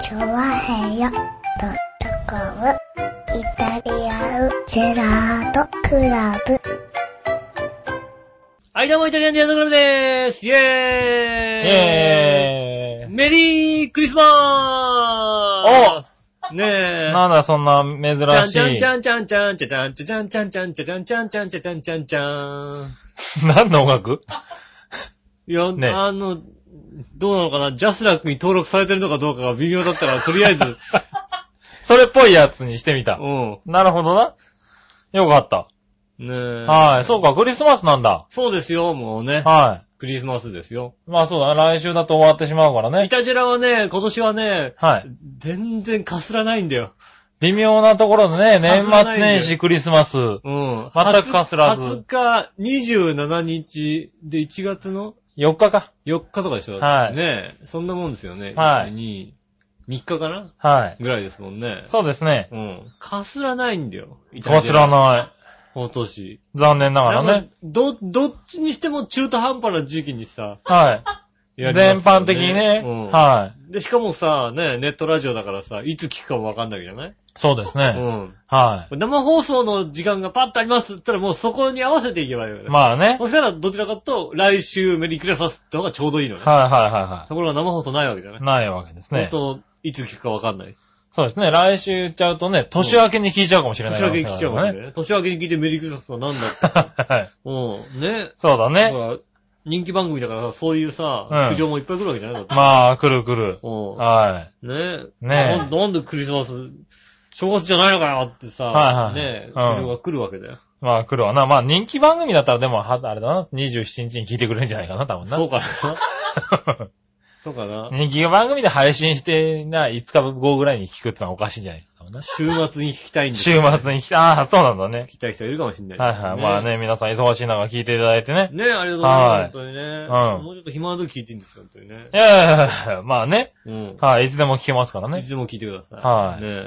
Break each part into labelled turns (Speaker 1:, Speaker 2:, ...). Speaker 1: チョワヘヨドットコムイタリアンジェラートクラブ。
Speaker 2: はい、どうも、イタリアンディアンドグラムでーすイェーイ
Speaker 3: え
Speaker 2: メリークリスマースおね
Speaker 3: ー
Speaker 2: え。
Speaker 3: なんだそんな珍
Speaker 2: じゃん
Speaker 3: し
Speaker 2: じゃん
Speaker 3: い
Speaker 2: じ。ゃんじゃんじゃんじゃじゃんじゃんじゃんじゃんじゃじゃんじゃんじゃんじゃじゃんじゃんじゃん。
Speaker 3: 何の音楽
Speaker 2: いや、
Speaker 3: ね
Speaker 2: あの、どうなのかなジャスラックに登録されてるのかどうかが微妙だったから、とりあえず、
Speaker 3: それっぽいやつにしてみた。
Speaker 2: う
Speaker 3: なるほどな。よかった。
Speaker 2: ん。ねえ。
Speaker 3: はい。そうか、クリスマスなんだ。
Speaker 2: そうですよ、もうね。
Speaker 3: は
Speaker 2: クリスマスですよ。
Speaker 3: い。まあそうだ、来週だと終わってしまうから
Speaker 2: イ
Speaker 3: ね。
Speaker 2: タジェラはね、今年はね、
Speaker 3: はい。
Speaker 2: 全然かすらないんだよ。
Speaker 3: 微妙なところで
Speaker 2: か
Speaker 3: ね、年
Speaker 2: すらない
Speaker 3: 末年始、クリスマス。
Speaker 2: うん。
Speaker 3: 全くかすらず
Speaker 2: 20日、27日で1月の
Speaker 3: 4日か。
Speaker 2: 4日とかでしょ
Speaker 3: はい
Speaker 2: ねえ。そんなもんですよね。
Speaker 3: はい
Speaker 2: に、3日かな
Speaker 3: はい。
Speaker 2: ぐらいですもんね。
Speaker 3: そうですね。
Speaker 2: うん。かすらないんだよ。イタリア
Speaker 3: かすらない。
Speaker 2: 今年。
Speaker 3: 残念なが
Speaker 2: な
Speaker 3: ら
Speaker 2: ん
Speaker 3: ね
Speaker 2: か。ど、どっちにしても中途半端な時期にさ、
Speaker 3: は
Speaker 2: や
Speaker 3: い。
Speaker 2: りますよ
Speaker 3: 全般的にね。
Speaker 2: うん
Speaker 3: はい。
Speaker 2: で、しかもさ、ね、ネットラジオだからさ、いつ聞くかもわかんないわけじゃない
Speaker 3: そうですね。
Speaker 2: うん。
Speaker 3: は
Speaker 2: 生放送の時間がパッとありますって言ったらもうそこに合わせていけばいいよね。
Speaker 3: い。まあね。
Speaker 2: そしたらどちらかと、来週メリークリスマスってのがちょうどいいのね。
Speaker 3: はいはいは
Speaker 2: ところが生放送ないわけじゃない
Speaker 3: いはい。ないわけですね。
Speaker 2: 本当、いつ聞くかわかんない。
Speaker 3: そうですね。来週言っちゃうとね、年明けに聞いちゃうかもしれない
Speaker 2: 年
Speaker 3: か
Speaker 2: 明
Speaker 3: ら
Speaker 2: け
Speaker 3: ね。
Speaker 2: に聞いちゃうからね。年明けに聞いてメリークリスマスはなんだ って。
Speaker 3: はい。
Speaker 2: うん。ね。
Speaker 3: そうだ
Speaker 2: だか
Speaker 3: ね。
Speaker 2: ら、人気番組だからさ、そういうさ、
Speaker 3: うん
Speaker 2: 苦情もいっぱい来るわけじゃないだって。
Speaker 3: まあ、来る来る。
Speaker 2: うん。
Speaker 3: は
Speaker 2: ねえ。
Speaker 3: ねえ
Speaker 2: なんなんでクリスマス、正月じゃないのかよってさ、
Speaker 3: はいはい
Speaker 2: ねえ、
Speaker 3: うん
Speaker 2: 苦情が来るわけだよ。
Speaker 3: い。まあ、来るわな。まあ、人気番組だったら、でも、はあれだな。27日に聞いてくれるんじゃないかな、多分な
Speaker 2: そ。うかなそうかな
Speaker 3: 人気番組で配信して、な、5日後ぐらいに聞くってのはおかしいんじゃないかな。
Speaker 2: 週末に聞きたいんで
Speaker 3: 週末に聞いああ、そうなんだね
Speaker 2: 聞。きたい人いるかもしんない。
Speaker 3: はいはい。まあ。ね、皆さん忙しい中聞いていただいてね。
Speaker 2: ねえ、ありがとうございます。
Speaker 3: はい
Speaker 2: 本当にね。
Speaker 3: うん
Speaker 2: もうちょっと暇な時聞いていいんですよ、本当にね
Speaker 3: い。やいやいやいやまあね。
Speaker 2: うん。
Speaker 3: はい。いつでも聞けますから
Speaker 2: い
Speaker 3: ね。
Speaker 2: つでも聞いてください。
Speaker 3: はい
Speaker 2: ね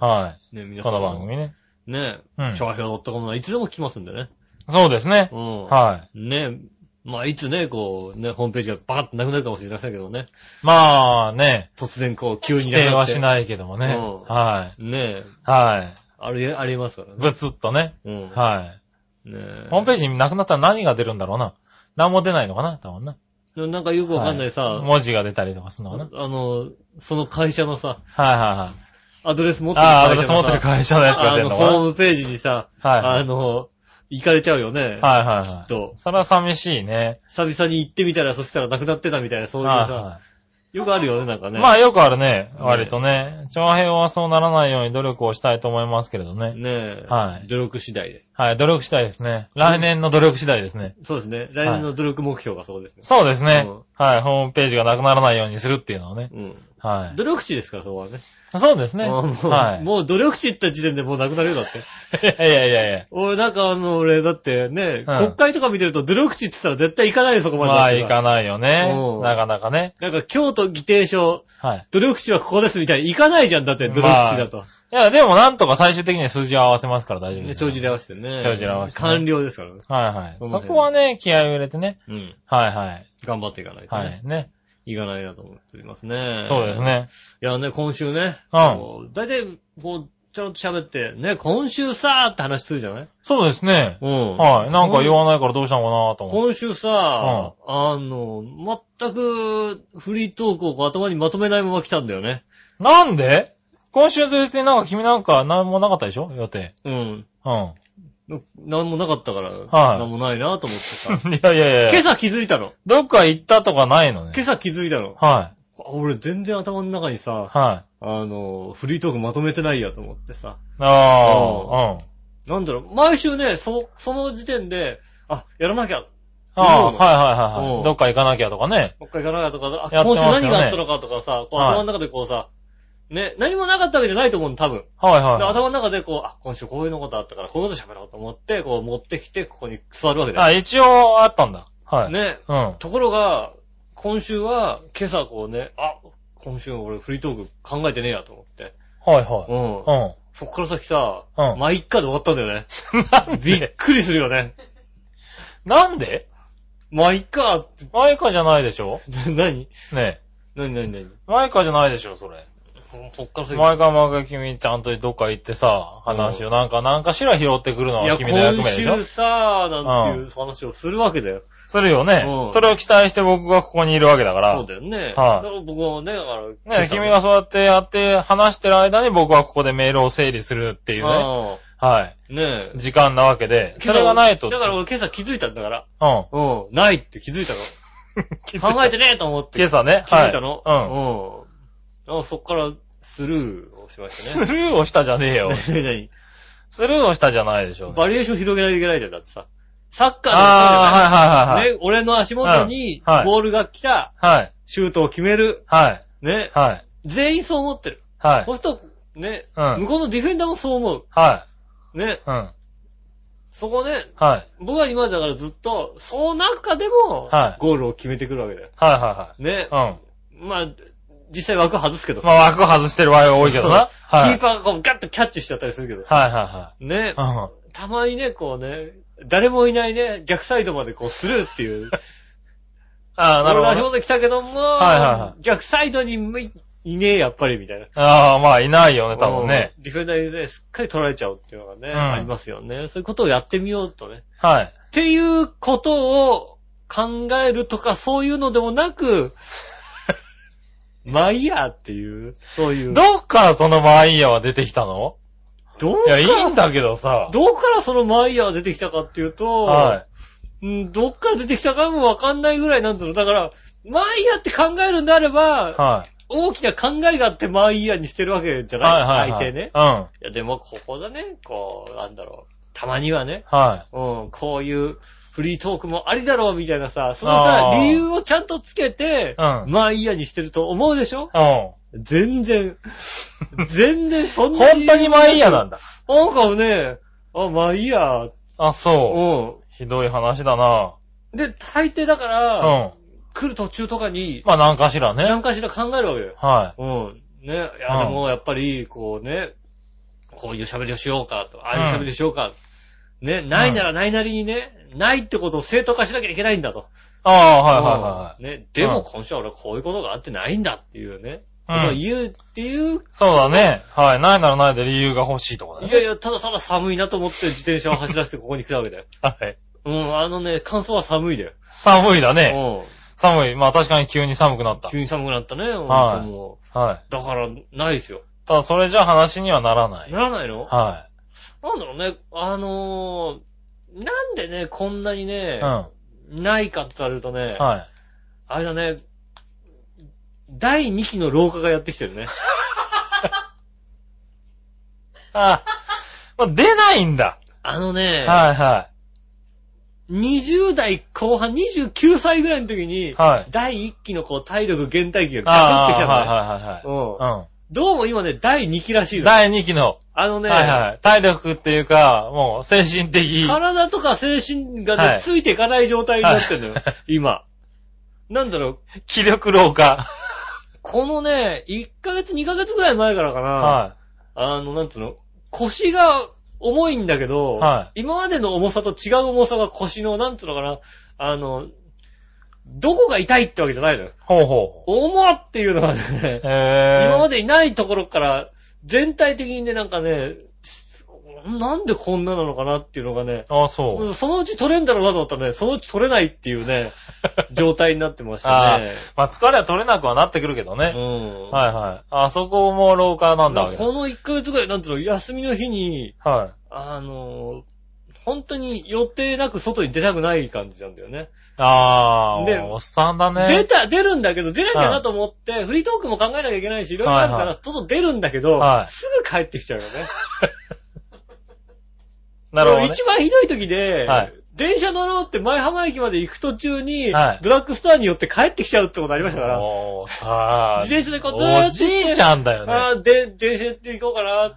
Speaker 3: は
Speaker 2: え。ねえ、
Speaker 3: い。
Speaker 2: 皆さ
Speaker 3: こ
Speaker 2: ん。
Speaker 3: の番。組ね。
Speaker 2: ね
Speaker 3: う
Speaker 2: え。
Speaker 3: ん
Speaker 2: 調和表 .com はいつでも聞きますんでね。
Speaker 3: そうですね。
Speaker 2: うん。
Speaker 3: はい。
Speaker 2: ねえ。まあ、いつね、こう、ね、ホームページがバーッとなくなるかもしれませんけどね。
Speaker 3: まあね。
Speaker 2: 突然、こう、急に
Speaker 3: 否
Speaker 2: なく
Speaker 3: 定
Speaker 2: な
Speaker 3: は
Speaker 2: って
Speaker 3: しないけどもね。
Speaker 2: うん
Speaker 3: は
Speaker 2: ねえ。
Speaker 3: い。はい。
Speaker 2: あり、ありますからね。
Speaker 3: ぶつっとね。
Speaker 2: うん。
Speaker 3: は
Speaker 2: ね
Speaker 3: い。
Speaker 2: え。
Speaker 3: ホームページなくなったら何が出るんだろうな。何も出ないのかな多分な。
Speaker 2: でもなんかよくわかんない
Speaker 3: は
Speaker 2: さ、
Speaker 3: 文字が出たりとかするのかな。
Speaker 2: あの、その会社のさ、
Speaker 3: はいはいはい。
Speaker 2: アドレス持ってる
Speaker 3: ああ、
Speaker 2: 会
Speaker 3: 私
Speaker 2: 社
Speaker 3: 持
Speaker 2: の
Speaker 3: ってる
Speaker 2: さ、
Speaker 3: 会社のやつが
Speaker 2: あ
Speaker 3: 出る
Speaker 2: の、
Speaker 3: の
Speaker 2: ホ
Speaker 3: かな。
Speaker 2: ー
Speaker 3: はい
Speaker 2: ムページにさ、
Speaker 3: はい
Speaker 2: あの、行かれちゃうよね。
Speaker 3: はいは
Speaker 2: っ
Speaker 3: い。
Speaker 2: と
Speaker 3: それは寂しいね。
Speaker 2: 久々に行ってみたら、そしたらなくなってたみたいな、そういう
Speaker 3: はい
Speaker 2: さ、
Speaker 3: は
Speaker 2: よくあるよね、なんか
Speaker 3: い
Speaker 2: ね。
Speaker 3: まあよくあるね。割とね。長編はそうならないように努力をしたいと思いますけれどね。
Speaker 2: ねえ。
Speaker 3: はい
Speaker 2: 努力次第で。
Speaker 3: はい。努力したいですね。来年の努力次第ですね。
Speaker 2: そうですね。来年の努力目標がそうですね。
Speaker 3: そうですね
Speaker 2: うん。
Speaker 3: はい。ホームページがなくならないようにするっていうのをね。
Speaker 2: うん。
Speaker 3: は
Speaker 2: 努力値ですから、そこはね。
Speaker 3: い。そうですね。
Speaker 2: あもう
Speaker 3: はい。
Speaker 2: もう努力値って時点でもうなくなるよ、だって。
Speaker 3: いやいやいやいや。
Speaker 2: 俺、なんかあの、俺、だってね、
Speaker 3: うん
Speaker 2: 国会とか見てると努力値って言ったら絶対行かないよ、そこまで。
Speaker 3: まあ、いかないよね
Speaker 2: う。ん
Speaker 3: なかなかね。
Speaker 2: なんか、京都議定書、
Speaker 3: はい。
Speaker 2: 努力値はここですみたいに行かないじゃん、だって、努力値だと。
Speaker 3: いや、でもなんとか最終的には数字を合わせますから大丈夫
Speaker 2: ね
Speaker 3: です。
Speaker 2: 帳尻合わせてね。
Speaker 3: 帳尻合わせてね
Speaker 2: 完了ですからね。
Speaker 3: はいはい。
Speaker 2: この
Speaker 3: そ
Speaker 2: 辺
Speaker 3: こはね、気合を入れてね。
Speaker 2: うん。
Speaker 3: はいはい。
Speaker 2: 頑張っていかないと
Speaker 3: は
Speaker 2: ね
Speaker 3: い。。ね。
Speaker 2: いかないなと思っておりますね。
Speaker 3: そうです。ね。
Speaker 2: いやね、今週ね。
Speaker 3: うん
Speaker 2: こう。大体、こう、ちゃんと喋って、ね、今週さーって話するじゃない
Speaker 3: そうですね。
Speaker 2: うん。
Speaker 3: はい。なんか言わないからどうしたのかなと思って。
Speaker 2: 今週さ、あの、全くフリートークをこう頭にまとめないまま来たんだよね。
Speaker 3: なんで今週別になんか君なんか何もなかったでしょ予定。
Speaker 2: うん。
Speaker 3: うん。
Speaker 2: ななんもなかったから、
Speaker 3: はい
Speaker 2: なんもないなと思って さ。
Speaker 3: いやいやい
Speaker 2: 今
Speaker 3: や。
Speaker 2: 朝気づいたの。
Speaker 3: どっか行ったとかないの
Speaker 2: 今
Speaker 3: ね。
Speaker 2: 朝気づいたの。
Speaker 3: はい。
Speaker 2: あ俺全然頭の中にさ、
Speaker 3: はい。
Speaker 2: あの、フリートークまとめてないやと思ってさ。
Speaker 3: ああ。うん。
Speaker 2: なんだろう、毎週ね、そ、その時点で、あ、やらなきゃ、
Speaker 3: ああ、
Speaker 2: うん
Speaker 3: はいはいはいは
Speaker 2: うん
Speaker 3: い。どっか行かなきゃとかね。
Speaker 2: もう一回行かなきゃとか、
Speaker 3: や
Speaker 2: あ、
Speaker 3: ってま
Speaker 2: 今
Speaker 3: す
Speaker 2: 週
Speaker 3: よね
Speaker 2: 何があったのかとかさ、こう
Speaker 3: はい
Speaker 2: 頭の中でこうさ、ね、何もなかったわけじゃないと思うの、多分。
Speaker 3: はいはい
Speaker 2: で
Speaker 3: はい。
Speaker 2: 頭の中でこう、あ、今週こういうのことあったから、こういうこと喋ろうと思って、こう持ってきて、ここに座るわけだ
Speaker 3: あ、一応あったんだ。は
Speaker 2: よ。
Speaker 3: い。
Speaker 2: ね。
Speaker 3: うん。
Speaker 2: ところが、今週は、今朝こうね、あ、今週俺フリートーク考えてねえやと思って。
Speaker 3: はいはい。
Speaker 2: うん。
Speaker 3: うん。
Speaker 2: そっから先さ、
Speaker 3: うん
Speaker 2: まあ、一回で終わったんだよね。
Speaker 3: なん
Speaker 2: びっ
Speaker 3: で
Speaker 2: くりするよね。
Speaker 3: なんで
Speaker 2: まあ、いっかって、
Speaker 3: マイカじゃないでしょ
Speaker 2: 何
Speaker 3: ねえ。
Speaker 2: 何何何
Speaker 3: マイカじゃないでしょ、それ。
Speaker 2: ほっから先。
Speaker 3: 毎回毎回君ちゃんとどっか行ってさ、話をなんか、なんかしら拾ってくるの
Speaker 2: い
Speaker 3: は
Speaker 2: や、
Speaker 3: 君の役
Speaker 2: 今
Speaker 3: 目でしょ
Speaker 2: 週さ、なんていう話をするわけだよ。
Speaker 3: するよね
Speaker 2: う。ん
Speaker 3: それを期待して僕がここにいるわけだから。
Speaker 2: そうだよね。
Speaker 3: はい
Speaker 2: だから僕もね、だから。
Speaker 3: ね、君がそうやってやって話してる間に僕はここでメールを整理するっていうね。
Speaker 2: ね。
Speaker 3: は
Speaker 2: ねえ
Speaker 3: い。。時間なわけで。それがないと。
Speaker 2: だから俺今朝気づいたんだから。
Speaker 3: うん。
Speaker 2: うん。ないって気づいたの。考えてねえと思って。
Speaker 3: 今朝ね。
Speaker 2: 気づいたの、
Speaker 3: は
Speaker 2: うん。あそっからスルーをしま
Speaker 3: い。
Speaker 2: した
Speaker 3: ス
Speaker 2: ね。
Speaker 3: ルーをしたじゃねえよ。
Speaker 2: 何何
Speaker 3: スルーをしたじゃないでしょうね。
Speaker 2: バリエーション広げないといけないじゃん。だってさ、サッカーの
Speaker 3: ああ、はいはいはいはい。
Speaker 2: ね、俺の足元に
Speaker 3: うんはい
Speaker 2: ボールが来た、
Speaker 3: はい。
Speaker 2: シュートを決める、
Speaker 3: はい。
Speaker 2: ね、
Speaker 3: はい。
Speaker 2: 全員そう思ってる。
Speaker 3: はい
Speaker 2: そう。すると、ね、
Speaker 3: うん
Speaker 2: 向こうのディフェンダーもそう思
Speaker 3: は
Speaker 2: う。ね、
Speaker 3: い。うん。
Speaker 2: そこね、
Speaker 3: はい。
Speaker 2: 僕は今までだからずっと、その中でも
Speaker 3: は、い
Speaker 2: ゴールを決めてくるわけだよ。
Speaker 3: はいは
Speaker 2: ね
Speaker 3: い、はい。
Speaker 2: まあ、実際枠外すけど
Speaker 3: うん。まあ枠外してる場合が多いけどな。は
Speaker 2: キ
Speaker 3: い。は
Speaker 2: ー
Speaker 3: い
Speaker 2: パーがこうガッとキャッチしちゃったりするけど。
Speaker 3: は
Speaker 2: ね
Speaker 3: い、は
Speaker 2: たまにね、こうね、誰もいないね、逆サイドまでこうスルーっていう。
Speaker 3: い。 ああ、な
Speaker 2: 俺
Speaker 3: る
Speaker 2: の
Speaker 3: ほ
Speaker 2: 足
Speaker 3: ど。
Speaker 2: 元来たけども、
Speaker 3: はいは
Speaker 2: 逆サイドにもいいねえ、やっぱり、みたいな。
Speaker 3: ああ、まあいないよね、多分ね。
Speaker 2: うん。ディフェンダーにね、すっかり取られちゃうっていうのがね、
Speaker 3: うん
Speaker 2: ありますよね。そういうことをやってみようとね。
Speaker 3: はい。
Speaker 2: っていうことを考えるとか、そういうのでもな く、まあいいやっていう、そういう。
Speaker 3: どっからそのマイヤーは出てきたの
Speaker 2: どう
Speaker 3: い
Speaker 2: か
Speaker 3: や、い
Speaker 2: ら
Speaker 3: いんだけどさ。
Speaker 2: どうからそのマイヤーが出てきたかっていうと、
Speaker 3: は
Speaker 2: うんどっから出てきたかもわかんないぐらいなんだろう。だから、マイヤーって考えるんであれば
Speaker 3: い。、は
Speaker 2: 大きな考えがあってマイヤーにしてるわけじゃ
Speaker 3: い。
Speaker 2: ない、
Speaker 3: はいはい。
Speaker 2: 相
Speaker 3: はい
Speaker 2: 手ね。
Speaker 3: うん。はい
Speaker 2: や、でもここだね、こう、なんだろう。たまにはね、
Speaker 3: い。
Speaker 2: うん、こういうフリートークもありだろうみたいなさ、そのさ、
Speaker 3: あー
Speaker 2: 理由をちゃんとつけて、
Speaker 3: うん
Speaker 2: マイヤーにしてると思うでしょ
Speaker 3: うん。
Speaker 2: 全 然。全然そんな
Speaker 3: 本当にマイヤーなんだ。
Speaker 2: なんかね、あ、マイヤー、
Speaker 3: あ、そう。
Speaker 2: うん。
Speaker 3: ひどい話だな。
Speaker 2: で、大抵だか
Speaker 3: う
Speaker 2: ら、
Speaker 3: ん。
Speaker 2: 来る途中とかに、
Speaker 3: まあなんかしらね。
Speaker 2: 何かしら考えるわけよ。
Speaker 3: は
Speaker 2: うん。ね。い
Speaker 3: うん
Speaker 2: や、でもやっぱり、こうね、こういう喋りをしようかと、ああいう喋りをしようか。ね、ないならないなりにね、ないってことを正当化しなきゃいけないんだと。
Speaker 3: い。ああ、はいはいはいはい。
Speaker 2: いはい。ね、で
Speaker 3: う
Speaker 2: も
Speaker 3: ん
Speaker 2: 今週は俺こういうことがあってないんだっていうね。
Speaker 3: うん
Speaker 2: そう言うっていう、
Speaker 3: そうだね。はい。ないならないで理由が欲しいとこだ
Speaker 2: い
Speaker 3: ね。
Speaker 2: やいや、ただただ寒いなと思って自転車を走らせてここに来たわけだ よ。
Speaker 3: はい。
Speaker 2: うん、あのね、感想は寒いだよ。
Speaker 3: 寒いだね。
Speaker 2: うん。
Speaker 3: 寒い。まあ確かに急に寒くなった。
Speaker 2: 急に寒くなったね、
Speaker 3: はい
Speaker 2: 本当も
Speaker 3: はい。
Speaker 2: う。だから、ないですよ。
Speaker 3: ただそれじゃ話にはならない。
Speaker 2: ならないの
Speaker 3: は
Speaker 2: なんだろうね、あのー、なんでね、こんなに
Speaker 3: い。
Speaker 2: ね
Speaker 3: うん。、は
Speaker 2: ないかって言われるとね
Speaker 3: い。、あ
Speaker 2: あれだね、第2期の老化がやってきて るね。
Speaker 3: あ。まあ出ないんだ。
Speaker 2: あのね、
Speaker 3: はいは
Speaker 2: 20代後半、29歳ぐらいの時に
Speaker 3: い。、はい。
Speaker 2: 第1期のこう体力減退期がガ
Speaker 3: あ
Speaker 2: クッてきたのね
Speaker 3: あ、はいはいはい
Speaker 2: うん
Speaker 3: はい。
Speaker 2: どうも今ね、第2期らし
Speaker 3: う
Speaker 2: い
Speaker 3: ん。
Speaker 2: の
Speaker 3: 第2期の、
Speaker 2: あのね、
Speaker 3: はいはい。体力っていうか、もう精神的。
Speaker 2: 体とか精神がね、
Speaker 3: はい
Speaker 2: ついていかない状態になってるのよ、今。なんだろう、
Speaker 3: 気力老化。
Speaker 2: このね、1ヶ月、2ヶ月ぐらい前からかな、
Speaker 3: は
Speaker 2: あの、なんつうの、腰が重いんだけど、
Speaker 3: は
Speaker 2: 今までの重さと違う重さが腰の、なんつうのかな、あの、どこが痛いってわけじゃないのよ
Speaker 3: い。。ほうほ
Speaker 2: 重っっていうのがね
Speaker 3: う。、へ
Speaker 2: 今ま
Speaker 3: ぇ
Speaker 2: でいないところから、全体的にね、なんかね、なんでこんななのかなっていうのがね、
Speaker 3: ー。あ、そう。
Speaker 2: そのうち取れんだろうなと思ったらね、そのうち取れないっていう ね、状態になってました
Speaker 3: あ
Speaker 2: ね。
Speaker 3: まあ疲れは取れなくはなってくるけど
Speaker 2: う
Speaker 3: ね。
Speaker 2: ん。
Speaker 3: はいはい。あそこも老化なんだ。
Speaker 2: この1ヶ月ぐらい、なんつうの、休みの日に、
Speaker 3: はい。
Speaker 2: あの、本当に予定なく外に出たくない感じなんだよね。
Speaker 3: ああ、
Speaker 2: で
Speaker 3: おっさんだ
Speaker 2: 出
Speaker 3: ね。
Speaker 2: た、出るんだけど、出なきゃなと思って、フリートークも考えなきゃいけないし、いろいろあるか
Speaker 3: はいは
Speaker 2: ら、外出るんだけど
Speaker 3: は、い
Speaker 2: すぐ帰ってきちゃうよね。
Speaker 3: なるほど、ね。
Speaker 2: 一番ひどい時で
Speaker 3: はい、
Speaker 2: 電車乗ろうって前浜駅まで行く途中に
Speaker 3: はい、
Speaker 2: ドラッグストアに寄って帰ってきちゃうってことありましたから、
Speaker 3: おー、さあ。
Speaker 2: 自転車でこうずーっと
Speaker 3: おじいちゃんだよね。
Speaker 2: ああ、で、電車って行こうかな。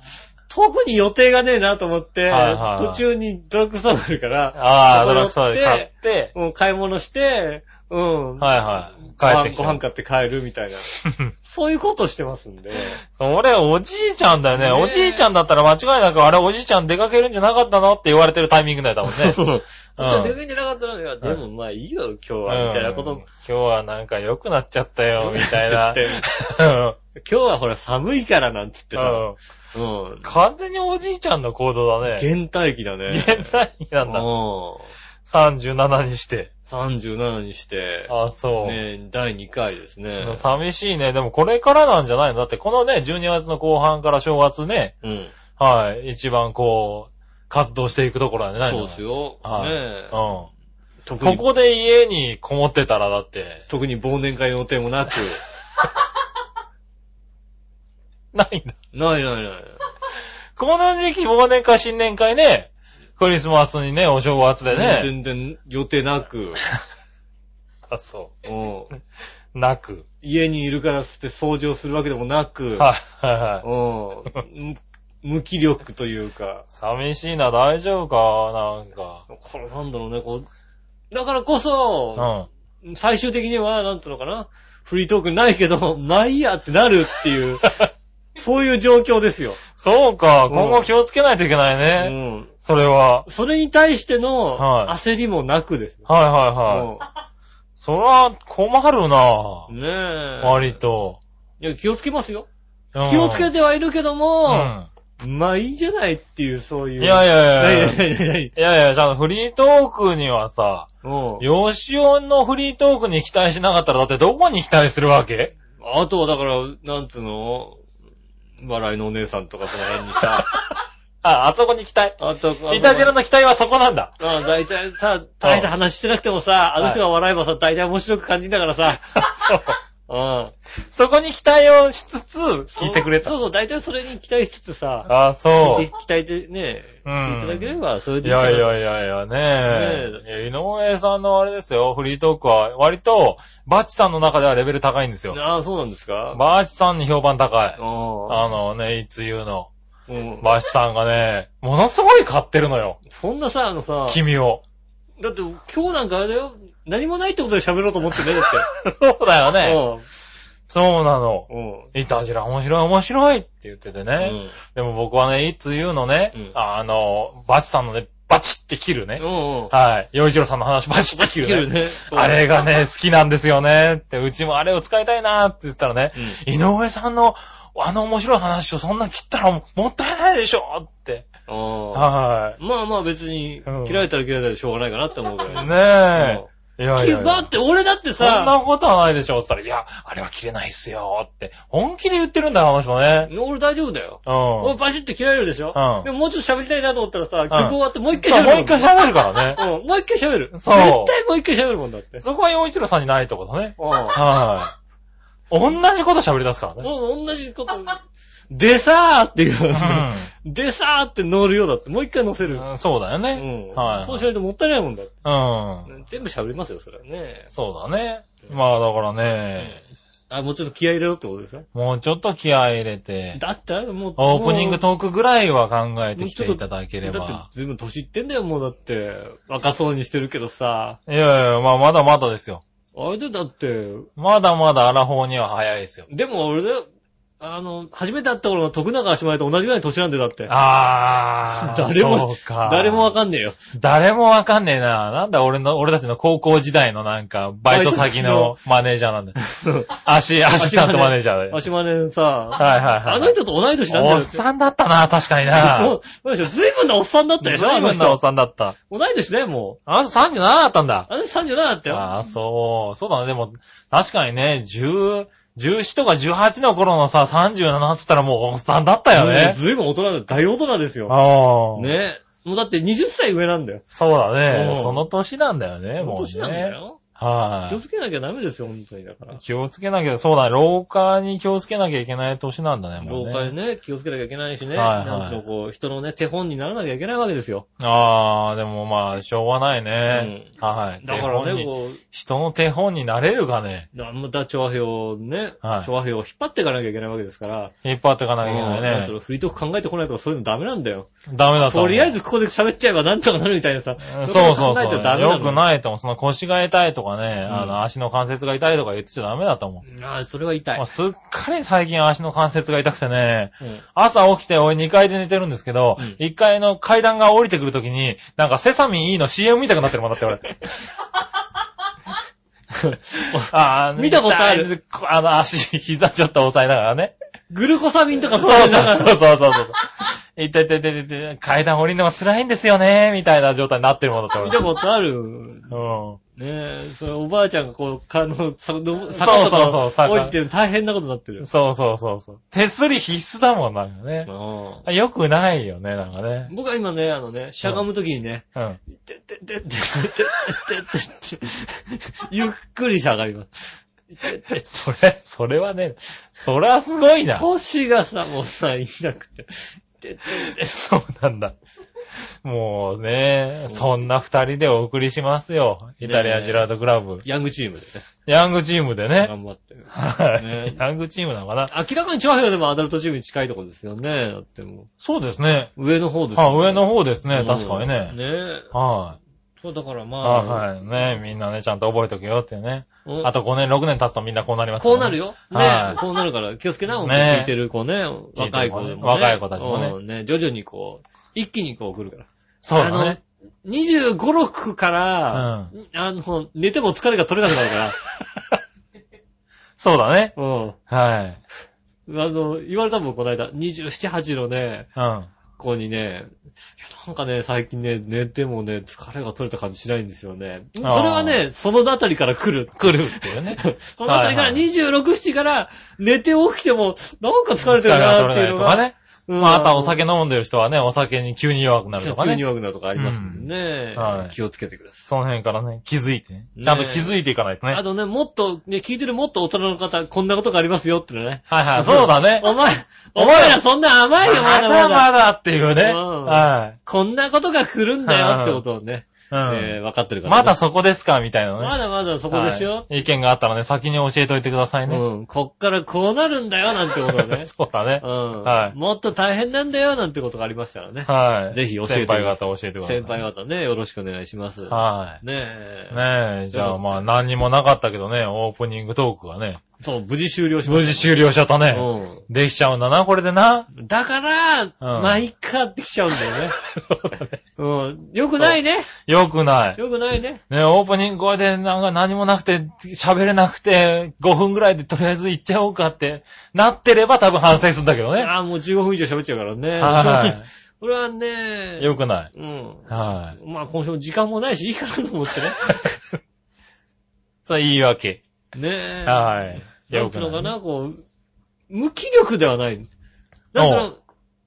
Speaker 2: 特に予定がねえなと思って
Speaker 3: はいはいは、い
Speaker 2: 途中にドラッグストア来るから、
Speaker 3: ああ、
Speaker 2: ここ
Speaker 3: ド
Speaker 2: 寄
Speaker 3: ラッ
Speaker 2: っ
Speaker 3: グストアで買って、
Speaker 2: うん、買い物して、うん。
Speaker 3: はいはい。帰ってき
Speaker 2: ご飯ご
Speaker 3: た。
Speaker 2: 飯買って帰るみたいな。 そういうことしてますんで。
Speaker 3: 俺、おじいちゃんだよね
Speaker 2: ねえ
Speaker 3: おじいちゃんだったら間違いなく、あれ、おじいちゃん出かけるんじゃなかったのって言われてるタイミングだよ、多分 ね。
Speaker 2: そう。
Speaker 3: うん
Speaker 2: じゃあ、出てなかったのに、いやでもまあいいよ、今日は、みたいなこ
Speaker 3: うん
Speaker 2: と。
Speaker 3: 今日はなんか良くなっちゃったよ、みたいな。
Speaker 2: 言って
Speaker 3: うん
Speaker 2: 今日はほら寒いからなんつってさ、
Speaker 3: うん
Speaker 2: うん。
Speaker 3: 完全におじいちゃんの行動だね。
Speaker 2: 現代期だね。
Speaker 3: 現代期なんだ。
Speaker 2: うん。
Speaker 3: 37にして。
Speaker 2: 37にして、
Speaker 3: あ、そう。
Speaker 2: ね、第2回ですね。
Speaker 3: 寂しいね。でもこれからなんじゃないのだってこのね、12月の後半から正月ね、
Speaker 2: うん。
Speaker 3: はい、一番こう、活動していくところなんじゃない
Speaker 2: そう
Speaker 3: の
Speaker 2: ですよ。
Speaker 3: はい
Speaker 2: ね
Speaker 3: うん。
Speaker 2: 特
Speaker 3: こ
Speaker 2: に、
Speaker 3: こで家にこもってたらだって、
Speaker 2: 特に忘年会の予定もなく。
Speaker 3: ないんだ。
Speaker 2: ないないない。
Speaker 3: この時期、忘年会、新年会ね、クリスマスにね、お正月でね。
Speaker 2: 全然予定な く。
Speaker 3: あ、そ
Speaker 2: うん
Speaker 3: う。なく。
Speaker 2: 家にいるからっつって掃除をするわけでもなく。
Speaker 3: はい、はい、はい。
Speaker 2: うん。む無気力というか。
Speaker 3: 寂しいな、大丈夫か、なんか。
Speaker 2: これなんだろうね、こう。だからこそ、
Speaker 3: う
Speaker 2: 最終的には、なんていうのかな、フリートークないけど、ないやってなるっていう、そういう状況ですよ。
Speaker 3: ん。そうか、
Speaker 2: ん
Speaker 3: 今後気をつけないといけないうね。
Speaker 2: ん。
Speaker 3: それは。
Speaker 2: それに対しての
Speaker 3: はい
Speaker 2: 焦りもなくですよ。
Speaker 3: はいはいはい。それは困るな
Speaker 2: うんねえ。
Speaker 3: 割と。
Speaker 2: いや、気をつけますよ。
Speaker 3: うん
Speaker 2: 気をつけてはいるけど
Speaker 3: う
Speaker 2: も、
Speaker 3: ん。
Speaker 2: まあいいんじゃないっていう、そういう。
Speaker 3: いやいやいやいや。
Speaker 2: いやいやいやい
Speaker 3: いやいや、じゃあフリートークにはさ、
Speaker 2: や。うん
Speaker 3: ヨシオンのフリートークに期待しなかったら、だってどこに期待するわけ
Speaker 2: あとはだから、なんつうの笑いのお姉さんとかその辺にさ、
Speaker 3: あ、あそこに期待。
Speaker 2: あと、あと
Speaker 3: イタジェラの期待はそこなんだ。
Speaker 2: ああ、大体さ、大した話してなくてもさ、あの人が笑えばさ、大体面白く感じんだからさ、
Speaker 3: そう。
Speaker 2: うん。
Speaker 3: そこに期待をしつつ、聞いてくれた
Speaker 2: そ。うそう、大体それに期待しつつさ、
Speaker 3: あ、そ
Speaker 2: 聞
Speaker 3: う
Speaker 2: い。て期待でね、
Speaker 3: うん
Speaker 2: していただければ、それ
Speaker 3: い
Speaker 2: でいいかな
Speaker 3: やいやいやいやねえ。いや井上さんのあれですよ、フリートークは、割と、バチさんの中ではレベル高いんですよ。
Speaker 2: ああ、そうなんですか
Speaker 3: バチさんに評判高い。
Speaker 2: ああ。
Speaker 3: あのね、いつ言うの。
Speaker 2: うん
Speaker 3: バチさんがね、ものすごい買ってるのよ。
Speaker 2: そんなさ、あのさ、
Speaker 3: 君を。
Speaker 2: だって今日なんかあれだよ、何もないってことで喋ろうと思ってね、だ
Speaker 3: そうだよ
Speaker 2: って。
Speaker 3: ね。そうなの。
Speaker 2: うん。うん。
Speaker 3: いたじら面白い面白いって言っててね。でも僕はね、いつ言うのね、
Speaker 2: うん
Speaker 3: あの、バチさんのね、バチって切るね。
Speaker 2: うん。うん。
Speaker 3: はい。洋一郎さんの話バチって切
Speaker 2: で
Speaker 3: る
Speaker 2: き
Speaker 3: ね。
Speaker 2: るね。
Speaker 3: あれがね、好きなんですよね。って、うちもあれを使いたいなって言ったらね、井上さんのあの面白い話をそんな切ったらもったいないでしょって。
Speaker 2: うん。ああ。
Speaker 3: は
Speaker 2: まあまあ別に
Speaker 3: うん、
Speaker 2: 嫌いたら嫌いたらしょうがないかなって思うか
Speaker 3: い。
Speaker 2: ら。
Speaker 3: ねえ。いやいや
Speaker 2: き
Speaker 3: い
Speaker 2: だ
Speaker 3: や
Speaker 2: っ。て俺だって
Speaker 3: そんな
Speaker 2: さ、
Speaker 3: ことはないでしょって言ったら、いや、あれは切れないっすよって。本気で言ってるんだよ、あの人ね。
Speaker 2: 俺大丈夫だよ。
Speaker 3: う
Speaker 2: 俺
Speaker 3: ん。
Speaker 2: バシッて切られるでしょ
Speaker 3: うん
Speaker 2: でももうちょっと喋りたいなと思ったらさ、
Speaker 3: ん
Speaker 2: 曲終わってもう一
Speaker 3: そ
Speaker 2: 回
Speaker 3: う、
Speaker 2: 喋る
Speaker 3: も
Speaker 2: も
Speaker 3: う一
Speaker 2: ん。
Speaker 3: 回喋るからね。
Speaker 2: うん、もう一回喋る。
Speaker 3: そう
Speaker 2: 絶対もう一回喋るもんだって。
Speaker 3: そこは洋一郎さんにないとこだね。
Speaker 2: う
Speaker 3: はい。同じこと喋り出すからね。
Speaker 2: ん。同じ こと。でさーっていう。
Speaker 3: う
Speaker 2: でさーって乗るようだって。もう一回乗せる。
Speaker 3: ん。そうだよ
Speaker 2: う
Speaker 3: ね。
Speaker 2: ん。
Speaker 3: はい
Speaker 2: そうしないともったいないもんだって。
Speaker 3: うん。
Speaker 2: 全部喋りますよ、それはね。
Speaker 3: そうだね。まあだからね、
Speaker 2: あ、もうちょっと気合い入れろってことですね。
Speaker 3: もうちょっと気合い入れて、
Speaker 2: だってあれもう。
Speaker 3: オープニングトークぐらいは考えて
Speaker 2: もう
Speaker 3: き
Speaker 2: ちょって
Speaker 3: いただけれ
Speaker 2: だって
Speaker 3: ば。
Speaker 2: 随分年いってんだよ、もうだって。若そうにしてるけどさ。
Speaker 3: いやいや、まあまだまだですよ。
Speaker 2: あれでだって、
Speaker 3: まだまだアラフォーには早いですよ。
Speaker 2: でも俺だよ、あの、初めて会った頃の徳永姉妹と同じぐらいの年なんでだって。
Speaker 3: あ ー。
Speaker 2: 誰も
Speaker 3: そうか、
Speaker 2: 誰もわかん ねえよ。
Speaker 3: 誰もわかんねえな。なんだ俺の、俺たちの高校時代のなんか、バイト先のマネージャーなんだよ。 足、アシスタントマネージャーだよ。
Speaker 2: マシマネさ、
Speaker 3: はいはいはい。
Speaker 2: あの人と同い年なんだよ。
Speaker 3: おっさんだったな、確かに
Speaker 2: そ
Speaker 3: な
Speaker 2: う。そうでしょ。 随分なおっさんだった
Speaker 3: 随
Speaker 2: よな、あの
Speaker 3: 分なおっ
Speaker 2: 人。
Speaker 3: さんだった。
Speaker 2: 同い年だよ、も
Speaker 3: あの人37だったんだ
Speaker 2: う。。あの人37だったよ。
Speaker 3: ああ、そう。そうだね。でも、確かにね、10、14とか18の頃のさ、37っつったらもうおっさんだったよね
Speaker 2: もう。随分大人だよ。大大人ですよ。
Speaker 3: ああ。。
Speaker 2: ね。もうだって20歳上なんだよ。
Speaker 3: そうだ
Speaker 2: う
Speaker 3: ね。
Speaker 2: ん
Speaker 3: その年なんだよね、もう、ね。
Speaker 2: 年なんだ。よ。
Speaker 3: は
Speaker 2: 気をつけなきゃダメですよ、本当に。だから
Speaker 3: い。。気をつけなきゃ、そうだね。老化に気をつけなきゃいけない年なんだね、もう
Speaker 2: 業
Speaker 3: ね。
Speaker 2: 界ね、気をつけなきゃいけないしね。
Speaker 3: はいはい
Speaker 2: なんつうの、こう、人のね、手本にならなきゃいけないわけですよ。
Speaker 3: ああ、でもまあ、しょうがないね。はい。
Speaker 2: だから
Speaker 3: 手本
Speaker 2: ね、
Speaker 3: に
Speaker 2: こう、
Speaker 3: 人の手本になれるかね。
Speaker 2: だまた調和表をね、
Speaker 3: はい
Speaker 2: 調和表を引っ張っていかなきゃいけないわけですから、
Speaker 3: 引っ張っていかなきゃいけ
Speaker 2: もうなんつ
Speaker 3: ないうね。
Speaker 2: の、フリートーク考えてこないとかそういうのダメなんだよ。
Speaker 3: ダメだと
Speaker 2: と
Speaker 3: 思う。
Speaker 2: りあえずここで喋っちゃえばなんとかなるみたいなさ。
Speaker 3: そうそうそう。
Speaker 2: 考えたらダメなの
Speaker 3: よくないと思う。その腰が痛いとかね、
Speaker 2: ん
Speaker 3: あの、足の関節が痛いとか言ってちゃダメだと思う。
Speaker 2: ああ、それは痛い
Speaker 3: まあ、。すっかり最近足の関節が痛くてね、
Speaker 2: うん
Speaker 3: 朝起きて俺2階で寝てるんですけど、
Speaker 2: うん
Speaker 3: 1階の階段が降りてくるときに、なんかセサミン E の CM みたくなってるもんだって俺。 あー
Speaker 2: 見たことある。
Speaker 3: 痛いこあの、足、膝ちょっと押さえながらね。
Speaker 2: グルコサミンとか
Speaker 3: そ
Speaker 2: も
Speaker 3: う
Speaker 2: ら
Speaker 3: そ
Speaker 2: いうなが
Speaker 3: そう
Speaker 2: ら
Speaker 3: そうそうそう。痛い痛い痛い痛い痛い。階段降りるのが辛いんですよね、みたいな状態になってるものって俺
Speaker 2: 見たことある。
Speaker 3: うん。
Speaker 2: ねえ、それおばあちゃんがこう、かの、さの
Speaker 3: そ
Speaker 2: 坂
Speaker 3: う
Speaker 2: と
Speaker 3: そうそう
Speaker 2: か
Speaker 3: 坂
Speaker 2: 降りてるの大変なことになってる。
Speaker 3: そうそうそうそう。手すり必須だもんなんかね。
Speaker 2: う
Speaker 3: よくないよね、なんかね。
Speaker 2: ん僕は今ね、あのね、しゃがむときにね、
Speaker 3: うん。
Speaker 2: てってってってってってってゆっくりしゃがります。
Speaker 3: それ、それはね、それはすごいな。
Speaker 2: 腰がさ、もうさ、痛くて。ててて
Speaker 3: そうなんだ。もうね、そんな二人でお送りしますよ。イタリアンジェラートクラブ。
Speaker 2: ヤングチームでね、
Speaker 3: ヤングチームでね。
Speaker 2: 頑張ってる。
Speaker 3: は
Speaker 2: ね
Speaker 3: い。ヤングチームなのかな
Speaker 2: 明らかにチワヘアでもアダルトチームに近いところですよね。だっても
Speaker 3: そうですね。
Speaker 2: う、上の方ですよ
Speaker 3: あ、上の方です
Speaker 2: う
Speaker 3: ね。
Speaker 2: ん
Speaker 3: 確かにね。
Speaker 2: ねえ。
Speaker 3: は
Speaker 2: そう、だからま
Speaker 3: い。
Speaker 2: あ、
Speaker 3: あはい。ねみんなね、ちゃんと覚えとけよっていうね。
Speaker 2: うん
Speaker 3: あと5年、6年経つとみんなこうなります
Speaker 2: こうなる
Speaker 3: よ。
Speaker 2: よ。
Speaker 3: は
Speaker 2: ね
Speaker 3: い
Speaker 2: こうなるから気をつけな、本当に
Speaker 3: ね
Speaker 2: 聞いてる子ね。若い子でも、ね。
Speaker 3: 若い子たちもね
Speaker 2: うんね、徐々にこう、一気にこう来るから。
Speaker 3: そうだ
Speaker 2: あ
Speaker 3: ね。
Speaker 2: の。25、6から、あの、寝ても疲れが取れなくなる から。
Speaker 3: そうだね。
Speaker 2: うん。
Speaker 3: はい。
Speaker 2: あの、言われたもん、この間、27、8のね、
Speaker 3: うん。
Speaker 2: 子にね、いや、なんかね、最近ね、寝てもね、疲れが取れた感じしないんですよね。それ
Speaker 3: あー
Speaker 2: はね、そのあたりから来る。
Speaker 3: 来るっていうね。
Speaker 2: そのあたりから
Speaker 3: はいはい
Speaker 2: 26、7から寝て起きても、なんか疲れてる
Speaker 3: 疲れが
Speaker 2: なー
Speaker 3: 取
Speaker 2: って
Speaker 3: れ
Speaker 2: い
Speaker 3: な
Speaker 2: うの
Speaker 3: いと
Speaker 2: が
Speaker 3: か。ね。
Speaker 2: うん
Speaker 3: まあ、あとはお酒飲んでる人はね、お酒に急に弱くなるとか
Speaker 2: 急に
Speaker 3: ね。
Speaker 2: 弱くなるとかありますんでね。
Speaker 3: うんはい
Speaker 2: 気をつけてくださ
Speaker 3: その辺からね、気づいてね。
Speaker 2: ね
Speaker 3: ちゃんと気づいていかないと
Speaker 2: い。
Speaker 3: ね。は
Speaker 2: あ
Speaker 3: い
Speaker 2: とね、もっと、ね、聞いてるもっと大人の方、こんなことがありますよってのね。
Speaker 3: はい、そうだね。
Speaker 2: お前、
Speaker 3: お
Speaker 2: お
Speaker 3: 前
Speaker 2: 前らそんな甘いよ、まだまだ。
Speaker 3: まだっていうね。
Speaker 2: うん
Speaker 3: はい。
Speaker 2: こんなことが来るんだよってことをね、
Speaker 3: う
Speaker 2: えー
Speaker 3: ん。
Speaker 2: 分かってるから、ね。
Speaker 3: まだそこですかみたいなね。
Speaker 2: まだまだそこでしょ、
Speaker 3: はい意見があったらね、先に教えといてくださいね。
Speaker 2: うん。こっからこうなるんだよ、なんてことをね。
Speaker 3: そうだね
Speaker 2: う。ん、
Speaker 3: はい
Speaker 2: もっと大変なんだよ、なんてことがありましたらね。
Speaker 3: はい。
Speaker 2: ぜひ教えて
Speaker 3: 先輩方教えてください。
Speaker 2: 先輩方ね、よろしくお願いします。
Speaker 3: は
Speaker 2: ねえ
Speaker 3: い。ねえ、じゃあまあ何にもなかったけどね、オープニングトークがね。
Speaker 2: そう、無事終了しま
Speaker 3: 無
Speaker 2: し
Speaker 3: 事終了しちゃっ
Speaker 2: た。
Speaker 3: たね。
Speaker 2: うん。
Speaker 3: できちゃうんだな、これでな。
Speaker 2: だから、
Speaker 3: ん
Speaker 2: まあ、いっかってきちゃうんだよね。
Speaker 3: そうだね。
Speaker 2: うん。よくないね。
Speaker 3: よくない。
Speaker 2: よくないね。
Speaker 3: ね、オープニングこれでなんか何もなくて、喋れなくて、5分ぐらいでとりあえず行っちゃおうかって、なってれば多分反省するんだけどね。
Speaker 2: ああ、もう15分以上喋っちゃうからね。
Speaker 3: は
Speaker 2: これはね、
Speaker 3: い。よくない。
Speaker 2: うん。
Speaker 3: はい。
Speaker 2: まあ、今週も時間もないし、いいかなと思ってね。
Speaker 3: そう、言い訳。
Speaker 2: ねえ。
Speaker 3: はい。
Speaker 2: なんつうのかな、こう、無気力ではない。なんつう
Speaker 3: お
Speaker 2: の、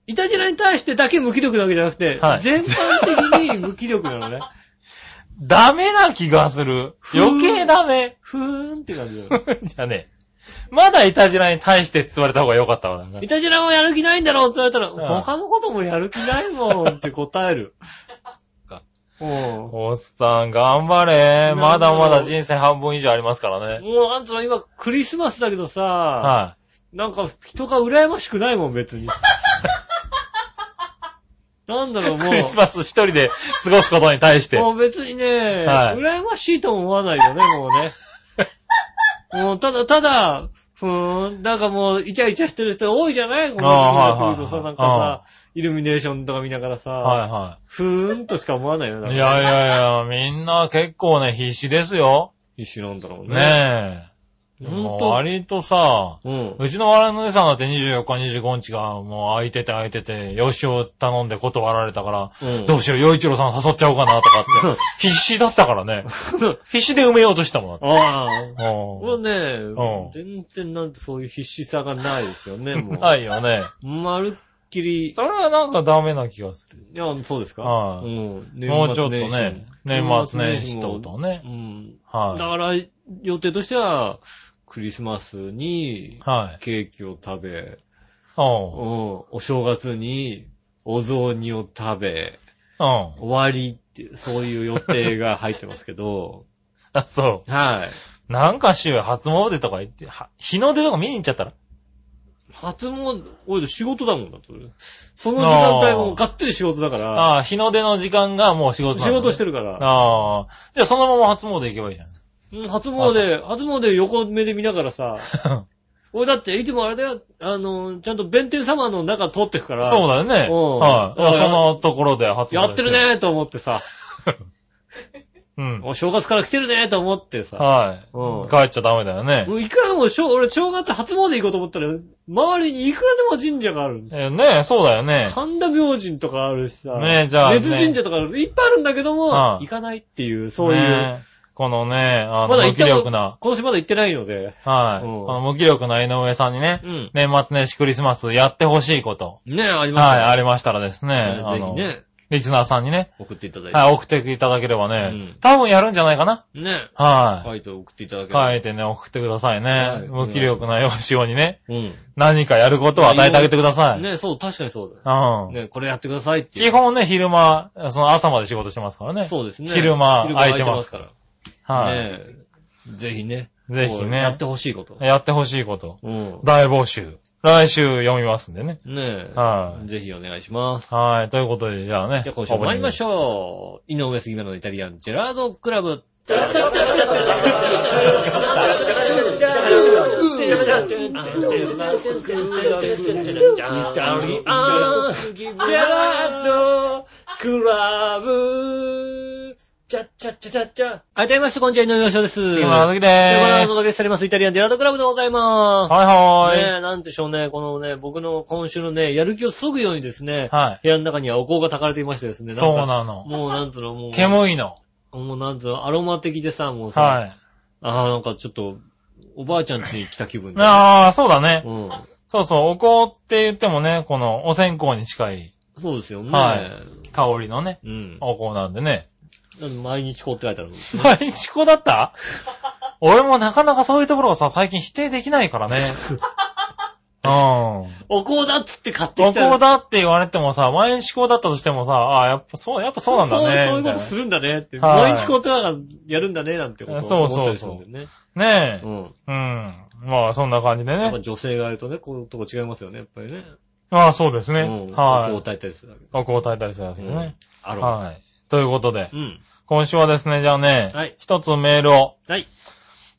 Speaker 2: いたじらに対してだけ無気力なわけじゃなくて、
Speaker 3: はい
Speaker 2: 全般的に無気力なの ね。
Speaker 3: ダメな気がする。
Speaker 2: ーん
Speaker 3: 余計ダメ。
Speaker 2: ふーんって感じだよ。
Speaker 3: じゃあね。まだいたじらに対してって言われた方がよかったわ。なんか
Speaker 2: いたじらもやる気ないんだろうって言われたら、
Speaker 3: ん
Speaker 2: 他のこともやる気ないもんって答える。そっ
Speaker 3: か。
Speaker 2: うん。
Speaker 3: おっさん、頑張れ。まだまだ人生半分以上ありますからね。
Speaker 2: もう、あんたら今、クリスマスだけどさ、
Speaker 3: は
Speaker 2: なんか、人が羨ましくないもん、別 に。なんだろう、
Speaker 3: い。
Speaker 2: も
Speaker 3: クリス
Speaker 2: う。
Speaker 3: マス一人で過ごすことに対して。
Speaker 2: もう別にね、
Speaker 3: はい
Speaker 2: 羨ましいとも思わないよね、もう ね。もう、ただ、ただ、ふーん、なんかもう、イチャイチャしてる人多いじゃないこの
Speaker 3: あ
Speaker 2: 時期に
Speaker 3: ー
Speaker 2: なってくるとさ、
Speaker 3: はいは
Speaker 2: ないん
Speaker 3: はい
Speaker 2: かさ、イルミネーションとか見ながらさ、
Speaker 3: はいはい。
Speaker 2: ふーんとしか思わないよね。
Speaker 3: いやいやいや、みんな結構ね、必死ですよ。
Speaker 2: 一緒なんだろうね。
Speaker 3: ねえ。
Speaker 2: ほ
Speaker 3: も
Speaker 2: ん
Speaker 3: う
Speaker 2: と
Speaker 3: 割とさ、
Speaker 2: うん。
Speaker 3: うちの笑いの姉さんだって24日、25日がもう空いてて空いてて、よしを頼んで断られたから、
Speaker 2: うん
Speaker 3: どうしよう、洋一郎さん誘っちゃおうかなとか
Speaker 2: う
Speaker 3: っ
Speaker 2: ん
Speaker 3: て、必死だったからね。必死で埋めようとしたもん。
Speaker 2: ああ。もう
Speaker 3: う
Speaker 2: ね
Speaker 3: ん、
Speaker 2: 全然なんてそういう必死さがないですよね、も
Speaker 3: ん。
Speaker 2: う。
Speaker 3: ないよね。
Speaker 2: まるっきり、い
Speaker 3: それはなんかダメな気がする。
Speaker 2: や、そうですか
Speaker 3: は
Speaker 2: う
Speaker 3: い
Speaker 2: ん。年末
Speaker 3: もうちょっと
Speaker 2: 年始
Speaker 3: ね、年末年始とことをね
Speaker 2: う。ん。だ
Speaker 3: は
Speaker 2: から、予定としては、クリスマスに
Speaker 3: い。、はい。
Speaker 2: ケーキを食べ、
Speaker 3: うん。
Speaker 2: うんお正月に、お雑煮を食べ、
Speaker 3: うん。
Speaker 2: 終わりって、そういう予定が入ってますけ ど、
Speaker 3: あ、そう。
Speaker 2: はい。
Speaker 3: なんか週初詣とか行って、は日の出とか見に行っちゃったら。
Speaker 2: 初詣、俺仕事だもんだって。その時間帯もがっつり仕事だから、
Speaker 3: ああ、日の出の時間がもう仕事な
Speaker 2: 仕
Speaker 3: のね
Speaker 2: 事してるから、
Speaker 3: ああ。じゃあそのまま初詣行けばいいじゃん。
Speaker 2: うん初詣、初詣横目で見ながら さ、俺だっていつもあれだよ、あの、ちゃんと弁天様の中通ってくから、
Speaker 3: そうだよね。
Speaker 2: うん
Speaker 3: はい。
Speaker 2: うん
Speaker 3: そのところで初詣。
Speaker 2: やってる。ねーと思ってさ、
Speaker 3: うん。
Speaker 2: お正月から来てるねと思ってさ。
Speaker 3: は
Speaker 2: うん
Speaker 3: い。帰っちゃダメだよね
Speaker 2: も。ういくらもうしょ、俺正月初詣行こうと思ったら、周りにいくらでも神社があるんだ。
Speaker 3: えーねえ、そうだよね。
Speaker 2: 神田明神とかあるしさ。
Speaker 3: ねえじゃあね
Speaker 2: 別神社とかあるいっぱいあるんだけども、
Speaker 3: はい
Speaker 2: 行かないっていう、そういう。
Speaker 3: ねえ。このね、あ
Speaker 2: ま
Speaker 3: の、
Speaker 2: だ行
Speaker 3: 無
Speaker 2: った
Speaker 3: 気
Speaker 2: こ
Speaker 3: 力
Speaker 2: と
Speaker 3: な、
Speaker 2: 今年まだ行ってないので。
Speaker 3: はい。
Speaker 2: うん
Speaker 3: この無気力な井上さんにね
Speaker 2: う、ん。
Speaker 3: 年末年始クリスマスやってほしいこと。
Speaker 2: ねえ、あります
Speaker 3: はい、
Speaker 2: よ
Speaker 3: ありましたらですね。あ
Speaker 2: ぜひ
Speaker 3: の、
Speaker 2: ね、
Speaker 3: リスナーさんにね、
Speaker 2: 送っていただいて。
Speaker 3: はい、送っていただければね
Speaker 2: うん、
Speaker 3: 多分やるんじゃないかな。
Speaker 2: ね
Speaker 3: は
Speaker 2: 書いて送っていただけ
Speaker 3: い。
Speaker 2: れば
Speaker 3: 書いてね、送ってください
Speaker 2: は
Speaker 3: ね
Speaker 2: い。
Speaker 3: 無気力なよしおにね、
Speaker 2: うん。
Speaker 3: 何かやることを与えてあげてください。
Speaker 2: ねそう、確かにそう
Speaker 3: う
Speaker 2: だ。
Speaker 3: ん。
Speaker 2: ねこれやってくださいっていう。
Speaker 3: 基本ね、昼間、その朝まで仕事してますからね。
Speaker 2: そうですね。
Speaker 3: 昼間空いてます
Speaker 2: から。
Speaker 3: はい。
Speaker 2: ねえぜひね。
Speaker 3: ぜひ
Speaker 2: こう
Speaker 3: ね
Speaker 2: やってほしいこと。
Speaker 3: やってほしいこと。
Speaker 2: うん。
Speaker 3: 大募集。来週読みますんでね。
Speaker 2: ね
Speaker 3: は
Speaker 2: え。ぜひお願いします。
Speaker 3: はい。ということで、じゃあね。
Speaker 2: じゃあ今週も参りましょう。井上杉村のイタリアンジェラードクラブ。ジェラードクラブ。チャッチャッチャチャッチャ。あいたいました、こんにちは、井上洋翔です。
Speaker 3: 杉村和樹
Speaker 2: と
Speaker 3: で
Speaker 2: いうことで
Speaker 3: ー
Speaker 2: お
Speaker 3: す。
Speaker 2: 届けしております、イタリアンジェラードクラブでございます。
Speaker 3: はいはーい。
Speaker 2: ねえ、なんでしょうね、このね、僕の今週のね、やる気を削ぐようにですね、
Speaker 3: は
Speaker 2: 部屋の中にはお香が焚かれていましてですね、
Speaker 3: い。
Speaker 2: なんか
Speaker 3: そうなの。
Speaker 2: もうなんつうの、もう、
Speaker 3: 煙いの。
Speaker 2: もうなんつうの、アロマ的でさ、もうさ、
Speaker 3: はい。
Speaker 2: ああ、なんかちょっと、おばあちゃん家に来た気分で。
Speaker 3: ああ、そうだね。
Speaker 2: うん。
Speaker 3: そうそう、お香って言ってもね、このお線香に近い
Speaker 2: そうですよね。
Speaker 3: はい香りのね、
Speaker 2: うん。
Speaker 3: お香なんでね。
Speaker 2: 毎日こうって書いてある。
Speaker 3: 毎日香だった俺もなかなかそういうところをさ、最近否定できない からね。うん。
Speaker 2: お香だっつって買って
Speaker 3: お
Speaker 2: きたら。
Speaker 3: 香だって言われてもさ、毎日香だったとしてもさ、ああ、やっぱそう、やっぱそうなんだね。
Speaker 2: そうそういうこと
Speaker 3: み
Speaker 2: するんだねって。
Speaker 3: はい
Speaker 2: 毎日こうってなんかやるんだねなんてことを思ったりするんだよね。
Speaker 3: たいなねえ。
Speaker 2: うん。
Speaker 3: うん。まあ、そんな感じで
Speaker 2: やっぱ
Speaker 3: ね。
Speaker 2: 女性がやるとね、こういうとこ違いますよね、やっぱりね。
Speaker 3: まあ、そうですね。
Speaker 2: うん。
Speaker 3: は
Speaker 2: お香を
Speaker 3: い。
Speaker 2: 炊いたりするわけ。
Speaker 3: お香を炊いたりするわけで
Speaker 2: うん
Speaker 3: ね。。
Speaker 2: アロマ。
Speaker 3: はい。ということで
Speaker 2: う、ん。
Speaker 3: 今週はですね、じゃあね
Speaker 2: はい、
Speaker 3: 一つメールを、
Speaker 2: はい。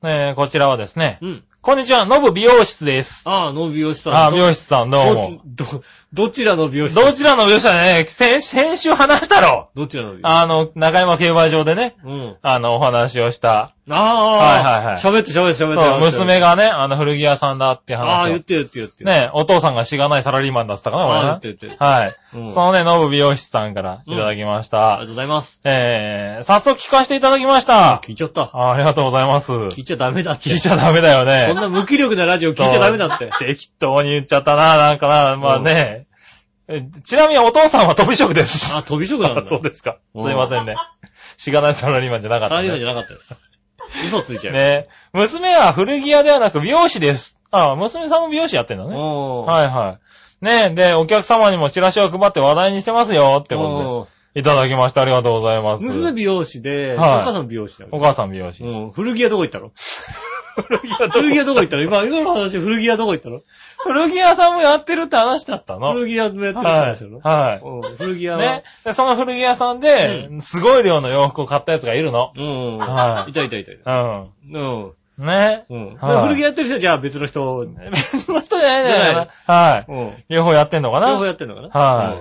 Speaker 3: えーこちらはですね、
Speaker 2: うん。
Speaker 3: こんにちは、ノブ美容室です。
Speaker 2: ああ、の美容師さん。
Speaker 3: あー、美容師さん、どうも。
Speaker 2: ど、ど、どちらの美容師さん
Speaker 3: どちらの美容師さんね、先、先週話したろ
Speaker 2: どちらの美容師
Speaker 3: あの、中山競馬場でね、
Speaker 2: うん。
Speaker 3: あの、お話をした。
Speaker 2: ああ、
Speaker 3: はいはいはい
Speaker 2: 喋って喋って喋って
Speaker 3: そう、
Speaker 2: 喋って。
Speaker 3: 娘がね、あの、古着屋さんだって
Speaker 2: ああ、
Speaker 3: 話
Speaker 2: 言っ
Speaker 3: を。
Speaker 2: てるって言ってる。
Speaker 3: ね、お父さんがしがないサラリーマンだったかな、
Speaker 2: ああ、言
Speaker 3: 俺
Speaker 2: ってる言ってる。
Speaker 3: な。はい。
Speaker 2: うん。
Speaker 3: そ
Speaker 2: あ
Speaker 3: のね、ノブ美容師さんからいただきまし
Speaker 2: りが
Speaker 3: た
Speaker 2: とう。ございます。
Speaker 3: えー、早速聞かせていただきました。
Speaker 2: 聞いちゃった。
Speaker 3: あありがとうございます。
Speaker 2: 聞いちゃダメだって。
Speaker 3: 聞いちゃダメだよ
Speaker 2: こん
Speaker 3: ね。
Speaker 2: な無気力なラジオ聞いちゃダメだって。
Speaker 3: 適当に言っちゃったな、なんかな、まあね。えちなみにお父さんは飛び職です。
Speaker 2: あ、飛び職なんだ。。
Speaker 3: あそうですすか。
Speaker 2: うん
Speaker 3: すいませんね。しがないサラリーマンじゃなかっ
Speaker 2: サラ
Speaker 3: た、
Speaker 2: リーマン
Speaker 3: ね。
Speaker 2: じゃなかった です。嘘ついちゃう。。
Speaker 3: ね娘は古着屋ではなく美容師です。ああ、娘さんも美容師やってんだね。
Speaker 2: おー。
Speaker 3: はいはい。ねで、お客様にもチラシを配って話題にしてますよってこ
Speaker 2: おー
Speaker 3: とで。いただきました。ありがとうございます。
Speaker 2: 娘美容師で、お
Speaker 3: はい
Speaker 2: 母さん美容師だよ
Speaker 3: お母さん美容師。
Speaker 2: うん。古着屋どこ行ったの 古着屋どこ行ったの今、今の話、古着屋どこ行ったの
Speaker 3: 古着屋さんもやってるって話だったの。
Speaker 2: 古着屋もやってるって
Speaker 3: は
Speaker 2: 話なの
Speaker 3: い。はい。
Speaker 2: うん古着屋は。
Speaker 3: ね。で、その古着屋さんで、すごい量の洋服を買ったやつがいるの。
Speaker 2: うん。
Speaker 3: はい
Speaker 2: たいたいたいた。
Speaker 3: うん。
Speaker 2: うん。
Speaker 3: ね。
Speaker 2: うん。
Speaker 3: はい
Speaker 2: 古着やってる人はじゃあ別の人。うん。
Speaker 3: 別の人じゃないんだよ
Speaker 2: じ
Speaker 3: な。はい。
Speaker 2: 両
Speaker 3: 両方やってんのか
Speaker 2: 方
Speaker 3: な
Speaker 2: やってんのかな
Speaker 3: は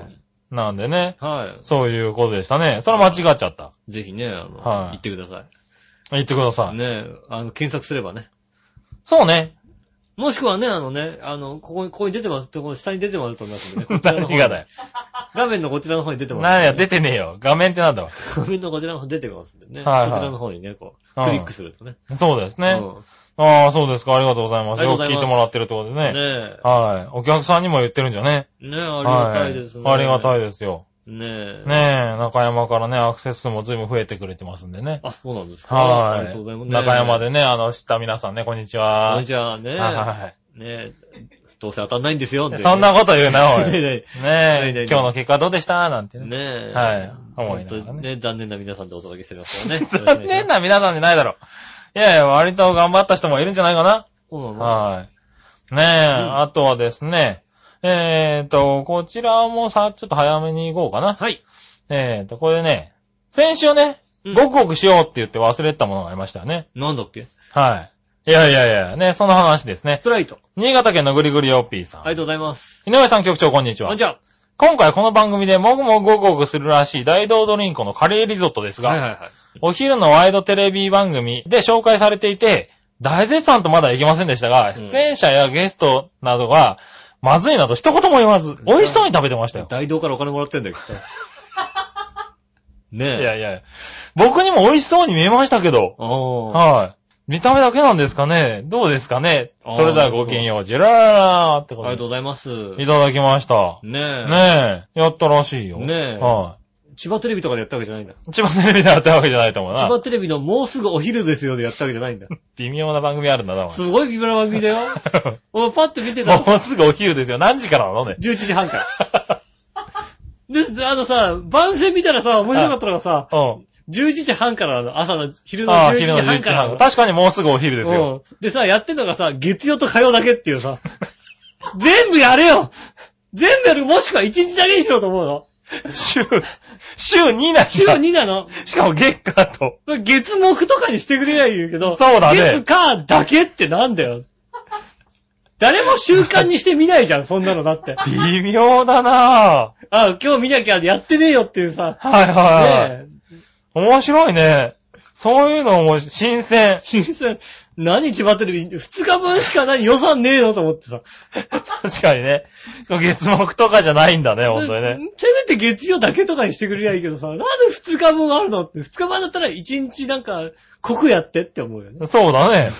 Speaker 3: なんでね。
Speaker 2: い。は
Speaker 3: そういうことでしたね。それは間違っちゃった。
Speaker 2: い。ぜひね、あの、
Speaker 3: はい
Speaker 2: 行ってくださ
Speaker 3: 言ってくださ
Speaker 2: い。
Speaker 3: い。
Speaker 2: ねえ、あの、検索すればね。
Speaker 3: そう ね。
Speaker 2: もしくはね、あのね、あの、ここに、ここに出てます、ここの下に出てますと思い ますんでね。こちらの方
Speaker 3: 何
Speaker 2: に
Speaker 3: がだよ。。
Speaker 2: 画面のこちらの方に出てますんでね。
Speaker 3: 何や、出てねえよ。画面ってなんだわ。
Speaker 2: 画面のこちらの方に出てますんでね。
Speaker 3: はいはい
Speaker 2: こちらの方にね、こう、
Speaker 3: うん
Speaker 2: クリックするとね。
Speaker 3: そうです
Speaker 2: う
Speaker 3: ね。
Speaker 2: ん
Speaker 3: ああ、そうですか。ありがとうございます。
Speaker 2: ありがと
Speaker 3: よ
Speaker 2: うご
Speaker 3: く
Speaker 2: ざいま
Speaker 3: 聞い
Speaker 2: す
Speaker 3: てもらってるってことで
Speaker 2: ね
Speaker 3: ね。
Speaker 2: え。
Speaker 3: はい。お客さんにも言ってるんじゃね。
Speaker 2: ねえ、ありがたいですね。
Speaker 3: はありがたいですよ。
Speaker 2: い。ねえ。
Speaker 3: ねえ、中山からね、アクセス数も随分増えてくれてますんでね。
Speaker 2: あ、そうなんですか。
Speaker 3: はい。
Speaker 2: ありがとうございます。
Speaker 3: 中山
Speaker 2: ね
Speaker 3: でね、あの、知った皆さんね、こんにち
Speaker 2: え。
Speaker 3: は。
Speaker 2: じゃあね。
Speaker 3: は
Speaker 2: ねえ、どうせ当たんないんですよ。
Speaker 3: い。そんなこと言うな、 おい。
Speaker 2: ね
Speaker 3: ね
Speaker 2: えいな
Speaker 3: え
Speaker 2: い、
Speaker 3: 今日の結果どうでしたなんてね。
Speaker 2: ねえ。
Speaker 3: はい思
Speaker 2: 本
Speaker 3: いな
Speaker 2: 当
Speaker 3: がら
Speaker 2: にね、
Speaker 3: ね
Speaker 2: 残念な皆さんでお届けしております からね。
Speaker 3: 残念
Speaker 2: な。
Speaker 3: な皆さんじゃないだろう。いやいや、割と頑張った人もいるんじゃないかな。
Speaker 2: そうなの
Speaker 3: はい。ねえ、あとはですね、えーと、こちらもさ、ちょっと早めに行こうかな。
Speaker 2: はい。
Speaker 3: えーと、これね、先週ね、
Speaker 2: うん
Speaker 3: ごくごくしようって言って忘れてたものがありましたよね。
Speaker 2: なんだっけ
Speaker 3: はい。いやいやいや、ね、その話ですね
Speaker 2: ス。プライト。
Speaker 3: 新潟県のぐりぐりよっぴーさん。
Speaker 2: ありがとうございます。
Speaker 3: 井上さん局長、こんにち
Speaker 2: こん
Speaker 3: は
Speaker 2: に。ちは。
Speaker 3: 今回この番組でもぐもぐごくごくするらしい大道ドリンコのカレーリゾットですが、
Speaker 2: はいはいはい。
Speaker 3: お昼のワイドテレビ番組で紹介されていて、大絶賛とまだいけませんでしたが、
Speaker 2: うん
Speaker 3: 出演者やゲストなどが、まずいなど一言も言わず、美味しそうに食べてましたよ。
Speaker 2: 大道からお金もらってんだよ、きっ と。ね
Speaker 3: い
Speaker 2: え。
Speaker 3: やいやいや僕にも美味しそうに見えましたけど、
Speaker 2: おー。
Speaker 3: はい。見た目だけなんですかねどうですかね
Speaker 2: あー
Speaker 3: それではごきげんよう、ジェラーって
Speaker 2: あ
Speaker 3: こ
Speaker 2: りがと
Speaker 3: とで
Speaker 2: うございます。
Speaker 3: い
Speaker 2: ね
Speaker 3: ただきました。
Speaker 2: え。
Speaker 3: ねえ、やったらしいよ。
Speaker 2: ねえ
Speaker 3: は
Speaker 2: 千葉テレビとかでやったわけじゃないんだ。
Speaker 3: い。千葉テレビでやったわけじゃないと思う
Speaker 2: 千葉
Speaker 3: な。
Speaker 2: テレビのもうすぐお昼ですよでやったわけじゃない んだ。
Speaker 3: 微妙な番組あるんだな、お
Speaker 2: すごい微妙な番 組だよ。
Speaker 3: 前
Speaker 2: 俺パッと見てたら
Speaker 3: もうすぐお昼ですよ。何時からなのね。
Speaker 2: 11時半から。 で、あのさ、番宣見たらさ、面白かったのがさ、
Speaker 3: うん。
Speaker 2: 11時半からの朝の、昼の
Speaker 3: ああ、
Speaker 2: 11時
Speaker 3: 昼の11
Speaker 2: 半
Speaker 3: 時
Speaker 2: から
Speaker 3: 半。確かにもうすぐお昼ですよ。
Speaker 2: うんでさ、やってんのがさ、月曜と火曜だけっていうさ、全部やれよ全部やる、もしくは1日だけにしろと思うの。
Speaker 3: 週、週2なんだ。
Speaker 2: 週2なの。
Speaker 3: しかも月下と。
Speaker 2: 月木とかにしてくれりゃいいけど、
Speaker 3: そうだね
Speaker 2: 月火だけってなんだよ。誰も習慣にして見ないじゃん、そんなのだ って。
Speaker 3: 微妙だなぁ。
Speaker 2: あ、今日見なきゃやってねえよっていうさ。
Speaker 3: はいはいはい。
Speaker 2: ねえ。
Speaker 3: 面白いね。そういうのも新鮮。
Speaker 2: 新鮮。何千葉テレビ、2日分しか何予算ねえのと思ってさ。
Speaker 3: 確かにね。月目とかじゃないんだね、本当にね。
Speaker 2: せめて月曜だけとかにしてくれりゃいいけどさ、なんで2日分あるのって、2日分だったら1日なんか、濃くやってって思うよ ね。
Speaker 3: そうだね。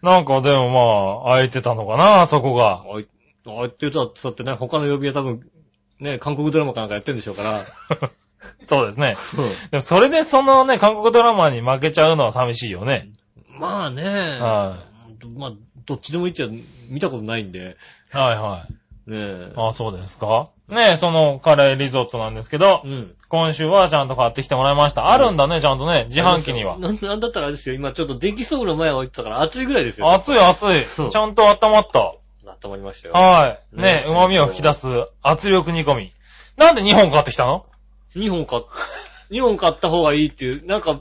Speaker 3: なんかでもまあ、空いてたのかな、そこが。
Speaker 2: あい、あいって言うとだってね、他の曜日は多分、ね、韓国ドラマかなんかやってんでしょうから。
Speaker 3: そうですね。でもそれでそのね、韓国ドラマに負けちゃうのは寂しいよね。
Speaker 2: まあね、
Speaker 3: は
Speaker 2: まあ、どっちでもいいっちゃ見たことないんで、
Speaker 3: い。はいはい。
Speaker 2: ねえ。
Speaker 3: あ、そうですかねえ、そのカレーリゾットなんですけど
Speaker 2: う、ん。
Speaker 3: 今週はちゃんと買ってきてもらいました。あるんだね、ちゃんとね、自販機には。
Speaker 2: なんなんだったらあれですよ、今ちょっと電気ストーブの前を置いてたから暑いぐらいですよ。
Speaker 3: 熱い熱い。
Speaker 2: そう
Speaker 3: ちゃんと温まった。
Speaker 2: 温まりましたよ。
Speaker 3: はい。
Speaker 2: ね
Speaker 3: ね、
Speaker 2: え
Speaker 3: 旨味を引き出す圧力煮込み。なんで2本買ってきたの
Speaker 2: 2本買っ、 二本買った方がいいっていう、なんか、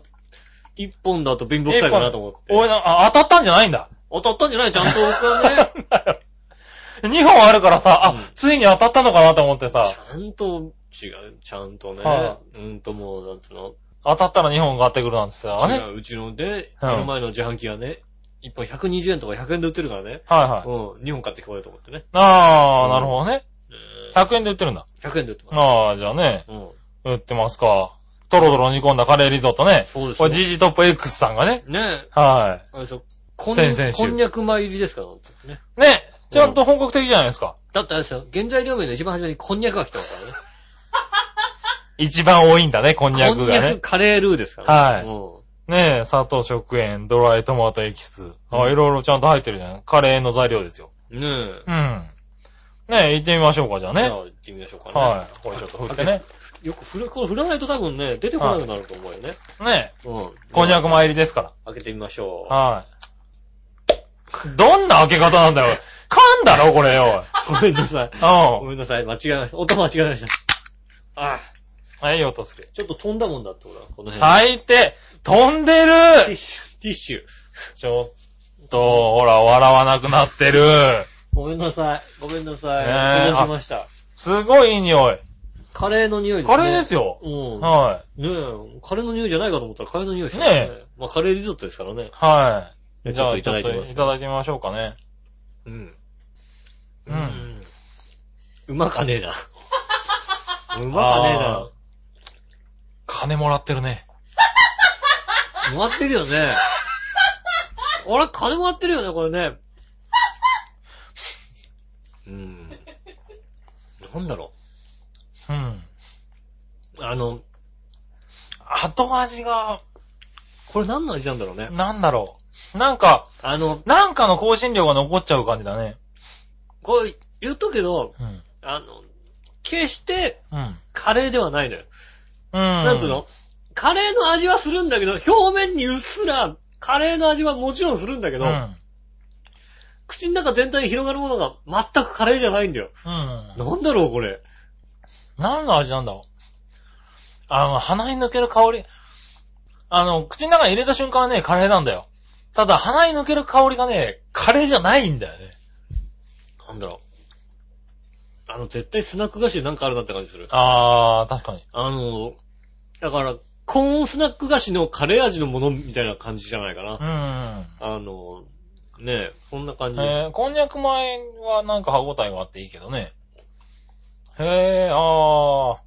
Speaker 2: 1本だと貧乏くさいかなと思って。
Speaker 3: 俺な、あ、当たったんじゃないんだ。
Speaker 2: 当たったんじゃないちゃんと僕は ね、
Speaker 3: 2本あるからさ、
Speaker 2: うん
Speaker 3: あ、ついに当たったのかなと思ってさ、
Speaker 2: ちゃんと、違う、ちゃんとね、
Speaker 3: は
Speaker 2: うんともう、なんつうの、
Speaker 3: 当たったら2本買ってくるなんてさ、あれ
Speaker 2: 違、
Speaker 3: はいう
Speaker 2: うちので、
Speaker 3: うん
Speaker 2: 目の前の自販機がね、1本120円とか100円で売ってるからね、
Speaker 3: はい。
Speaker 2: うん、2本買ってきこようと思ってね。う
Speaker 3: あー、
Speaker 2: ん
Speaker 3: なるほどね。
Speaker 2: うん
Speaker 3: 100円で売ってるんだ。
Speaker 2: 100円で売ってます。
Speaker 3: あー、じゃあね、
Speaker 2: うん。
Speaker 3: 売ってますか。トロトロ煮込んだカレーリゾットね。
Speaker 2: そうです
Speaker 3: こ
Speaker 2: よ
Speaker 3: れ GG トップ X さんがね、
Speaker 2: ねえ、
Speaker 3: は
Speaker 2: あれでしょ、こん
Speaker 3: 先々週
Speaker 2: こんにゃく米入りですから、なんてね。
Speaker 3: い。ね、ちゃんと本格的じゃないですか。
Speaker 2: だってあれですよ、原材料名の一番初めにこんにゃくが来てますからね。
Speaker 3: 一番多いんだね、こんにゃ
Speaker 2: こ
Speaker 3: く
Speaker 2: んに
Speaker 3: が
Speaker 2: ゃく
Speaker 3: ね。
Speaker 2: カレールーですからね。
Speaker 3: はい
Speaker 2: うん。
Speaker 3: ねえ、砂糖食塩、ドライトマトエキス。あ、いろいろちゃんと入ってるじゃん。カレーの材料ですよ。
Speaker 2: ねえ。
Speaker 3: うん。ねえ、行ってみましょうか、じゃあ
Speaker 2: じゃあ
Speaker 3: ね。
Speaker 2: 行ってみましょうかね。
Speaker 3: はい。これちょっと振ってね。
Speaker 2: よく振る、これ振らないと多分ね、出てこなくなると思うよね。
Speaker 3: ねえ、
Speaker 2: うん。
Speaker 3: こんにゃく参りですか
Speaker 2: 開けてみましょ
Speaker 3: ら。はい。どんな開け方なんだよ、おい噛んだろ、これよ。
Speaker 2: う。ごめんなさい。
Speaker 3: お
Speaker 2: ご
Speaker 3: いうん。
Speaker 2: めんなさい。間違えました。音間違えました。ああ、
Speaker 3: はい、音する。
Speaker 2: ちょっと飛んだもんだってことだ。この辺。
Speaker 3: 最低飛んで
Speaker 2: ティッ
Speaker 3: る
Speaker 2: シュ、ティッシュ。
Speaker 3: ちょっと、ほら、笑わなくなってる。
Speaker 2: ごめんなさい。ごめんなさい。
Speaker 3: ねえ
Speaker 2: 思い出しました。
Speaker 3: すごいいい匂い。
Speaker 2: カレーの匂いですね。
Speaker 3: カレーですよ。
Speaker 2: うん。ね
Speaker 3: はい。
Speaker 2: え、カレーの匂いじゃないかと思ったらカレーの匂いしま
Speaker 3: ね
Speaker 2: え。まあカレーリゾットですからね。
Speaker 3: は
Speaker 2: え
Speaker 3: い。
Speaker 2: ち
Speaker 3: じ
Speaker 2: ょ
Speaker 3: ゃ
Speaker 2: っと
Speaker 3: あ、
Speaker 2: い
Speaker 3: ち
Speaker 2: た
Speaker 3: ょ
Speaker 2: だい
Speaker 3: ってと
Speaker 2: みましょう
Speaker 3: いただいてみましょうかね。
Speaker 2: うん。
Speaker 3: う
Speaker 2: う
Speaker 3: ん
Speaker 2: ん。うまか ねえな。うまかねえな
Speaker 3: あ。金もらってるね。
Speaker 2: もらってるよね。俺、金もらってるよね、これね。うん。なんだろ
Speaker 3: うん。
Speaker 2: う。あの、
Speaker 3: 後味が、
Speaker 2: これ何の味なんだろうね。
Speaker 3: なんだろう。なんか、
Speaker 2: あの、
Speaker 3: なんかの香辛料が残っちゃう感じだね。
Speaker 2: これ言うとくけど、
Speaker 3: うん。
Speaker 2: あの、決して
Speaker 3: うん。
Speaker 2: カレーではないのよ。
Speaker 3: うん。
Speaker 2: なんつうのカレーの味はするんだけど、表面にうっすら、カレーの味はもちろんするんだけ
Speaker 3: う
Speaker 2: ど、
Speaker 3: ん。
Speaker 2: 口の中全体に広がるものが全くカレーじゃないんだよ。
Speaker 3: うん。
Speaker 2: なんだろう、これ。
Speaker 3: 何の味なんだろう。あの、鼻に抜ける香り。あの、口の中に入れた瞬間はね、カレーなんだよ。ただ、鼻に抜ける香りがね、カレーじゃないんだよね。
Speaker 2: なんだろう。あの、絶対スナック菓子でなんかあるなって感じする。
Speaker 3: ああ、確かに。
Speaker 2: あの、だから、コーンスナック菓子のカレー味のものみたいな感じじゃないかな。
Speaker 3: うん。
Speaker 2: あの、ねえ、そんな感じ。
Speaker 3: えー、こんにゃく米はなんか歯応えがあっていいけどね。へえ、あ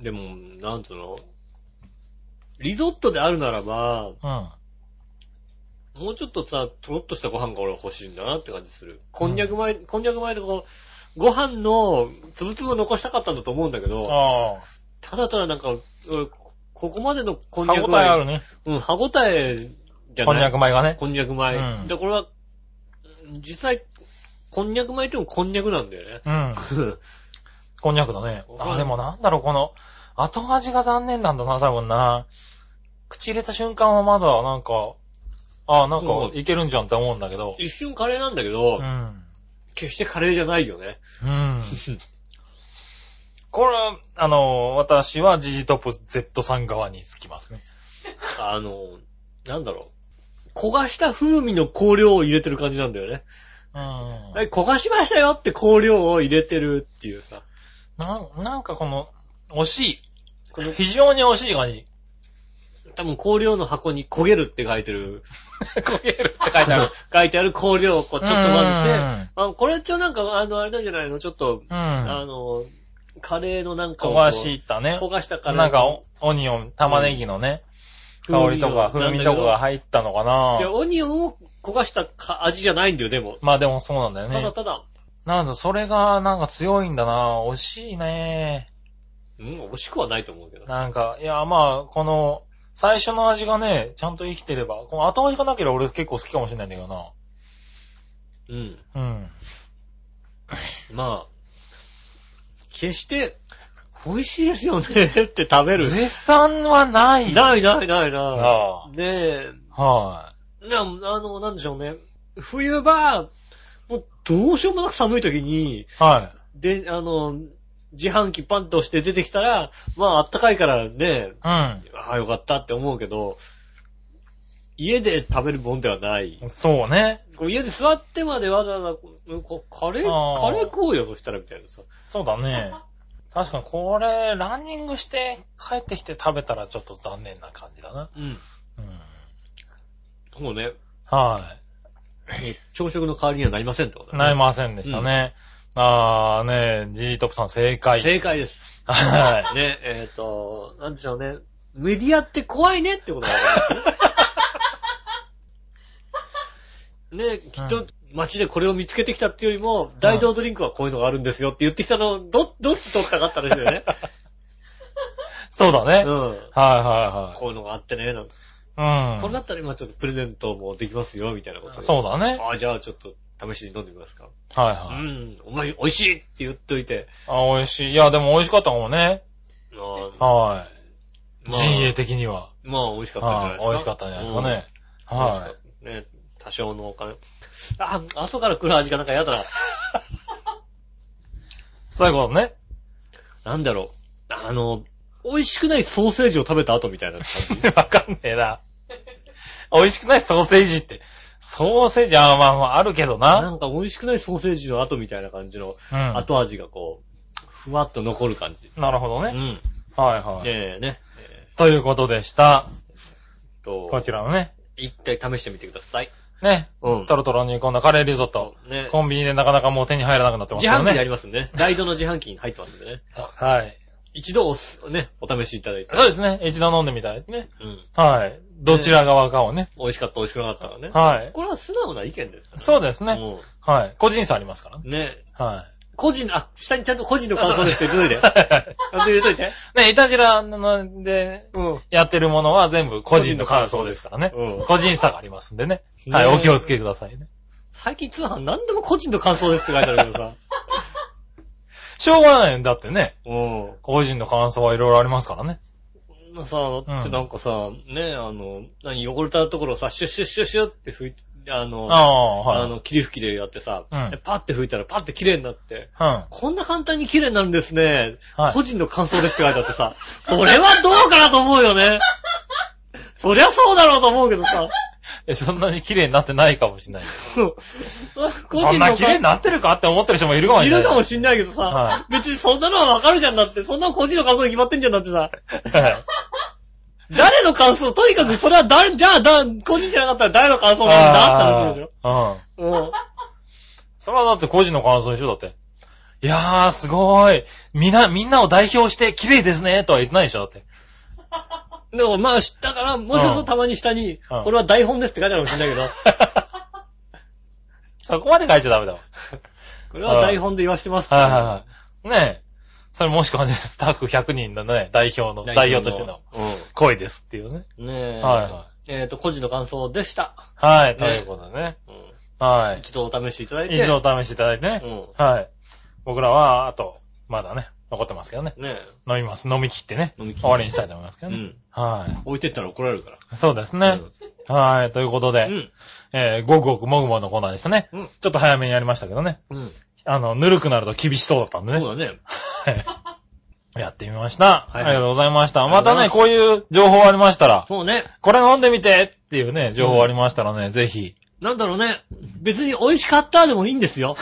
Speaker 2: でも、なんつうのリゾットであるならば、
Speaker 3: あ、
Speaker 2: もうちょっとさ、とろっとしたご飯が俺は欲しいんだなって感じする。こんにゃく前、こんにゃく前でこう、ご飯の粒々を残したかったんだと思うんだけ
Speaker 3: うん。
Speaker 2: ど、
Speaker 3: ああ、
Speaker 2: ただただなんか、俺ここまでのこんに
Speaker 3: 歯
Speaker 2: ゃく
Speaker 3: 応えある
Speaker 2: 前、
Speaker 3: ね。
Speaker 2: うん、歯応えじゃない。
Speaker 3: こんにゃく米がね。
Speaker 2: こんにゃく米。
Speaker 3: うん
Speaker 2: で、これは、実際、こんにゃく米ってもこんにゃくなんだよね。
Speaker 3: うん。こんにゃくだね。あ、でもなんだろう、この、後味が残念なんだな、多分な。口入れた瞬間はまだ、なんか、ああ、なんか
Speaker 2: うん、
Speaker 3: いけるんじゃんって思うんだけど。
Speaker 2: 一瞬カレーなんだけど、
Speaker 3: うん。
Speaker 2: 決してカレーじゃないよね。
Speaker 3: うん。これ、あの、私はジジトップ Z さん側につきますね。
Speaker 2: あの、なんだろう。焦がした風味の香料を入れてる感じなんだよね。
Speaker 3: うん。
Speaker 2: はい、焦がしましたよって香料を入れてるっていうさ。
Speaker 3: なん、なんかこの、惜し
Speaker 2: こ
Speaker 3: い。
Speaker 2: の、
Speaker 3: 非常に惜しいがに、
Speaker 2: 多分香料の箱に焦げるって書いてる。
Speaker 3: 焦げるって書いてある。
Speaker 2: 書いてある香料をこうちょっと混ぜ
Speaker 3: うん
Speaker 2: て、あこれ一応なんか、あの、あれなんじゃないのちょっと、
Speaker 3: う
Speaker 2: あ
Speaker 3: ん。
Speaker 2: の、カレーのなんかをこう
Speaker 3: 焦がしたね
Speaker 2: 焦。がしたカレーの
Speaker 3: なんか、オオニオン、玉ねぎのね、
Speaker 2: うん
Speaker 3: 香りとか、風味とかが入ったのかない
Speaker 2: や、オニオンを焦がしたか味じゃないんだよ、でも。
Speaker 3: まあでもそうなんだよ
Speaker 2: ただ
Speaker 3: ね。
Speaker 2: ただ、
Speaker 3: なんだ、それがなんか強いんだな惜しいね
Speaker 2: うん、惜しくはないと思うけど。
Speaker 3: なんか、いや、まあ、この、最初の味がね、ちゃんと生きてれば、この後味がなければ俺結構好きかもしれないんだけどな。
Speaker 2: うん。
Speaker 3: うん。
Speaker 2: まあ、決して、美味しいですよね って食べる。
Speaker 3: 絶賛はない。
Speaker 2: ないないない
Speaker 3: あ
Speaker 2: な
Speaker 3: あ
Speaker 2: い。で、
Speaker 3: は
Speaker 2: な、あの、なんでしょうね。冬場、もうどうしようもなく寒い時に、
Speaker 3: い。はい。
Speaker 2: で、あの、自販機パンと押して出てきたら、まああったかいからね、
Speaker 3: うん。
Speaker 2: ああよかったって思うけど、家で食べるもんではない。
Speaker 3: そうね。
Speaker 2: こう家で座ってまでわざわざ、こうこうカレ
Speaker 3: あ
Speaker 2: ー、
Speaker 3: あ
Speaker 2: カレー食おうよ、そしたらみたいなさ。
Speaker 3: そうだね。確かにこれ、ランニングして帰ってきて食べたらちょっと残念な感じだな。
Speaker 2: うん。
Speaker 3: うん。
Speaker 2: もうね、
Speaker 3: は
Speaker 2: 朝食の代わりにはなりませんってこと
Speaker 3: い。
Speaker 2: だ
Speaker 3: なり
Speaker 2: ね。
Speaker 3: ませんでしたね。あーねえ、ジジトップさん正解。
Speaker 2: 正解です。
Speaker 3: はい。
Speaker 2: ね、えっ、と、なんでしょうね。メディアって怖いねってことだね。 ね、きっ
Speaker 3: う
Speaker 2: と
Speaker 3: ん
Speaker 2: 街でこれを見つけてきたっていうよりも、大道ドリンクはこういうのがあるんですよって言ってきたの、ど、どっち取ったかったですよ ね。
Speaker 3: そうだね。
Speaker 2: う
Speaker 3: はい
Speaker 2: ん。
Speaker 3: は
Speaker 2: こういうのがあってね、なんて
Speaker 3: いはい。うん。
Speaker 2: これだったら今ちょっとプレゼントもできますよ、みたいなこと。
Speaker 3: そうだね。
Speaker 2: ああ、じゃあちょっと試しに飲んでみますか。
Speaker 3: はいうはい。
Speaker 2: ん、お前美味しいって言っといて。
Speaker 3: あ、美味しい。いや、でも美味しかったかもね。
Speaker 2: あ
Speaker 3: は
Speaker 2: あ
Speaker 3: い。陣営的には。
Speaker 2: まあ、美味しかったんじゃないで
Speaker 3: はい。
Speaker 2: すか。
Speaker 3: 美味しかったんじゃないですかね。
Speaker 2: うん。
Speaker 3: は
Speaker 2: 美味しかったね、多少のお金。あ、後から来る味がなんか嫌だな。
Speaker 3: い。そういうことね。
Speaker 2: なんだろう。あの、美味しくないソーセージを食べた後みたいな感じ。
Speaker 3: わかんね えな。美味しくないソーセージって。ソーセージ、あまあまあ、あるけど
Speaker 2: な
Speaker 3: な。
Speaker 2: んか美味しくないソーセージの後みたいな感じの
Speaker 3: うん。
Speaker 2: 後味がこう、ふわっと残る感じ。
Speaker 3: なるほど
Speaker 2: う
Speaker 3: ね。
Speaker 2: ん。
Speaker 3: はいはい。
Speaker 2: ねえね。
Speaker 3: ということでした。こ
Speaker 2: と、
Speaker 3: ちらのね。
Speaker 2: 一回試してみてください。
Speaker 3: ね。
Speaker 2: うん
Speaker 3: トロトロ煮込んだカレーリゾット。
Speaker 2: ね。
Speaker 3: コンビニでなかなかもう手に入らなくなってます
Speaker 2: 自
Speaker 3: けど
Speaker 2: 販機にあ
Speaker 3: ね。
Speaker 2: りますんでね。大イドの自販機に入ってますんでね。
Speaker 3: はい。
Speaker 2: 一度おす、ね、お試しいただいて。
Speaker 3: そうですね。一度飲んでみたい。ね。
Speaker 2: うん。
Speaker 3: はい。どちら側かをね。
Speaker 2: 美味しかった、美味しくなかったからね。
Speaker 3: はい。
Speaker 2: これは素直な意見ですから
Speaker 3: そうですね。
Speaker 2: ね。
Speaker 3: はい。個人差ありますからね。
Speaker 2: うん。ね。
Speaker 3: は
Speaker 2: 個人の、あ、下にちゃんと個人の感想ですって言うといて。
Speaker 3: い。
Speaker 2: ちゃんと入れといて。
Speaker 3: ね、イタジラので
Speaker 2: うん。
Speaker 3: やってるものは全部個人の感想ですからね。
Speaker 2: うん
Speaker 3: 個人差がありますんでね。はい、
Speaker 2: ねえ
Speaker 3: お気をつけくださいね。
Speaker 2: 最近通販何でも個人の感想ですって書いてあるけど さ。
Speaker 3: しょうがないんだってね。
Speaker 2: うん。
Speaker 3: 個人の感想はいろいろありますからね。
Speaker 2: まあさ、だってなんかさ、ね、あの、何、汚れたところをさ、シュッシュッシュッシュッって拭いて、あの、
Speaker 3: ああ、はい。
Speaker 2: あの、霧吹きでやってさ、
Speaker 3: うん
Speaker 2: でパッて拭いたらパッて綺麗になって。
Speaker 3: うん。
Speaker 2: こんな簡単に綺麗になるんですね。
Speaker 3: はい
Speaker 2: 個人の感想ですって書いてあって さ、それはどうかなと思うよね。そりゃそうだろうと思うけどさ、
Speaker 3: え、そんなに綺麗になってないかもしれない。
Speaker 2: そう。
Speaker 3: そんな綺麗になってるかって思ってる人もいるかもし
Speaker 2: い
Speaker 3: れない。
Speaker 2: るかもしんないけどさ、
Speaker 3: は
Speaker 2: 別にそんなのはわかるじゃんだって、そんな個人の感想に決まってんじゃんだってさ、
Speaker 3: はい
Speaker 2: 誰の感想、とにかくそれは誰、じゃあ、だ個人じゃなかったら誰の感想なんだって話でし
Speaker 3: あーうん。
Speaker 2: ょ。うん。
Speaker 3: それはだって個人の感想でしょ、だって。いやー、すごい。みんな、みんなを代表して綺麗ですね、とは言ってないでしょ、だって。
Speaker 2: でもまあ、知ったから、もしかするとたまに下に、
Speaker 3: うん
Speaker 2: これは台本ですって書いてあるかもしれないけど、
Speaker 3: そこまで書いちゃダメだわ。
Speaker 2: これは台本で言わしてます
Speaker 3: はいはいはい。ねえ。それもしくはね、スタッフ100人のね、代表の、代表としての。
Speaker 2: う
Speaker 3: 声ですっていうね。
Speaker 2: ん。ねえ。
Speaker 3: はいは
Speaker 2: えっと、個人の感想でした。
Speaker 3: はい、と
Speaker 2: ね
Speaker 3: いうことでね。
Speaker 2: うん
Speaker 3: は
Speaker 2: 一度お試しいただい
Speaker 3: い。
Speaker 2: て。
Speaker 3: 一度お試しいただいて
Speaker 2: う
Speaker 3: ね。
Speaker 2: ん。
Speaker 3: はい。僕らは、あと、まだね、残ってますけどね。
Speaker 2: ね
Speaker 3: 飲みます。飲み切ってね。
Speaker 2: 飲み切って
Speaker 3: 終わりにしたいと思いますけ
Speaker 2: え。う
Speaker 3: どね。
Speaker 2: ん。
Speaker 3: は
Speaker 2: 置いてったら怒られるから。
Speaker 3: い。そうですね。はい。ということで、
Speaker 2: うん。
Speaker 3: えー、ごくごくもぐもぐのコーナーでしたね。
Speaker 2: うん
Speaker 3: ちょっと早めにやりましたけどね。
Speaker 2: うん。
Speaker 3: あの、ぬるくなると厳しそうだったんで
Speaker 2: そう
Speaker 3: ね。
Speaker 2: だね。
Speaker 3: やってみました、
Speaker 2: はいはい
Speaker 3: ありがとうございました。また
Speaker 2: あり
Speaker 3: ね、
Speaker 2: が
Speaker 3: こういう情報ありましたら、
Speaker 2: そうね。
Speaker 3: これ飲んでみてっていうね、情報ありましたらね、ぜひ。
Speaker 2: なんだろうね。別に美味しかったでもいいんです よ。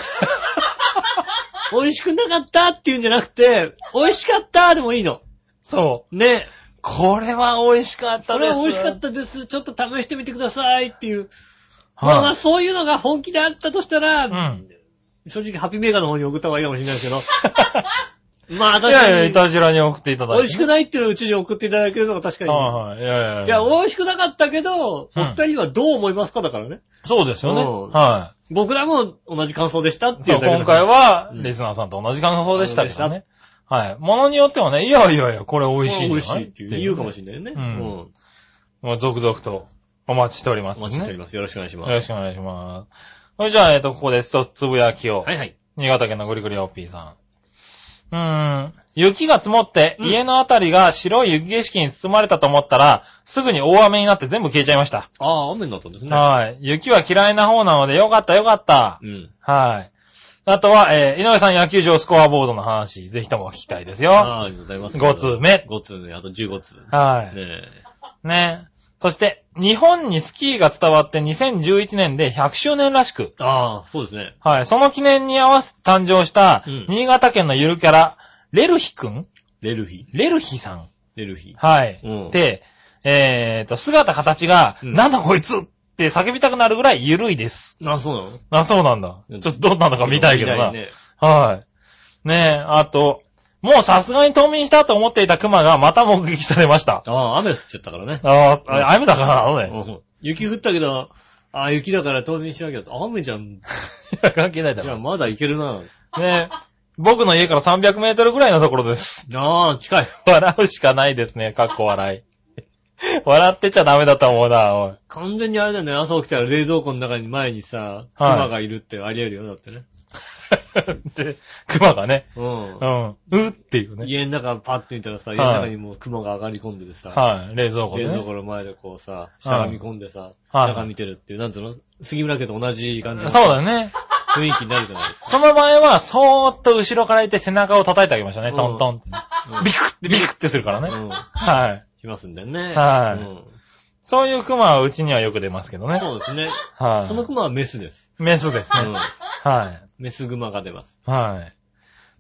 Speaker 2: 美味しくなかったっていうんじゃなくて、美味しかったでもいいの。
Speaker 3: そう。
Speaker 2: ね。
Speaker 3: これは美味しかった
Speaker 2: こ
Speaker 3: で
Speaker 2: れ
Speaker 3: す。
Speaker 2: は美味しかったです。ちょっと試してみてくださいっていう。
Speaker 3: た
Speaker 2: まあま
Speaker 3: は
Speaker 2: あ、
Speaker 3: い、
Speaker 2: そういうのが本気であったとしたら、
Speaker 3: うん。
Speaker 2: 正直ハッピーメーカーの方に送った方がいいかもしれないです けど。まあ、
Speaker 3: い
Speaker 2: 私
Speaker 3: やいや、いたじらに送っていただいて、
Speaker 2: 美味しくないっていううちに送っていただけるのが確かに。
Speaker 3: はいはい。いやいや
Speaker 2: いや、美味しくなかったけど、
Speaker 3: うん
Speaker 2: お二人はどう思いますかだからね。
Speaker 3: そうですよね。
Speaker 2: うん
Speaker 3: は
Speaker 2: 僕らも同じ感想でしたっ
Speaker 3: い。
Speaker 2: てい
Speaker 3: そうう、
Speaker 2: だけだ
Speaker 3: 今
Speaker 2: から
Speaker 3: 回は、
Speaker 2: うん
Speaker 3: リスナーさんと同じ感想でしたけどね。はい。ものによってはね、いやいやいや、これ美味しいん
Speaker 2: 美
Speaker 3: じ
Speaker 2: 味
Speaker 3: ゃな
Speaker 2: し
Speaker 3: い
Speaker 2: いっていう言うかもしれないよね。う
Speaker 3: う
Speaker 2: んん。
Speaker 3: もう続々とお待ちしておりま
Speaker 2: お
Speaker 3: す、ね。
Speaker 2: 待ちしております。よろしくお願いしま
Speaker 3: よろ
Speaker 2: す。
Speaker 3: しくお願いします。それじゃあ、えっ、と、ここで一つつぶやきを。
Speaker 2: はいはい。
Speaker 3: 新潟県のぐりぐりおっぴーさん。うーん。雪が積もって、
Speaker 2: うん
Speaker 3: 家のあたりが白い雪景色に包まれたと思ったら、すぐに大雨になって全部消えちゃいました。
Speaker 2: ああ、雨になったんですね。
Speaker 3: はい。雪は嫌いな方なので、よかったよかった。
Speaker 2: うん。
Speaker 3: はい。あとは、えー井上さん野球場スコアボードの話、ぜひとも聞きたいですよ。
Speaker 2: ああ、ありがとうございます。
Speaker 3: 5通目。
Speaker 2: 5通目、あと15通。ね
Speaker 3: はい。
Speaker 2: え。
Speaker 3: ね。そして、日本にスキーが伝わって2011年で100周年らしく、
Speaker 2: ああ、そうですね。
Speaker 3: はい、その記念に合わせて誕生した
Speaker 2: うん、
Speaker 3: 新潟県のゆるキャラ、レルヒくん
Speaker 2: レルヒ。
Speaker 3: レルヒさん。
Speaker 2: レルヒ。
Speaker 3: はい。
Speaker 2: うん
Speaker 3: で、えーと、姿形が、
Speaker 2: うん
Speaker 3: なんだこいつって叫びたくなるぐらいゆるいです。
Speaker 2: ああ、そうなの
Speaker 3: あ、そうなんだ
Speaker 2: う。ん
Speaker 3: ちょっとどうなのか見たいけどな。
Speaker 2: 見ね
Speaker 3: はい。ねえ、あと、もうさすがに冬眠したと思っていたクマがまた目撃されました。
Speaker 2: ああ、雨降っちゃったからね。
Speaker 3: あーあ、雨だからなのね。
Speaker 2: うん雪降ったけど、ああ、雪だから冬眠しなきゃと。雨じゃん。
Speaker 3: 関係ないだ
Speaker 2: じゃあ
Speaker 3: ろ。
Speaker 2: まだいけるな。
Speaker 3: ね僕の家から300メートルぐらいのところです。
Speaker 2: ああ、近い。
Speaker 3: 笑うしかないですね、かっこ笑い。笑ってちゃダメだと思うな、おい。
Speaker 2: 完全にあれだよね。朝起きたら冷蔵庫の中に前にさ、
Speaker 3: はい
Speaker 2: 熊がいるってあり得るよね、だってね。
Speaker 3: で、熊がね、
Speaker 2: うん
Speaker 3: う。ん、うっていうね。
Speaker 2: 家の中パッて見たらさ、
Speaker 3: い
Speaker 2: 家の中にもう雲が上がり込んでてさ、
Speaker 3: はい、冷蔵庫で
Speaker 2: 冷蔵
Speaker 3: ね。
Speaker 2: 庫の前でこうさ、しゃがみ込んでさ、
Speaker 3: はい
Speaker 2: 中見てるっていう、なんつうの杉村家と同じ感じ
Speaker 3: そう
Speaker 2: の
Speaker 3: だね。
Speaker 2: 雰囲気になるじゃないですか。
Speaker 3: その場合は、そーっと後ろからいて背中を叩いてあげましたね、
Speaker 2: うん
Speaker 3: トントンって。ビクって、ビクってするからね。
Speaker 2: うん。
Speaker 3: はい。
Speaker 2: しますんでね。
Speaker 3: はい
Speaker 2: い。
Speaker 3: そういう熊はうちにはよく出ますけどね。
Speaker 2: そうですね。
Speaker 3: は
Speaker 2: その
Speaker 3: い。
Speaker 2: 熊はメスです。
Speaker 3: メスです
Speaker 2: う
Speaker 3: ね。
Speaker 2: ん。
Speaker 3: は
Speaker 2: メス熊が出ます。
Speaker 3: い。は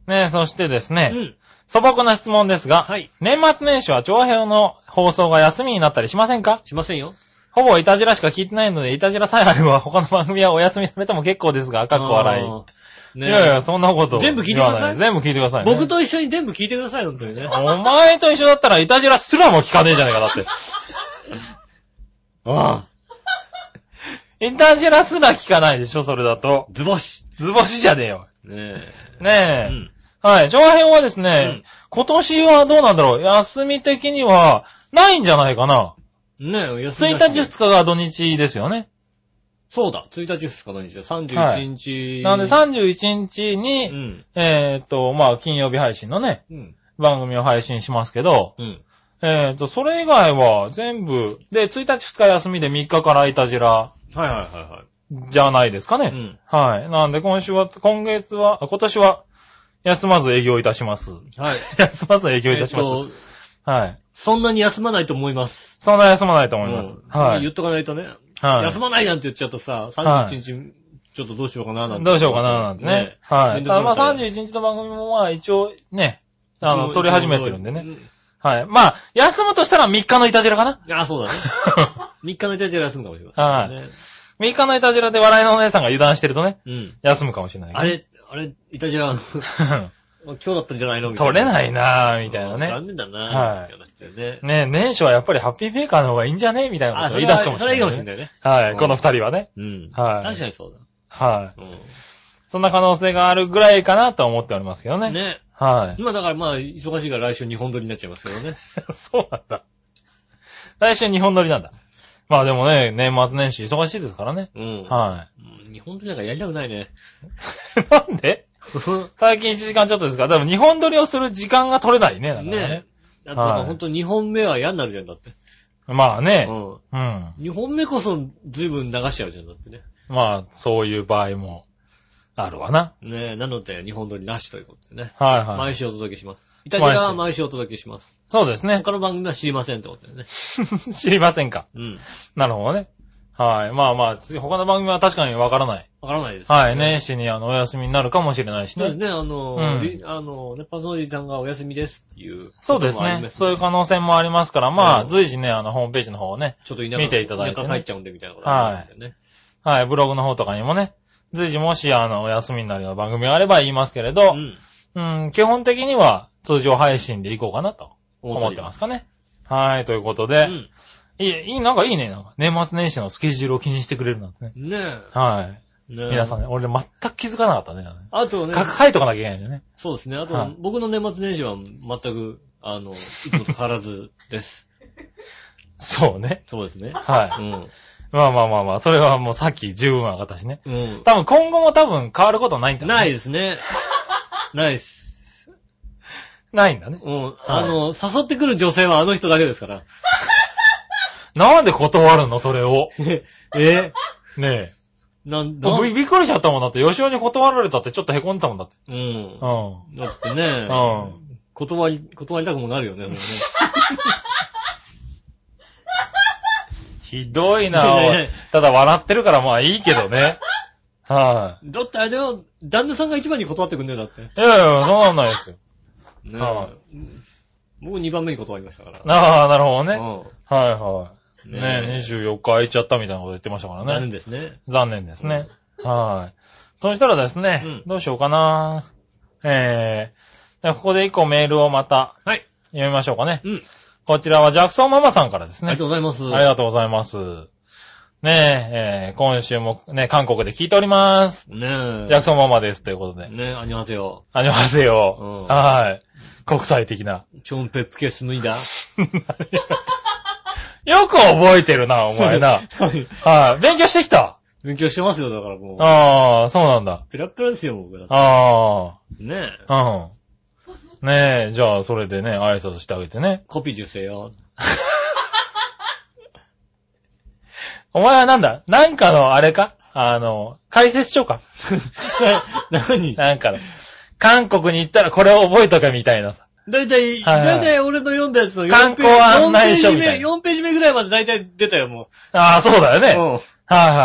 Speaker 3: い。ねそしてです
Speaker 2: う
Speaker 3: ね、
Speaker 2: ん。
Speaker 3: 素朴な質問ですが、
Speaker 2: はい
Speaker 3: 年末年始は長編の放送が休みになったりしませんか
Speaker 2: しませんよ。
Speaker 3: ほぼイタジラしか聞いてないので、イタジラさえあれば他の番組はお休みされても結構ですが、かっこ笑い。
Speaker 2: い
Speaker 3: いやい
Speaker 2: ね
Speaker 3: や、そんなこと。
Speaker 2: 全部聞いてください
Speaker 3: 言わな全部聞いてください、ね。
Speaker 2: 僕。と一緒に全部聞いてください、本当にね。
Speaker 3: お前と一緒だったら、イタジラすらも聞かねえじゃねえか、だって。
Speaker 2: ああ。
Speaker 3: イタジラすら聞かないでしょ、それだと。
Speaker 2: ズボシ。
Speaker 3: ズボシじゃねえよ。
Speaker 2: ねえ。う
Speaker 3: ねえ。
Speaker 2: ん。
Speaker 3: はい。長編はですね、
Speaker 2: うん
Speaker 3: 今年はどうなんだろう。休み的には、ないんじゃないかな。
Speaker 2: ねえ、休み
Speaker 3: 1
Speaker 2: だし
Speaker 3: 日2日が土日ですよね。
Speaker 2: そうだ、1日2日の日ですよ。31日。
Speaker 3: なので31日に、
Speaker 2: うん。
Speaker 3: えーっと、まあ、金曜日配信のね、
Speaker 2: うん。
Speaker 3: 番組を配信しますけど、
Speaker 2: うん。
Speaker 3: えーっと、それ以外は全部、で、1日2日休みで3日からイタジラ
Speaker 2: はいはいは
Speaker 3: じゃないですか
Speaker 2: いは
Speaker 3: ね
Speaker 2: い。う。ん。
Speaker 3: はい。なんで今週は、今月は、あ今年は、休まず営業いたします。
Speaker 2: はい。
Speaker 3: 休まず営業い
Speaker 2: え
Speaker 3: た
Speaker 2: っ
Speaker 3: します。
Speaker 2: と、
Speaker 3: はい。
Speaker 2: そんなに休まないと思います。
Speaker 3: そんな休まないと思います。
Speaker 2: うん
Speaker 3: は
Speaker 2: 言
Speaker 3: い。
Speaker 2: っとかないとね。
Speaker 3: は
Speaker 2: 休まないなんて言っちゃうとさ、31日、ちょっとどうしようかな、なん
Speaker 3: い。
Speaker 2: て。
Speaker 3: どうしようかな、なんてね。は
Speaker 2: 面倒
Speaker 3: い。た
Speaker 2: く
Speaker 3: だ
Speaker 2: さ
Speaker 3: まあ
Speaker 2: いから
Speaker 3: 31日の番組もまあ一応ね、あの、撮り始めてるんでね。
Speaker 2: う
Speaker 3: はい。まあ、休むとしたら3日のいたじらかな。
Speaker 2: ん。あ、そう だね。3日のイタジラ休むかもしれませんね。
Speaker 3: 3日のいたじらで笑いのお姉さんが油断してるとね、
Speaker 2: うん。
Speaker 3: 休むかもしれない。
Speaker 2: あれ、あれ、イタジラ、 今日だったんじゃないのみたいな。
Speaker 3: 取れないなぁ、みたいなね。
Speaker 2: 残念だな
Speaker 3: はい
Speaker 2: みたいなってね。
Speaker 3: ね年初はやっぱりハッピーメーカーの方がいいんじゃねみたいなこ
Speaker 2: あ、
Speaker 3: とを
Speaker 2: それ
Speaker 3: 言い出
Speaker 2: は
Speaker 3: すかもし
Speaker 2: そ
Speaker 3: れ
Speaker 2: れ
Speaker 3: ない
Speaker 2: いか
Speaker 3: いね。
Speaker 2: もしれないね。
Speaker 3: は
Speaker 2: う
Speaker 3: い。
Speaker 2: ん
Speaker 3: この二人はね。
Speaker 2: うん。
Speaker 3: はい
Speaker 2: 確かにそう
Speaker 3: は
Speaker 2: だ。
Speaker 3: い。そんな可能性があるぐらいかなと思っておりますけど
Speaker 2: うん。
Speaker 3: ね。
Speaker 2: ね。
Speaker 3: はい。
Speaker 2: 今だからまあ、忙しいから来週日本撮りになっちゃいますけどね。
Speaker 3: そうなんだ。来週日本撮りなんだ。まあでもね、年末年始忙しいですからね。
Speaker 2: うん。
Speaker 3: は
Speaker 2: うん日本撮りなんかやりたくないね。
Speaker 3: い。 なんで最近1時間ちょっとですから、でも日本撮りをする時間が取れないね。だからね
Speaker 2: ねえ。あとまあ、
Speaker 3: はい
Speaker 2: ほんと2本目は嫌になるじゃん、だって。
Speaker 3: まあ
Speaker 2: う
Speaker 3: ね。
Speaker 2: ん。
Speaker 3: うん。
Speaker 2: 2本目こそ随分流しちゃうじゃん、だってね。
Speaker 3: まあ、そういう場合もあるわな。
Speaker 2: ねえ、なので、日本撮りなしということでね。
Speaker 3: はいはい。
Speaker 2: 毎週お届けします。いたじらは毎週お届けします。
Speaker 3: そうですね。
Speaker 2: 他の番組は知りませんってことだよね。
Speaker 3: 知りませんか。
Speaker 2: うん。
Speaker 3: なるほどね。はい。まあまあ、次他の番組は確かにわからない。
Speaker 2: わからないです。
Speaker 3: はい。。年始にあの、お休みになるかもしれないし
Speaker 2: そうです
Speaker 3: ね。
Speaker 2: ね、あの、
Speaker 3: うん
Speaker 2: リあの、ね、パーソナリティさんがお休みですっていう。
Speaker 3: そうです
Speaker 2: こともあり
Speaker 3: ね。
Speaker 2: ます
Speaker 3: そういう可能性もありますから、
Speaker 2: う
Speaker 3: まあ、
Speaker 2: ん
Speaker 3: 随時ね、あの、ホームページの方をね、
Speaker 2: ちょっと田舎、
Speaker 3: 見ていただいてね
Speaker 2: 田舎帰っちゃうんでみたいなことあるんでね。
Speaker 3: はい、ブログの方とかにもね、随時もし、あの、お休みになるような番組があれば言いますけれど、
Speaker 2: うん。。
Speaker 3: うん、基本的には通常配信でいこうかなと思ってますすかね。はい、ということ
Speaker 2: う
Speaker 3: で、
Speaker 2: ん。
Speaker 3: いい、いい、なんかいいね、なんか。年末年始のスケジュールを気にしてくれるなんてね。
Speaker 2: ね
Speaker 3: はい。
Speaker 2: え。ねえ
Speaker 3: 皆さんね、俺全く気づかなかったね。
Speaker 2: あとね、
Speaker 3: か書いとかなきゃいけないんだよね。
Speaker 2: そうですね。あと、
Speaker 3: はい
Speaker 2: 僕の年末年始は全く、あの、いつもと変わらずです。
Speaker 3: そうね。
Speaker 2: そうですね。
Speaker 3: は
Speaker 2: う
Speaker 3: い。
Speaker 2: ん。
Speaker 3: まあまあまあまあ、それはもうさっき十分上がったしね。
Speaker 2: うん。
Speaker 3: 多分今後も多分変わることないんだ、ね、
Speaker 2: ない。ですね。ないです。
Speaker 3: ないんだね。
Speaker 2: うん。あの、誘ってくる女性はあの人だけですから。
Speaker 3: なんで断るのそれを。
Speaker 2: え
Speaker 3: ね
Speaker 2: なん
Speaker 3: え。もうびびっくりしちゃったもんだって、吉尾に断られたってちょっと凹んでたもんだって。
Speaker 2: うん
Speaker 3: う。ん。
Speaker 2: だってね、
Speaker 3: うん。
Speaker 2: 断り、断りたくもなるよね、もうね。
Speaker 3: ひどい
Speaker 2: い や
Speaker 3: な
Speaker 2: いや
Speaker 3: おいただ笑ってるからまあいいけどね。は
Speaker 2: だってあれだよ、旦那さんが一番に断ってくんねえだって。ね
Speaker 3: い。いやいや、そうなんないですよ。
Speaker 2: え
Speaker 3: は
Speaker 2: 僕2番目に断りましたから。
Speaker 3: ああ、なるほどね。
Speaker 2: う
Speaker 3: はいはい。
Speaker 2: ん
Speaker 3: ねえ、
Speaker 2: ねえ
Speaker 3: 24日空いちゃったみたいなこと言ってましたからね。
Speaker 2: 残念ですね。
Speaker 3: 残念ですね。はい。そしたらですね、
Speaker 2: うん
Speaker 3: どうしようかな。えー、じゃあここで一個メールをまた
Speaker 2: はい。
Speaker 3: 読みましょうかね。
Speaker 2: うん。
Speaker 3: こちらはジャクソンママさんからです
Speaker 2: あ
Speaker 3: ね。
Speaker 2: りがとうございます。
Speaker 3: ありがとうございます。ねえ、えー今週もね、韓国で聞いております。
Speaker 2: ねえ。
Speaker 3: ジャクソンママです。ということで。
Speaker 2: ねえ、ありがとうよ。
Speaker 3: あります
Speaker 2: うん
Speaker 3: よ。はい。国際的な。
Speaker 2: チョンペップケス脱いだ。
Speaker 3: よく覚えてる な、お前な。はい。勉強してきた。
Speaker 2: 勉強してますよ、だからもう。
Speaker 3: ああ、そうなんだ。
Speaker 2: ペラッペラですよ、僕だって。
Speaker 3: ああ。
Speaker 2: ねえ。
Speaker 3: うん。ねえ、じゃあ、それでね、挨拶してあげてね。
Speaker 2: コピー受精 よ。
Speaker 3: お前はなんだなんかの、あれかあの、解説 書か
Speaker 2: な、なに
Speaker 3: なんかの。韓国に行ったらこれを覚えとけみたいなさ。
Speaker 2: だいたい、
Speaker 3: はい
Speaker 2: だいたい俺の読んだやつの
Speaker 3: 観光案内書みたいな
Speaker 2: 4ページ目ぐらいまでだいたい出たよ、も
Speaker 3: ああ、そうだよ
Speaker 2: う。
Speaker 3: ね。
Speaker 2: うん。
Speaker 3: はい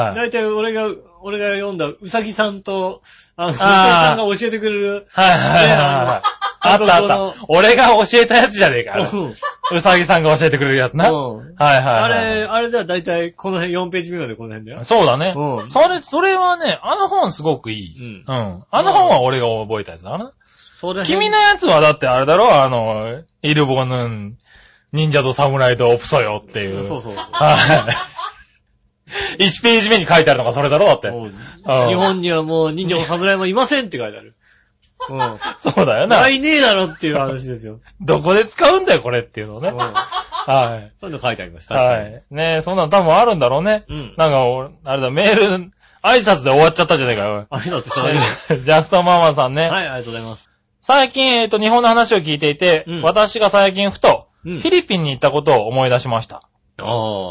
Speaker 3: はい。
Speaker 2: だいたい俺が、俺が読んだうさぎさんと、あの、うさぎさ
Speaker 3: あー
Speaker 2: んが教えてくれる。
Speaker 3: はいはいはいはい。あったあった。俺が教えたやつじゃねえか。あれ
Speaker 2: うん
Speaker 3: うさぎさんが教えてくれるやつな。はい
Speaker 2: うん
Speaker 3: はい
Speaker 2: あ
Speaker 3: はい。
Speaker 2: れ、あれではだいたいこの辺4ページ目までこの辺だよ。
Speaker 3: そうだね。
Speaker 2: うん
Speaker 3: それ、それはね、あの本すごくいい。
Speaker 2: う
Speaker 3: うん。あの本は俺が覚えたやつだな。
Speaker 2: それ
Speaker 3: 君のやつはだってあれだろあの、イルボヌン、忍者と侍とオプソよっていう。
Speaker 2: そうそうそう。
Speaker 3: はい。1ページ目に書いてあるのがそれだろだって。
Speaker 2: もう
Speaker 3: ああ
Speaker 2: 日本にはもう忍者も侍もいませんって書いてある。うん。
Speaker 3: そうだよな
Speaker 2: な。いねえだろっていう話ですよ。
Speaker 3: どこで使うんだよ、これって いうの
Speaker 2: う
Speaker 3: ね
Speaker 2: ん。。
Speaker 3: は
Speaker 2: そういうの書いてありまし
Speaker 3: い。
Speaker 2: た。
Speaker 3: は
Speaker 2: 確
Speaker 3: い。ねえ、そんなの多分あるんだろうね。
Speaker 2: かに。うん。
Speaker 3: なんか俺、あれだ、メール、挨拶で終わっちゃったじゃねえかよ。
Speaker 2: ありがとうございます。
Speaker 3: ジャクソンママさんね。
Speaker 2: はい、ありがとうございます。
Speaker 3: 最近、えっ、と、日本の話を聞いていて、
Speaker 2: うん
Speaker 3: 私が最近ふと、
Speaker 2: うん
Speaker 3: フィリピンに行ったことを思い出しました。
Speaker 2: あ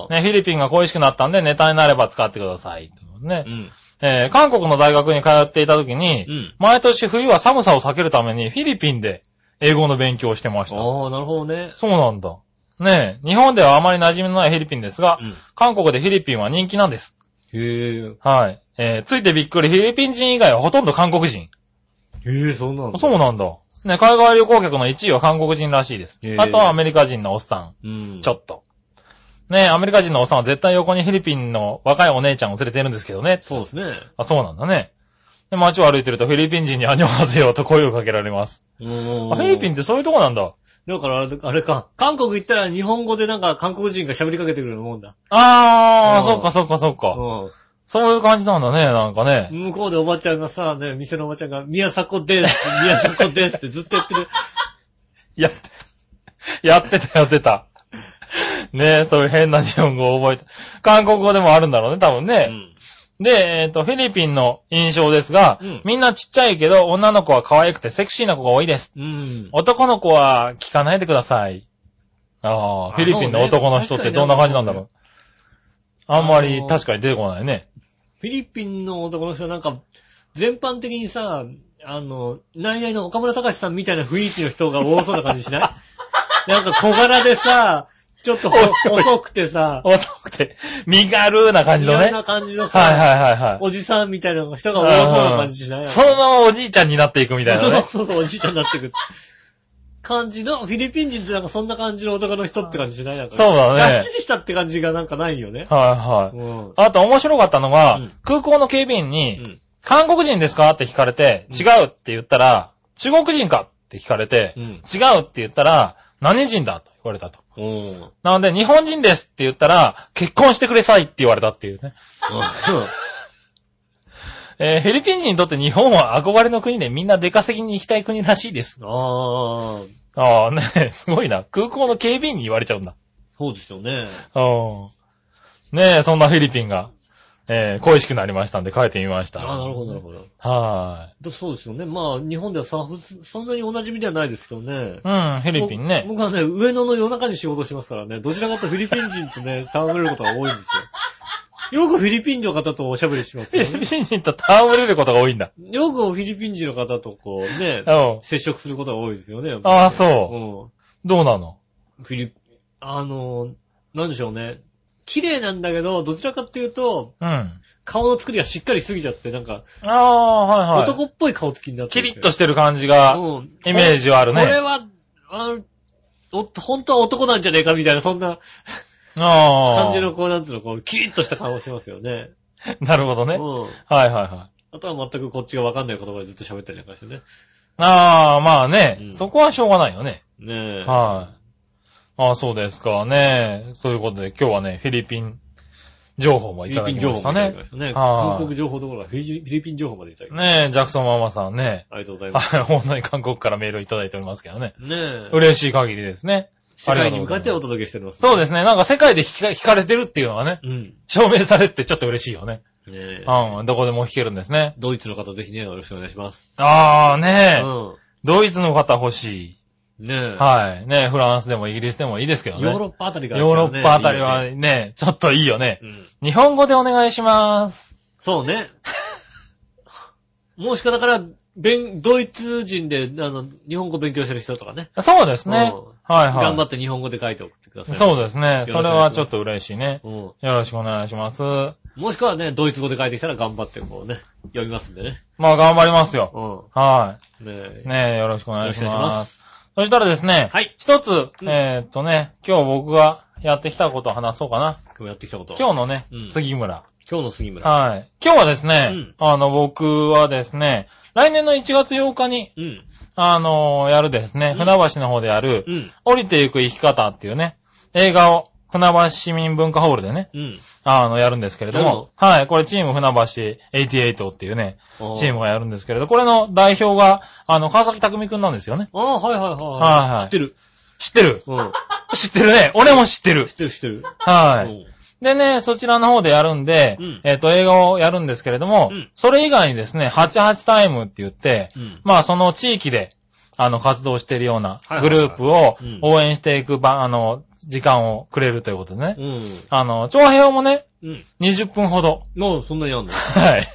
Speaker 2: あ。
Speaker 3: ね、フィリピンが恋しくなったんで、ネタになれば使ってください。ということでね
Speaker 2: うん。
Speaker 3: えー韓国の大学に通っていた時に、
Speaker 2: うん。
Speaker 3: 毎年冬は寒さを避けるために、フィリピンで英語の勉強をしてました。
Speaker 2: ああ、なるほどね。
Speaker 3: そうなんだ。ねえ、日本ではあまり馴染みのないフィリピンですが、
Speaker 2: うん。
Speaker 3: 韓国でフィリピンは人気なんです。
Speaker 2: へえ。
Speaker 3: はい。えー、ついてびっくり、フィリピン人以外はほとんど韓国人。
Speaker 2: へえ、そうなんだ。
Speaker 3: そうなんだ。ね、海外旅行客の1位は韓国人らしいです
Speaker 2: へ。ー
Speaker 3: あとはアメリカ人のおっさ
Speaker 2: うん。
Speaker 3: ん。ちょっと。ねアメリカ人のおっさんは絶対横にフィリピンの若いお姉ちゃんを連れてるんですけどね。
Speaker 2: そうですね。
Speaker 3: あ、そうなんだね。で、街を歩いてるとフィリピン人にアニョハゼよと声をかけられます。
Speaker 2: フ
Speaker 3: あフィリピンってそういうとこなんだ。
Speaker 2: だからあれ、あれか。韓国行ったら日本語でなんか韓国人が喋りかけてくるようなもんだ。
Speaker 3: あ
Speaker 2: うん
Speaker 3: ー、そっかそっかそっか。
Speaker 2: う
Speaker 3: そういう感じなんだね、なんかね。
Speaker 2: ん。向こうでおばちゃんがさ、ね、店のおばちゃんが、宮迫です、 宮迫ですってずっと言ってる。
Speaker 3: やって、やって た、やってた。ねえ、そういう変な日本語を覚えて。韓国語でもあるんだろうね、多分
Speaker 2: う
Speaker 3: ね。
Speaker 2: ん。
Speaker 3: で、えっ、と、フィリピンの印象ですが、
Speaker 2: うん
Speaker 3: みんなちっちゃいけど、女の子は可愛くてセクシーな子が多いです。
Speaker 2: うん。
Speaker 3: 男の子は聞かないでください。ああ、
Speaker 2: あ
Speaker 3: フィリピンの男の人ってどんな感じなんだろう。
Speaker 2: あ
Speaker 3: あ
Speaker 2: の
Speaker 3: ん
Speaker 2: ー
Speaker 3: まり確かに出てこないね。
Speaker 2: フィリピンの男の人はなんか、全般的にさ、あの、何々の岡村隆史さんみたいな雰囲気の人が多そうな感じし ないなんか小柄でさ、ちょっとほ細くてさ、
Speaker 3: 遅くて、身軽な感じのね。は
Speaker 2: 嫌
Speaker 3: い
Speaker 2: な感じのさ、
Speaker 3: はいはいはい。
Speaker 2: おじさんみたいな人が多そうな感じしない
Speaker 3: そのままおじいちゃんになっていくみたいな
Speaker 2: そう
Speaker 3: ね。
Speaker 2: そうそう、おじいちゃんになってくる。感じの、フィリピン人ってなんかそんな感じの男の人って感じしないなんか、
Speaker 3: そうだね
Speaker 2: がっちりしたって感じがなんかないよね。
Speaker 3: はいはい。
Speaker 2: うん。
Speaker 3: あと面白かったのが、
Speaker 2: うん
Speaker 3: 空港の警備員
Speaker 2: う
Speaker 3: に、
Speaker 2: ん。
Speaker 3: 韓国人ですかって聞かれて、
Speaker 2: うん
Speaker 3: 違うって言ったら、中国人かって聞かれて、
Speaker 2: うん。
Speaker 3: 違うって言ったら、何人だと言われたと。
Speaker 2: おー。
Speaker 3: なので、日本人ですって言ったら、結婚してくださいって言われたっていうね。えーフィリピン人にとって日本は憧れの国でみんな出稼ぎに行きたい国らしいです。
Speaker 2: あー。
Speaker 3: ああ、ね、すごいな。空港の警備員に言われちゃうんだ。
Speaker 2: そうですよね。
Speaker 3: うん。ねえ、そんなフィリピンが、えー恋しくなりましたんで書いてみました。
Speaker 2: ああ、なるほど、なるほど。
Speaker 3: はーい。
Speaker 2: でそうですよね。まあ、日本ではさ、ふつそんなにお馴染みではないですけどね。
Speaker 3: うん、フィリピンね。
Speaker 2: 僕僕はね、上野の夜中に仕事してますからね、どちらかというとフィリピン人とね、戯れることが多いんですよ。よくフィリピンの方とおしゃべりします
Speaker 3: フ
Speaker 2: よ、
Speaker 3: ィ
Speaker 2: ね
Speaker 3: リ。ピン人と戯れることが多いんだ。
Speaker 2: よくフィリピン人の方とこうね
Speaker 3: う、ん。
Speaker 2: 接触することが多いですよね。
Speaker 3: ああ、
Speaker 2: う
Speaker 3: そうん。どうなの
Speaker 2: ん。フィリピン、あの、なんでしょうね。綺麗なんだけど、どちらかっていうと、
Speaker 3: うん。あ
Speaker 2: 顔の作りがしっかりしすぎちゃって、なんか、
Speaker 3: あ、はいはい。
Speaker 2: 男っぽい顔つきになって
Speaker 3: キ
Speaker 2: るん
Speaker 3: リ
Speaker 2: です
Speaker 3: ッ
Speaker 2: よ
Speaker 3: としてる感じが、
Speaker 2: うん
Speaker 3: イメージはあるね
Speaker 2: これは、あのお本当は男なんじゃねえかみたいな、そんな
Speaker 3: ああ。
Speaker 2: 感じの、こう、なんつうの、こう、キリッとした顔をしてますよね。
Speaker 3: なるほど
Speaker 2: う
Speaker 3: ね。
Speaker 2: ん。
Speaker 3: はいはいはい。
Speaker 2: あとは全くこっちがわかんない言葉でずっと喋ったりなんかしてね。
Speaker 3: ああ、まあね、
Speaker 2: うん
Speaker 3: そこはしょうがないよね。
Speaker 2: ねえ。
Speaker 3: はい。ああ、そうですかね。ということで、今日はね、フィリピン情報も
Speaker 2: フ
Speaker 3: い
Speaker 2: ィ
Speaker 3: た
Speaker 2: リ
Speaker 3: だ
Speaker 2: ピ
Speaker 3: き
Speaker 2: ン情
Speaker 3: ま
Speaker 2: 報
Speaker 3: した
Speaker 2: もいただきま。
Speaker 3: ね
Speaker 2: したね。
Speaker 3: はい
Speaker 2: 韓国情報どころか、フィリフィリピン情報までいただきまし
Speaker 3: ねえ、ジャクソンママさんね。
Speaker 2: た。ありがとうございます。
Speaker 3: はい、本当に韓国からメールをいただいておりますけどね。
Speaker 2: ねえ。
Speaker 3: 嬉しい限りですね。
Speaker 2: 世界に向かってお届けしております。。
Speaker 3: そうですすね。なんか世界で聞か聞かれてるっていうのはね、
Speaker 2: うん。
Speaker 3: 証明されてちょっと嬉しいよね。
Speaker 2: ねえ。
Speaker 3: うん、どこでも聞けるんですね。
Speaker 2: ドイツの方ぜひね、よろしくお願いします。
Speaker 3: あー
Speaker 2: う
Speaker 3: ねえ、
Speaker 2: ん。
Speaker 3: ドイツの方欲し
Speaker 2: ね
Speaker 3: い。
Speaker 2: え。
Speaker 3: はい。ねえフランスでもイギリスでもいいですけど
Speaker 2: ヨ
Speaker 3: ね。
Speaker 2: ーロッパあたりからで
Speaker 3: ヨ
Speaker 2: すから
Speaker 3: ーロ
Speaker 2: ね
Speaker 3: ッパあたりはい
Speaker 2: いよね
Speaker 3: ね、ちょっといいよね。
Speaker 2: うん。
Speaker 3: 日本語でお願いします。
Speaker 2: そう ね。もしかだから、勉ドイツ人で、あの、日本語勉強してる人とかね。
Speaker 3: そうですね。
Speaker 2: うん
Speaker 3: はい
Speaker 2: 頑張
Speaker 3: は
Speaker 2: って日本語で書いて送ってくださ
Speaker 3: い。
Speaker 2: い。
Speaker 3: そうですね。
Speaker 2: よろしくお願いします
Speaker 3: それはちょっと嬉しいね。
Speaker 2: うん。
Speaker 3: よろしくお願いします。
Speaker 2: もしくはね、ドイツ語で書いてきたら頑張ってこうね、読みますんでね。
Speaker 3: まあ頑張りますよ。
Speaker 2: う
Speaker 3: は
Speaker 2: ん。ね
Speaker 3: い。ねえ、よろしくお
Speaker 2: え。よ
Speaker 3: 願
Speaker 2: ろ
Speaker 3: い
Speaker 2: し
Speaker 3: し
Speaker 2: くお願いし
Speaker 3: ま。
Speaker 2: ますす。
Speaker 3: そしたらですね、
Speaker 2: はい
Speaker 3: 一つ、
Speaker 2: うん
Speaker 3: えーっとね、今日僕がやってきたことを話そうかな。
Speaker 2: 今日やってきたこと。
Speaker 3: 今日のね、
Speaker 2: うん
Speaker 3: 杉村。
Speaker 2: 今日の杉村。
Speaker 3: はい。今日はですね、
Speaker 2: うん
Speaker 3: あの、僕はですね、来年の1月8日に、
Speaker 2: うん。
Speaker 3: あのやるですね、
Speaker 2: うん
Speaker 3: 船橋の方でやる、
Speaker 2: うん。
Speaker 3: 降りていく生き方っていうね、映画を船橋市民文化ホールでね、
Speaker 2: うん。
Speaker 3: あの、やるんですけれども、はい、これチーム船橋88っていうね、チームがやるんですけれど、これの代表が、あの、川崎匠くんなんですよね。
Speaker 2: ああ、はいはいはい。
Speaker 3: はいはい
Speaker 2: 知ってる。
Speaker 3: 知ってる
Speaker 2: うん。
Speaker 3: 知ってるね俺も知ってる
Speaker 2: 知ってる知ってる。
Speaker 3: はい。
Speaker 2: うん。
Speaker 3: でね、そちらの方でやるんで、
Speaker 2: うん
Speaker 3: えっ、と、映画をやるんですけれども、
Speaker 2: うん
Speaker 3: それ以外にですね、88タイムって言って、
Speaker 2: うん
Speaker 3: まあ、その地域で、あの、活動しているような
Speaker 2: はいはいはい
Speaker 3: グループを
Speaker 2: うん
Speaker 3: 応援していくば、あの、時間をくれるということでね。
Speaker 2: うん。
Speaker 3: あの、長平もね、
Speaker 2: うん。
Speaker 3: 20分ほど、
Speaker 2: もうそんなにあんの
Speaker 3: はい。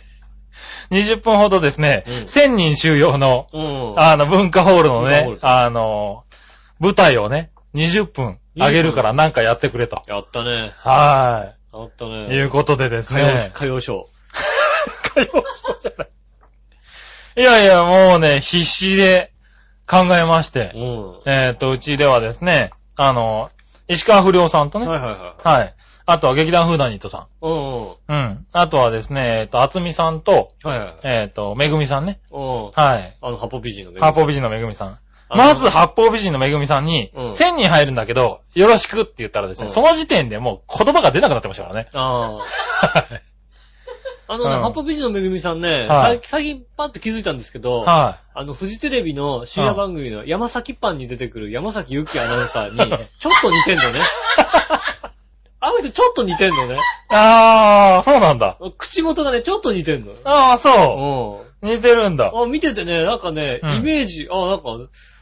Speaker 3: 20分ほどですね、
Speaker 2: うん
Speaker 3: 1000人収容の、
Speaker 2: うん。
Speaker 3: あの、文化ホールの
Speaker 2: 文化ホー
Speaker 3: ね
Speaker 2: ル、
Speaker 3: あの、舞台をね、20分あげるからなんかやってくれと。
Speaker 2: やったね。
Speaker 3: は
Speaker 2: やった
Speaker 3: い。い
Speaker 2: ね。
Speaker 3: うことでです
Speaker 2: 歌謡
Speaker 3: ね
Speaker 2: し、。歌謡ショー。
Speaker 3: 歌謡賞じゃない。いやいや、もうね、必死で考えまして。
Speaker 2: うん。
Speaker 3: えっと、うちではですね、あの、石川不良さんとね、
Speaker 2: は
Speaker 3: はい
Speaker 2: いはいはい。。
Speaker 3: あとは劇団フーダニットさ
Speaker 2: うんうん。
Speaker 3: ん。うん。あとはですね、えっと、厚みさんと、
Speaker 2: はいはいはい。
Speaker 3: えっと、めぐみさんね。
Speaker 2: うん。
Speaker 3: はい。
Speaker 2: あの、八方美人のね。
Speaker 3: 八方美人のめぐみさん。
Speaker 2: あの
Speaker 3: まず、八方美人のめぐみさんに、
Speaker 2: うん
Speaker 3: 1000人入るんだけど、よろしくって言ったらですね、
Speaker 2: うん
Speaker 3: その時点でもう言葉が出なくなってましたからね。
Speaker 2: ああ。
Speaker 3: はい
Speaker 2: あのね、
Speaker 3: うん
Speaker 2: 八方美人のめぐみさんね、
Speaker 3: はい
Speaker 2: 最近、最近パッと気づいたんですけど、
Speaker 3: は
Speaker 2: あの、フジテレビの深夜番組の山崎パンに出てくる山崎ゆきアナウンサーに、ちょっと似てんの ね。あの人ちょっと似てんのね。
Speaker 3: い。あー、そうなんだ。
Speaker 2: 口元がね、ちょっと似てんの。
Speaker 3: あー、そ
Speaker 2: うん。
Speaker 3: う。似てるんだ。はい
Speaker 2: あ、見ててね、なんかね、
Speaker 3: うん
Speaker 2: イメージ、あ、なんか、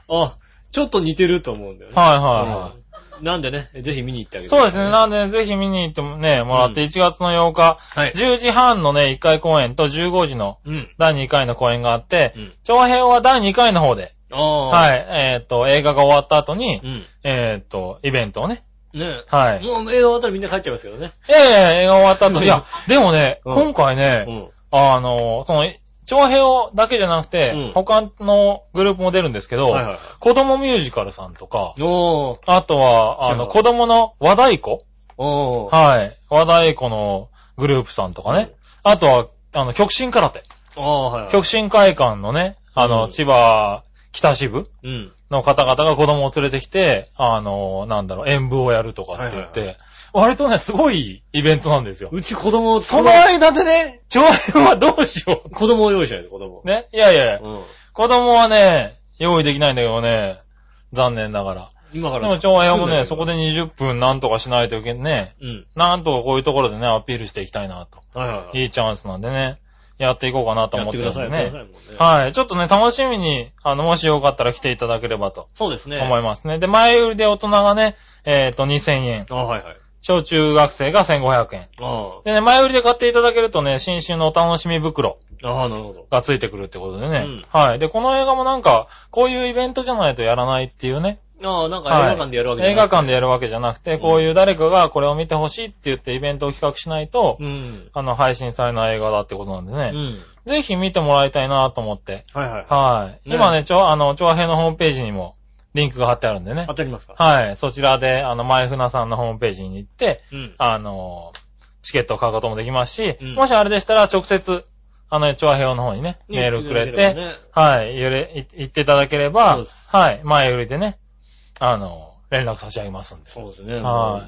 Speaker 2: あ、ちょっと似てると思うんだよね。
Speaker 3: はいはい。
Speaker 2: うんなんでね、ぜひ見に行ってあげてく
Speaker 3: そうで
Speaker 2: だ
Speaker 3: す
Speaker 2: さい
Speaker 3: ね。なんで、ぜひ見に行ってもね、もらって、1月の8日、
Speaker 2: はい。
Speaker 3: 10時半のね、1回公演と15時の
Speaker 2: うん。
Speaker 3: 第2回の公演があって
Speaker 2: う、ん。
Speaker 3: 長編は第2回の方で、
Speaker 2: ああ。。
Speaker 3: はいい、えっと、映画が終わった後に
Speaker 2: う、ん。
Speaker 3: えっと、イベントをね、
Speaker 2: ね
Speaker 3: は
Speaker 2: え。
Speaker 3: い。
Speaker 2: もう映画終わったらみんな帰っちゃいますけどね。
Speaker 3: いやいやいや、映画終わった 後に、いや、でもね、
Speaker 2: うん
Speaker 3: 今回ね、
Speaker 2: うん。
Speaker 3: あの、その、長編をだけじゃなくて、
Speaker 2: うん
Speaker 3: 他のグループも出るんですけ
Speaker 2: は
Speaker 3: ど、
Speaker 2: いはいは
Speaker 3: 子供ミュージカルさんとか、
Speaker 2: い。おー。
Speaker 3: あとは、あ
Speaker 2: そ
Speaker 3: の、
Speaker 2: う
Speaker 3: 子供の和太鼓
Speaker 2: おー。
Speaker 3: はい。和太鼓のグループさんとかね。あとは、あの、極真空手。
Speaker 2: ああ、はいはい。
Speaker 3: 極真会館のね、あの、
Speaker 2: うん
Speaker 3: 千葉北支部
Speaker 2: うん。
Speaker 3: の方々が子供を連れてきて、あの、なんだろう、演舞をやるとかって言って、
Speaker 2: はい
Speaker 3: 割とね、すごいイベントなんですよ。
Speaker 2: うち子供、
Speaker 3: その間でね、長編はどうしよう。
Speaker 2: 子供を用意しないと、子供。
Speaker 3: ね。いやいやいや、
Speaker 2: うん。
Speaker 3: 子供はね、用意できないんだけどね、残念ながら。
Speaker 2: 今か
Speaker 3: で
Speaker 2: ら。
Speaker 3: も長編もね、そこで。20分なんとかしないといけないね。
Speaker 2: うん。
Speaker 3: なんとかこういうところでね、アピールしていきたいなと。
Speaker 2: はいはいはい。
Speaker 3: いいチャンスなんでね、やっていこうかなと
Speaker 2: や
Speaker 3: 思
Speaker 2: っ
Speaker 3: ってて
Speaker 2: くだ
Speaker 3: るん
Speaker 2: さい、
Speaker 3: で
Speaker 2: やってくださ
Speaker 3: ね。
Speaker 2: いもんね。
Speaker 3: はい。ちょっとね、楽しみに、あの、もしよかったら来ていただければと
Speaker 2: そうですね。
Speaker 3: 思いますね。で、前売りで大人がね、えっ、と、2000円。
Speaker 2: あはいはい。
Speaker 3: 小中学生が1500円。
Speaker 2: あ
Speaker 3: でね、前売りで買っていただけるとね、新春のお楽しみ袋
Speaker 2: あ。ああ、なるほど。
Speaker 3: がついてくるってことでね。
Speaker 2: うん
Speaker 3: はい。で、この映画もなんか、こういうイベントじゃないとやらないっていうね。
Speaker 2: ああ、なんか
Speaker 3: はい
Speaker 2: 映画館でやるわけじゃ
Speaker 3: 映
Speaker 2: ない
Speaker 3: 画館でやるわけじゃなくて、こういう誰かがこれを見てほしいって言ってイベントを企画しないと、
Speaker 2: うん。
Speaker 3: あの、配信されない映画だってことなんで
Speaker 2: う
Speaker 3: ね。
Speaker 2: ん。
Speaker 3: ぜひ見てもらいたいなと思って。
Speaker 2: はいはい。
Speaker 3: はい。
Speaker 2: ね
Speaker 3: 今ね、ちょ、あの、調和平のホームページにもリンクが貼ってあるんでね
Speaker 2: 当。たりますか
Speaker 3: はい。そちらで、あの、前船さんのホームページに行って、
Speaker 2: うん。
Speaker 3: あの、チケットを買うこともできますし、
Speaker 2: うん
Speaker 3: もしあれでしたら直接、あの、調和平の方にね、メールく
Speaker 2: い
Speaker 3: れ
Speaker 2: ただけ
Speaker 3: て、
Speaker 2: ばね
Speaker 3: はい、ゆれ、い行っていただけれ
Speaker 2: そう
Speaker 3: ば
Speaker 2: で、
Speaker 3: はい、前売りでね、あの、連絡差し上げますんで。
Speaker 2: そうですね。
Speaker 3: は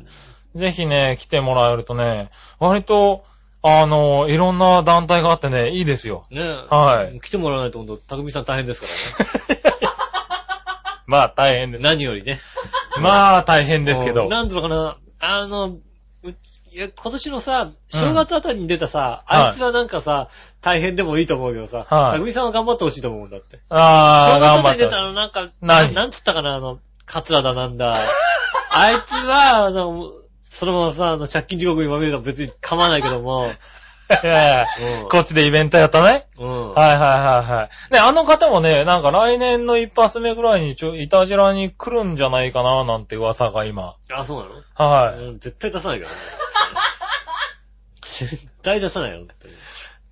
Speaker 3: いぜひね、来てもらえるとね、割と、あの、いろんな団体があってね、いいですよ。
Speaker 2: い。ね
Speaker 3: はい。
Speaker 2: 来てもらわないと、本当たくみさん大変ですから
Speaker 3: まあ、大変で
Speaker 2: ね。
Speaker 3: す。
Speaker 2: 何よりね。
Speaker 3: まあ、大変ですけ
Speaker 2: うん
Speaker 3: ど。
Speaker 2: なんとかな、あの、ういや今年のさ、正月あたりに出たさ、
Speaker 3: うん
Speaker 2: あいつはなんかさ、大変でもいいと思うけどさ、
Speaker 3: はい
Speaker 2: たくみさんは頑張ってほしいと思うんだって。
Speaker 3: ああ、
Speaker 2: 正月
Speaker 3: 頑
Speaker 2: あたり
Speaker 3: 張っ
Speaker 2: に出た
Speaker 3: て。
Speaker 2: のなんか、な
Speaker 3: 何
Speaker 2: なんつったかな、あの、カツラだなんだ。 あいつは、あの、そのままさ、あの、借金地獄にまみれたら別に構わないけども、
Speaker 3: いやいや
Speaker 2: うん
Speaker 3: こっちでイベントやったね。
Speaker 2: うん。
Speaker 3: はいはいはいはい。ね、あの方もね、なんか来年の一発目ぐらいにちょ、いたじらに来るんじゃないかな、なんて噂が今。
Speaker 2: あ、そうなの
Speaker 3: は
Speaker 2: うん絶対出さないからね。 絶対出さないよ、本当に。
Speaker 3: い。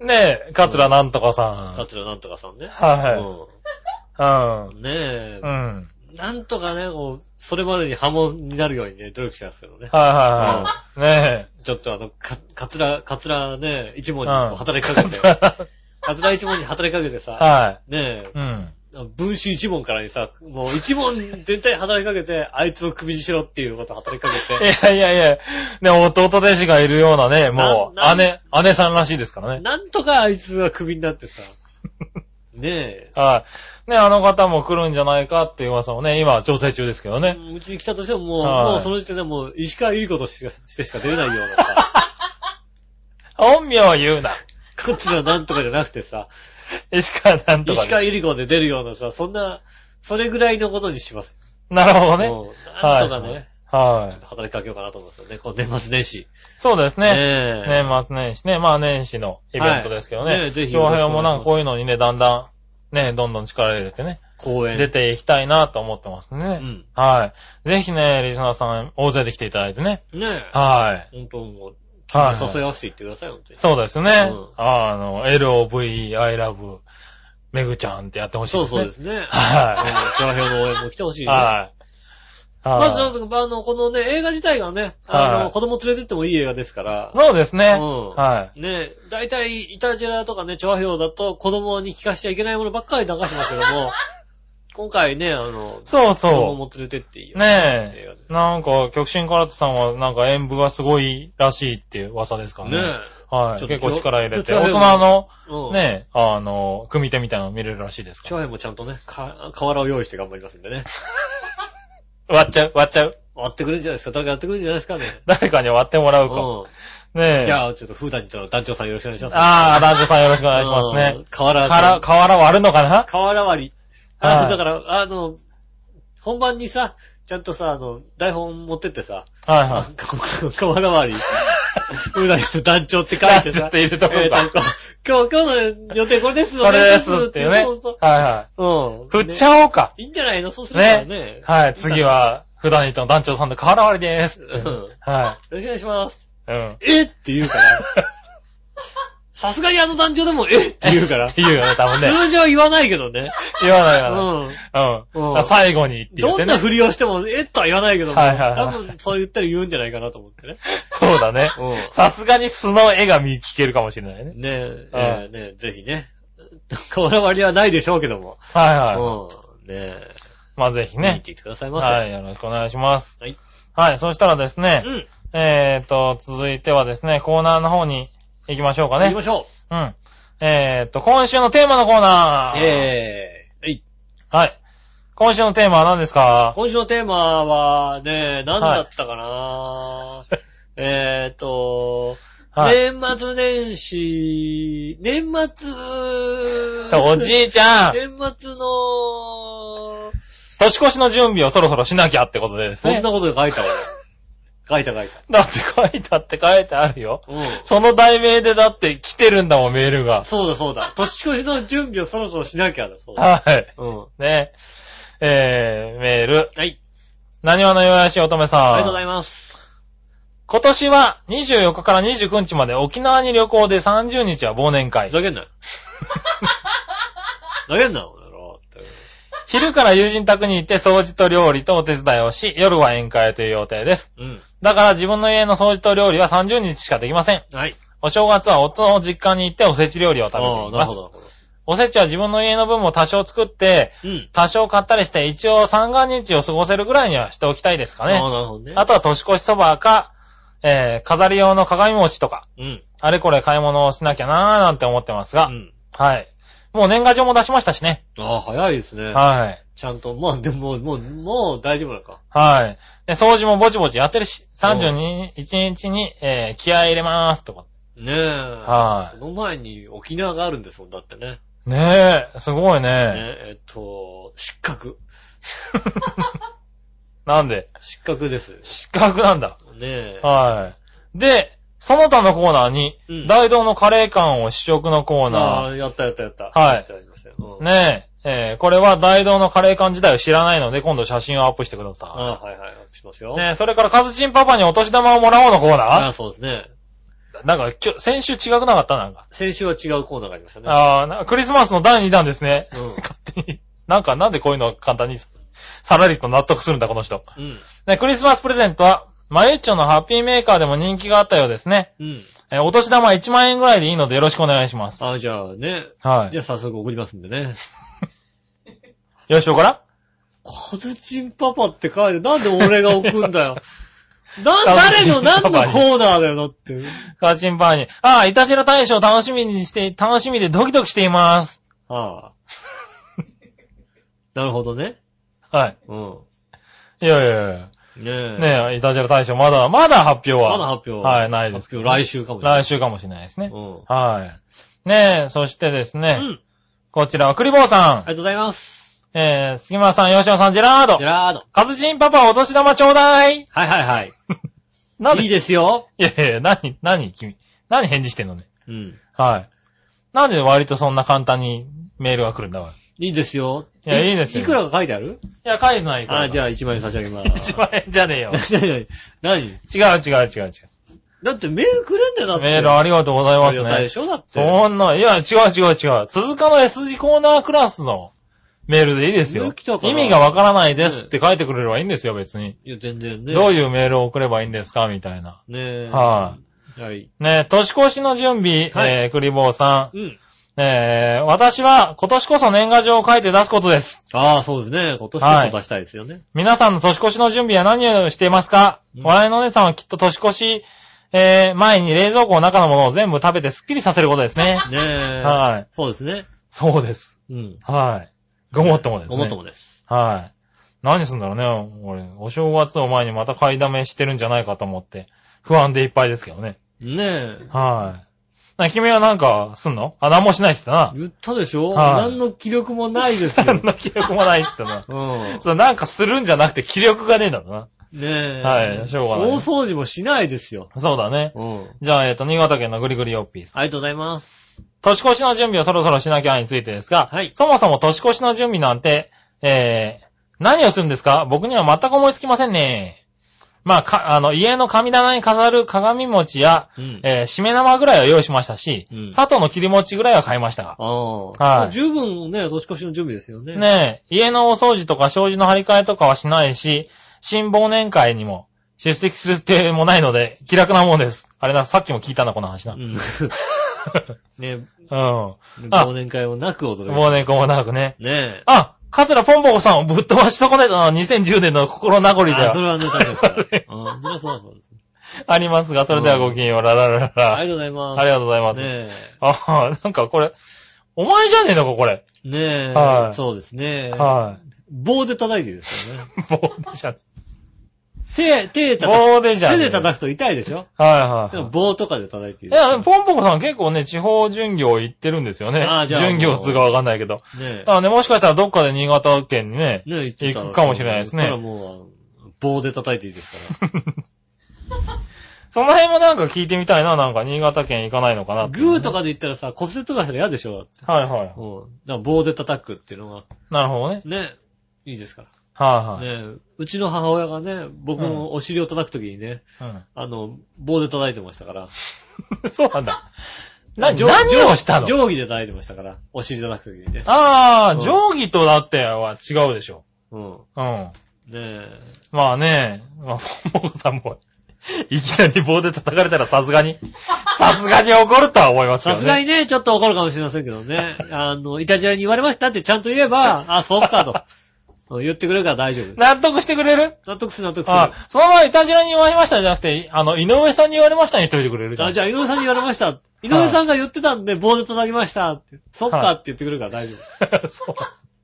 Speaker 3: ねえ、桂なんとかさ
Speaker 2: 桂なんとかさんね。
Speaker 3: はん。
Speaker 2: うんねえ
Speaker 3: う、ん。うん。
Speaker 2: なんとかね、こう、それまでに波紋になるようにね、努力してますけどね。
Speaker 3: はいはいはい。ね
Speaker 2: ちょっとあの、か、かつら、かつらね、一問に
Speaker 3: うん
Speaker 2: こう働き
Speaker 3: え
Speaker 2: かけ て、。かつら一問に働きかけてさ、
Speaker 3: は
Speaker 2: ね
Speaker 3: い。うん。
Speaker 2: え、分子一問からにさ、もう一問全体働きかけて、 あいつを首にしろっていうこと働きかけて、
Speaker 3: いやいやいや、ね、弟弟子がいるようなね、も
Speaker 2: な
Speaker 3: う、
Speaker 2: ん
Speaker 3: 姉、姉さんらしいですからね。
Speaker 2: なんとかあいつが首にな ってさ、ねえ、
Speaker 3: はい。ね、あの方も来るんじゃないかっていう噂もね、今調整中ですけどね。
Speaker 2: うちに来たとしても、もう、
Speaker 3: はい
Speaker 2: もうその時点でもう、石川由里子としかしてしか出れないような さ、
Speaker 3: 本名は言うな。
Speaker 2: こっちのなんとかじゃなくてさ、
Speaker 3: 石川なんとか
Speaker 2: 石
Speaker 3: ね。
Speaker 2: 川由里子で出るようなさ、そんな、それぐらいのことにします。
Speaker 3: なるほどね。
Speaker 2: もうなんとかね、
Speaker 3: は
Speaker 2: ちょっ
Speaker 3: い。
Speaker 2: と働きかけようかなと思うんですよね、この年末年始。
Speaker 3: そうです
Speaker 2: ね
Speaker 3: ね。
Speaker 2: え
Speaker 3: 年末年始ね。まあ年始のイベントですけど
Speaker 2: はいね
Speaker 3: ね。
Speaker 2: ぜひ
Speaker 3: 長編もなんかこういうのにね、だんだん、ね、どんどん力入れてね。
Speaker 2: 公園。
Speaker 3: 出ていきたいなと思ってます
Speaker 2: う
Speaker 3: ね。
Speaker 2: ん。
Speaker 3: はい。ぜひね、リスナーさん、大勢で来ていただいてね。
Speaker 2: ねえ。
Speaker 3: はい。
Speaker 2: 本当もう、
Speaker 3: はい
Speaker 2: 誘い合わせていってください、本当に。
Speaker 3: そうですね。
Speaker 2: うん
Speaker 3: あの、LOV, I love, めぐちゃんってやってほしい
Speaker 2: そ
Speaker 3: で
Speaker 2: う
Speaker 3: すね。
Speaker 2: そうですね。
Speaker 3: は
Speaker 2: チャーヒョの応援も来てほしい
Speaker 3: い。
Speaker 2: ですね。
Speaker 3: はい。
Speaker 2: まず、な
Speaker 3: は
Speaker 2: ん
Speaker 3: い
Speaker 2: とかあの、このね、映画自体がね、あ
Speaker 3: は
Speaker 2: の、
Speaker 3: い
Speaker 2: 子供連れてってもいい映画ですから。
Speaker 3: そうですね。
Speaker 2: うん
Speaker 3: はい。
Speaker 2: ねえ、大体、イタジェラとかね、チョアヒョウだと子供に聞かしちゃいけないものばっかり流してますけど も、今回ね、あの、
Speaker 3: そ
Speaker 2: 子供
Speaker 3: うそ
Speaker 2: も連れてっていいよ。
Speaker 3: う。ね
Speaker 2: 映画で
Speaker 3: え。なんか、極真空手さんは、なんか演舞がすごいらしいっていう噂ですから
Speaker 2: ね
Speaker 3: ね。は
Speaker 2: ちょ
Speaker 3: い。
Speaker 2: っと
Speaker 3: 結構力入
Speaker 2: ち
Speaker 3: れて、
Speaker 2: ょっ
Speaker 3: 大
Speaker 2: と
Speaker 3: 人の、
Speaker 2: え。うん。
Speaker 3: ねえ、あの、組手みたいなの見れるらしいです
Speaker 2: チ
Speaker 3: か
Speaker 2: ョアヒョウもちゃんとね、か、瓦を用意して頑張りますんでね。
Speaker 3: ら。割っちゃう、割っちゃう。
Speaker 2: 割ってくれるんじゃないですか誰かやってくれるんじゃないですかね。
Speaker 3: 誰かに割ってもらうか。
Speaker 2: う
Speaker 3: ねえ。
Speaker 2: ん。じゃあ、ちょっと、フーダニと団長さんよろしくお願いします。
Speaker 3: あー、男女さんよろしくお願いします
Speaker 2: う
Speaker 3: ね
Speaker 2: ん。。瓦、
Speaker 3: から、瓦割るのかな
Speaker 2: 瓦割り。あ
Speaker 3: はい
Speaker 2: だから、あの、本番にさ、ちゃんとさ、あの、台本持ってってさ、
Speaker 3: はい
Speaker 2: な
Speaker 3: は
Speaker 2: んか瓦割り、 うなぎの団長って書いて
Speaker 3: 団長
Speaker 2: さ、
Speaker 3: って入れとこうか
Speaker 2: えー なん 今日、今日の予定これです
Speaker 3: い。
Speaker 2: よ
Speaker 3: そ
Speaker 2: ね。
Speaker 3: れですっていうね。
Speaker 2: そうそう
Speaker 3: はいは
Speaker 2: うん。
Speaker 3: い。振っちゃおうか。
Speaker 2: ねいいんじゃないのそうするからね。
Speaker 3: はい、次は、普段にいたの団長さんの瓦割りです。
Speaker 2: うん。
Speaker 3: は
Speaker 2: よろしくお願いします。
Speaker 3: い。うん。
Speaker 2: えって言う から。さすがにあの団長でも、えって言うから
Speaker 3: っ。て言うよね、多分ね。
Speaker 2: 通常言わないけどね。
Speaker 3: 言わないう言わ
Speaker 2: ん。
Speaker 3: ない。
Speaker 2: う
Speaker 3: うんん。あ最後にって言っ
Speaker 2: ど
Speaker 3: て
Speaker 2: んな
Speaker 3: ね。
Speaker 2: ふりをしても、えっとは言わないけども、
Speaker 3: はいはいはい
Speaker 2: 多分そう言ったら言うんじゃないかなと思ってね。
Speaker 3: そうだね。
Speaker 2: う
Speaker 3: さすがに素の絵が見聞けるかもしれないね。
Speaker 2: ん。ねえ、ええねえ、ぜひね。こだわりはないでしょうけども。
Speaker 3: はいは
Speaker 2: うん。ねえ。
Speaker 3: い。まあぜひ
Speaker 2: ね。見
Speaker 3: ね。
Speaker 2: ていってくださいませ。
Speaker 3: はい、よろしくお願いします。
Speaker 2: はい。
Speaker 3: はい、そしたらですね
Speaker 2: う、ん。
Speaker 3: えーと、続いてはですね、コーナーの方に行きましょうか
Speaker 2: 行き
Speaker 3: ね
Speaker 2: ま。しょ
Speaker 3: うん。えーと、今週のテーマのコーナ
Speaker 2: う。
Speaker 3: ー。
Speaker 2: ええはい。
Speaker 3: はい。今週のテーマは何ですか
Speaker 2: 今週のテーマはね、何だったかな えっと、
Speaker 3: はい。
Speaker 2: 年末年始、年末、
Speaker 3: おじいち ゃん
Speaker 2: 年末の、
Speaker 3: 年越しの準備をそろそろしなきゃってことでです
Speaker 2: そん
Speaker 3: ね
Speaker 2: な。ことで書い た俺。書いた書いた。
Speaker 3: だって書いたって書いてあるよ。
Speaker 2: うん。
Speaker 3: その題名でだって来てるんだもん、メールが。
Speaker 2: そうだそうだ。年越しの準備をそろそろしなきゃだ。そうだ。
Speaker 3: はい。
Speaker 2: うん。
Speaker 3: ね。えー、メール。
Speaker 2: はい。
Speaker 3: 何話のよやし乙女さん。
Speaker 2: ありがとうございます。
Speaker 3: 今年は24日から29日まで沖縄に旅行で30日は忘年
Speaker 2: ふ
Speaker 3: 会。
Speaker 2: ざけん なよ。ふざけんなよ、俺らって。
Speaker 3: 昼から友人宅に行って掃除と料理とお手伝いをし、夜は宴会という予定です。
Speaker 2: うん。
Speaker 3: だから自分の家の掃除と料理は30日しかできません。
Speaker 2: はい。
Speaker 3: お正月は夫の実家に行っておせち料理を食べて
Speaker 2: ああ、
Speaker 3: い
Speaker 2: なる
Speaker 3: ま
Speaker 2: ほど、
Speaker 3: す
Speaker 2: な。るほど。
Speaker 3: おせちは自分の家の分も多少作って、
Speaker 2: うん。
Speaker 3: 多少買ったりして、一応三が日を過ごせるぐらいにはしておきたいですか
Speaker 2: ああ、
Speaker 3: ね。
Speaker 2: なるほどね。
Speaker 3: あとは年越しそばか、えー、飾り用の鏡餅とか、
Speaker 2: うん。
Speaker 3: あれこれ買い物をしなきゃなーなんて思ってますが、
Speaker 2: うん。
Speaker 3: はい。もう年賀状も出しましたしね。
Speaker 2: ああ、早いですね。
Speaker 3: はい。
Speaker 2: ちゃんと、まあ、でも、もう、もう大丈夫なのか。
Speaker 3: はい。で、掃除もぼちぼちやってるし、31日に、えー、気合い入れまーすとか。
Speaker 2: ねえ。は
Speaker 3: はい
Speaker 2: その前に沖縄があるんですもん、だってね。
Speaker 3: ねえ、すご
Speaker 2: ね
Speaker 3: いね。
Speaker 2: えっと、失格。
Speaker 3: なんで
Speaker 2: 失格です。ね
Speaker 3: 失格なんだ。
Speaker 2: え。
Speaker 3: はい。で、その他のコーナーに、
Speaker 2: うん
Speaker 3: 大道のカレー缶を試食のコーナー
Speaker 2: ああ、やったやったやった。
Speaker 3: はい
Speaker 2: やってありましたよ。うん
Speaker 3: ねえ、えーこれは大道のカレー缶自体を知らないので、今度写真をアップしてくださ
Speaker 2: ああ、はいはい、しますよ。
Speaker 3: い。ねえ、それからカズチンパパにお年玉をもらおうのコー
Speaker 2: あ
Speaker 3: ナ
Speaker 2: あ、そうですね。
Speaker 3: ーなんか、きょ先週違くなかったなんか。
Speaker 2: 先週は違うコーナーがありましたね。
Speaker 3: ああ、なクリスマスの第2弾ですね。
Speaker 2: う
Speaker 3: 勝手に。なんか、なんでこういうのを簡単に、さらりと納得するんだ、この人。
Speaker 2: ん。うん。
Speaker 3: ね、クリスマスプレゼントは、マユッチョのハッピーメーカーでも人気があったようですね。
Speaker 2: うん。
Speaker 3: えーお年玉1万円ぐらいでいいのでよろしくお願いします。
Speaker 2: ああ、じゃあね。
Speaker 3: は
Speaker 2: じ
Speaker 3: い。
Speaker 2: ゃあ
Speaker 3: よ
Speaker 2: 早速送りますんでね。
Speaker 3: ろしくから
Speaker 2: カズチンパパって書いて、なんで俺が送るんだ よ。な、
Speaker 3: カズ
Speaker 2: 誰
Speaker 3: チン
Speaker 2: の、何
Speaker 3: パパ
Speaker 2: の
Speaker 3: に
Speaker 2: コーナーだよ、だって。
Speaker 3: カーチンパーに。ああ、いたしら大賞楽しみにして、楽しみでドキドキしています。
Speaker 2: ああ。 なるほどね。
Speaker 3: は
Speaker 2: うん。
Speaker 3: い。いやいやい
Speaker 2: ねえ。
Speaker 3: や。ねえ、いたしら大賞まだ、まだ発表
Speaker 2: ま
Speaker 3: は。
Speaker 2: だ発表
Speaker 3: はい、ないです。
Speaker 2: 発表来週かもしれない。
Speaker 3: 来週かもしれないですね
Speaker 2: う。ん。
Speaker 3: はい。ねえ、そしてです
Speaker 2: う
Speaker 3: ね、
Speaker 2: ん。
Speaker 3: こちらはクリボー
Speaker 2: あり
Speaker 3: さ
Speaker 2: がとうございます。
Speaker 3: ん、えー、杉村さん、吉野さん、ジェラード
Speaker 2: ジェ、ラード。
Speaker 3: カズチンパパお年玉ちょうだい
Speaker 2: はいはい
Speaker 3: な
Speaker 2: はい。
Speaker 3: んで
Speaker 2: いいですよ。
Speaker 3: いやいや、何、何、君、何返事してんのね。
Speaker 2: うん。
Speaker 3: はい。なんで割とそんな簡単にメールが来るんだわ。
Speaker 2: いいですよ。
Speaker 3: いや、いいですよ。
Speaker 2: いくらか書いてある
Speaker 3: いや、帰んないから。
Speaker 2: あ、じ
Speaker 3: ゃ
Speaker 2: ゃあ1万円差し上げま
Speaker 3: あ
Speaker 2: す。
Speaker 3: 1万円じゃねえよ。
Speaker 2: 円。何
Speaker 3: 違う違う違う違う。
Speaker 2: だってメールくれんだよ、だって。
Speaker 3: メールありがとうござい
Speaker 2: あ
Speaker 3: ま
Speaker 2: り
Speaker 3: す
Speaker 2: がたいで
Speaker 3: ね。
Speaker 2: しょだって。
Speaker 3: そんな、いや、違う違う違う。鈴鹿の S 字コーナークラスのメールでいいですよ
Speaker 2: 来た。から
Speaker 3: 意味がわからないですって書いてくれればいいんですよ、別に。
Speaker 2: いや、全然ね。
Speaker 3: どう
Speaker 2: う
Speaker 3: いうメールを送ればいいんですか、みたいな。
Speaker 2: ねえ。。
Speaker 3: はい
Speaker 2: はい。
Speaker 3: ね、年越しの準備、
Speaker 2: はい
Speaker 3: えー、クリボーさん。
Speaker 2: うん。
Speaker 3: えー、私は今年こそ年賀状を書いて出すことです。
Speaker 2: ああ、そうですね。今年こそ出したいですよね。
Speaker 3: 皆さんの年越しの準備は何をしていますか、
Speaker 2: うん
Speaker 3: 笑いのお姉さんはきっと年越し、えー、前に冷蔵庫の中のものを全部食べてスッキリさせることですね。
Speaker 2: ねえ。
Speaker 3: はい。
Speaker 2: そうですね。
Speaker 3: そうです。
Speaker 2: うん。
Speaker 3: はい。ごもっともですね。
Speaker 2: ごもっともです。
Speaker 3: はい。何すんだろうね。俺、お正月を前にまた買いだめしてるんじゃないかと思って、不安でいっぱいですけどね。
Speaker 2: ねえ。
Speaker 3: はい。な君はなんか、すんのあ、何もしないって言っ
Speaker 2: 言ったでしょ
Speaker 3: はい
Speaker 2: 何の気力もないです
Speaker 3: たな。
Speaker 2: よ。
Speaker 3: 何。の気力もないって言ったな
Speaker 2: うん。
Speaker 3: そう、なんかするんじゃなくて気力がねえんだろうな。
Speaker 2: ねえ。
Speaker 3: はいしょうがない
Speaker 2: 大掃除もしないですよ。
Speaker 3: そうだね。
Speaker 2: うん。
Speaker 3: じゃあ、えっ、と、新潟県のぐりぐりよっぴーさん。
Speaker 2: ありがとうございます。
Speaker 3: 年越しの準備をそろそろしなきゃについてですが、
Speaker 2: はい
Speaker 3: そもそも年越しの準備なんて、えー、何をするんですか僕には全く思いつきませんね。まあ、か、あの、家の神棚に飾る鏡餅や、
Speaker 2: うん。
Speaker 3: えー、しめ縄ぐらいは用意しましたし、
Speaker 2: うん
Speaker 3: 佐藤の切り餅ぐらいは買いましたが。
Speaker 2: ああ。
Speaker 3: はい
Speaker 2: 十分ね、年越しの準備ですよね。。
Speaker 3: ねえ、家のお掃除とか障子の張り替えとかはしないし、新忘年会にも出席する予定もないので、気楽なもんです。あれな、さっきも聞いたな、この話な。
Speaker 2: う
Speaker 3: うん。
Speaker 2: ん。ね、
Speaker 3: 忘あ
Speaker 2: 忘年会もなくお届けしま
Speaker 3: 年会もなくね。
Speaker 2: す。ね
Speaker 3: あ、カツラポンポコさんをぶっ飛ばし損ねたのは2010年の心名残
Speaker 2: え。
Speaker 3: で
Speaker 2: あ、それ
Speaker 3: は
Speaker 2: はね、 確かに。うん、それはそうだそうです。
Speaker 3: ありますが、それではごきげんよう、ララララ
Speaker 2: あ
Speaker 3: ラ。
Speaker 2: りがとうござ
Speaker 3: あ
Speaker 2: い
Speaker 3: りがとうございま
Speaker 2: ます。
Speaker 3: す。
Speaker 2: ね
Speaker 3: ああ、なんかこれ、お前じゃねえのか、これ。
Speaker 2: え。ね
Speaker 3: は
Speaker 2: え。
Speaker 3: い
Speaker 2: そうですね。
Speaker 3: は
Speaker 2: 棒で叩いてるんですよね。
Speaker 3: い。棒でじゃね
Speaker 2: 手、手
Speaker 3: え。
Speaker 2: 叩く。
Speaker 3: 棒でじゃね
Speaker 2: 手
Speaker 3: え。
Speaker 2: で叩くと痛いでしょ
Speaker 3: はいはい
Speaker 2: で
Speaker 3: はい
Speaker 2: も。棒とかで叩いて
Speaker 3: い
Speaker 2: る。
Speaker 3: や、でも
Speaker 2: ね
Speaker 3: ポンポコさん結構ね、地方巡業行ってるんですよね。
Speaker 2: ああじゃあ
Speaker 3: 巡業っつうかわかんないけど。だ
Speaker 2: え
Speaker 3: か。らね、もしかしたらどっかで新潟県に ね、
Speaker 2: ねえ、言ってたら
Speaker 3: 行くかもしれないですね
Speaker 2: そしたらもう、棒で叩いていいですから。
Speaker 3: その辺もなんか聞いてみたいな、なんか新潟県行かないのかなって
Speaker 2: グーとかで言ったらさ、骨折とかしたら嫌でしょ
Speaker 3: はいはい。
Speaker 2: うん。だから棒で叩くっていうのが、
Speaker 3: なるほどね。
Speaker 2: ね、いいですか
Speaker 3: は
Speaker 2: ら。
Speaker 3: いはい。
Speaker 2: ね、うちの母親がね、僕のお尻を叩くときにね、あの、棒で叩いてましたから。
Speaker 3: うん そうな んだ。な、
Speaker 2: 定
Speaker 3: 何をしたの
Speaker 2: 定定規で叩いてましたから、お尻叩くときにね。
Speaker 3: あ
Speaker 2: うん
Speaker 3: あ、定規とだっては違うでしょ。
Speaker 2: うん。
Speaker 3: うん。
Speaker 2: ねえ。
Speaker 3: まあね、まあ、ポンポコさんも、 いきなり棒で叩かれたらさすがに、 さすがに怒るとは思いますけど
Speaker 2: さす
Speaker 3: ね。
Speaker 2: がにね、ちょっと怒るかもしれませんけど ね。あの、いたじらに言われましたってちゃんと言えば、あ、そっかと。うん言ってくれるから大丈夫。
Speaker 3: 納得してくれる
Speaker 2: 納得する納得する。
Speaker 3: あ
Speaker 2: あ、
Speaker 3: そのままいたじらに言われましたじゃなくて、あの、井上さんに言われましたにしといてくれるじゃん。
Speaker 2: じゃあ井上さんに言われました。井上さんが言ってたんで、棒で叩きましたって。そっかって言ってくれるから大丈
Speaker 3: そ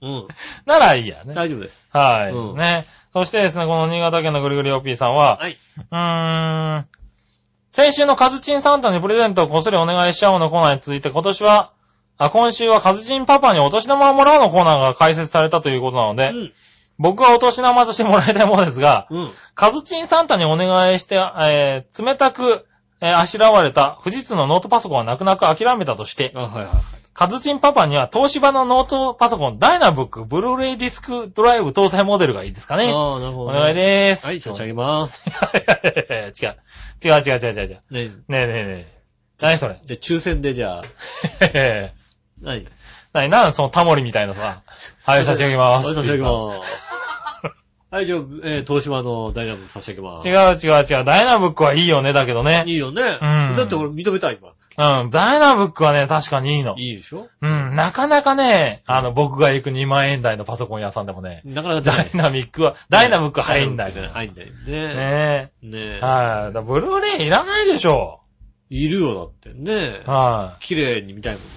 Speaker 3: う。
Speaker 2: 夫。
Speaker 3: ならいいや
Speaker 2: うん。
Speaker 3: ね。
Speaker 2: 大丈夫です。
Speaker 3: はい、
Speaker 2: うん
Speaker 3: ね。そしてですね、この新潟県のぐるぐる OP さんは、
Speaker 2: はい。
Speaker 3: うーん、先週のカズチンサンタにプレゼントをこっそりお願いしちゃおうのコーナーに続いて、今年は、あ、今週はカズチンパパにお年玉をもらうのコーナーが開設されたということなので、
Speaker 2: うん。
Speaker 3: 僕はお年玉としてもらいたいものですが、
Speaker 2: うん。
Speaker 3: カズチンサンタにお願いして、えー冷たく、えーあしらわれた富士通のノートパソコンは泣く泣く諦めたとして、
Speaker 2: あ、はいはい。
Speaker 3: カズチンパパには東芝のノートパソコンダイナブックブルーレイディスクドライブ搭載モデルがいいですかね。
Speaker 2: ああ、なる
Speaker 3: お
Speaker 2: ほど、
Speaker 3: 願いでーす。
Speaker 2: はい、
Speaker 3: 違
Speaker 2: 差
Speaker 3: う
Speaker 2: し上げます。
Speaker 3: 違う違う違う違う違う。
Speaker 2: ね
Speaker 3: ねえねえねえ。何それ
Speaker 2: じゃあ、抽選でじゃあ、何
Speaker 3: 何なんそのタモリみたいなさ。はい、差し上げま
Speaker 2: はい、
Speaker 3: す。
Speaker 2: 差し上げ ます。はい、じゃあ、えー、東芝のダイナブル差し上げます。
Speaker 3: 違う違う違う。ダイナブックはいいよね、だけどね。
Speaker 2: いいよね。
Speaker 3: うん
Speaker 2: だって俺認めた、今。
Speaker 3: うん。ダイナブックはね、確かにいいの。
Speaker 2: いいでしょ
Speaker 3: うん、なかなかね、あの、僕が行く2万円台のパソコン屋さんでもね、
Speaker 2: なかなか出
Speaker 3: ダ
Speaker 2: な
Speaker 3: イ
Speaker 2: い。
Speaker 3: ナミックは、 ダイナブックは入んない。
Speaker 2: ダイナブッ
Speaker 3: ね
Speaker 2: ク入んない。ね
Speaker 3: え。
Speaker 2: え。ねえ。
Speaker 3: はい。だからブルーレイいらないでしょ。
Speaker 2: いるよ、だって。ねえ。
Speaker 3: は
Speaker 2: 綺麗に見たいもんね。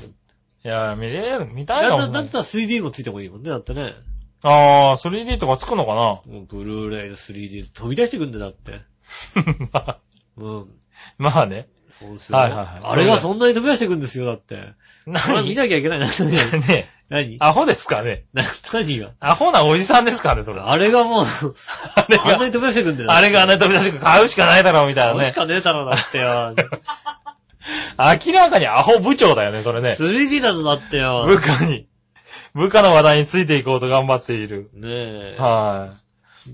Speaker 3: い。いや、見れる、見たいか
Speaker 2: だ
Speaker 3: も
Speaker 2: んだ
Speaker 3: しれ
Speaker 2: ん
Speaker 3: ない
Speaker 2: だ。ったら 3D もついてもいいもんね、だってね。
Speaker 3: あー、3D とかつくのか
Speaker 2: もうブルーレイの 3D 飛び出してくんだよ、だって。
Speaker 3: な まあ
Speaker 2: うん。
Speaker 3: まあね。
Speaker 2: そうですよね。
Speaker 3: はいはいはい
Speaker 2: あれがそんなに飛び出してくんですよ、だって。これ見
Speaker 3: 何
Speaker 2: なきゃいけないな、
Speaker 3: ね
Speaker 2: 何
Speaker 3: アホですかね
Speaker 2: な何が
Speaker 3: アホなおじさんですかね、それ。あ
Speaker 2: あれがもう、
Speaker 3: れ
Speaker 2: あんな
Speaker 3: が、
Speaker 2: に飛び出してくんだよ。
Speaker 3: あれがあんなに飛び出してくる買うしかないだろ、みたい
Speaker 2: そ
Speaker 3: な
Speaker 2: れし
Speaker 3: ね。
Speaker 2: かねえだろだって よ。
Speaker 3: 明らかにアホ部長だよね、それね。
Speaker 2: 3D だぞだってよ。
Speaker 3: 部下に、部下の話題についていこうと頑張っている。
Speaker 2: ねえ。
Speaker 3: は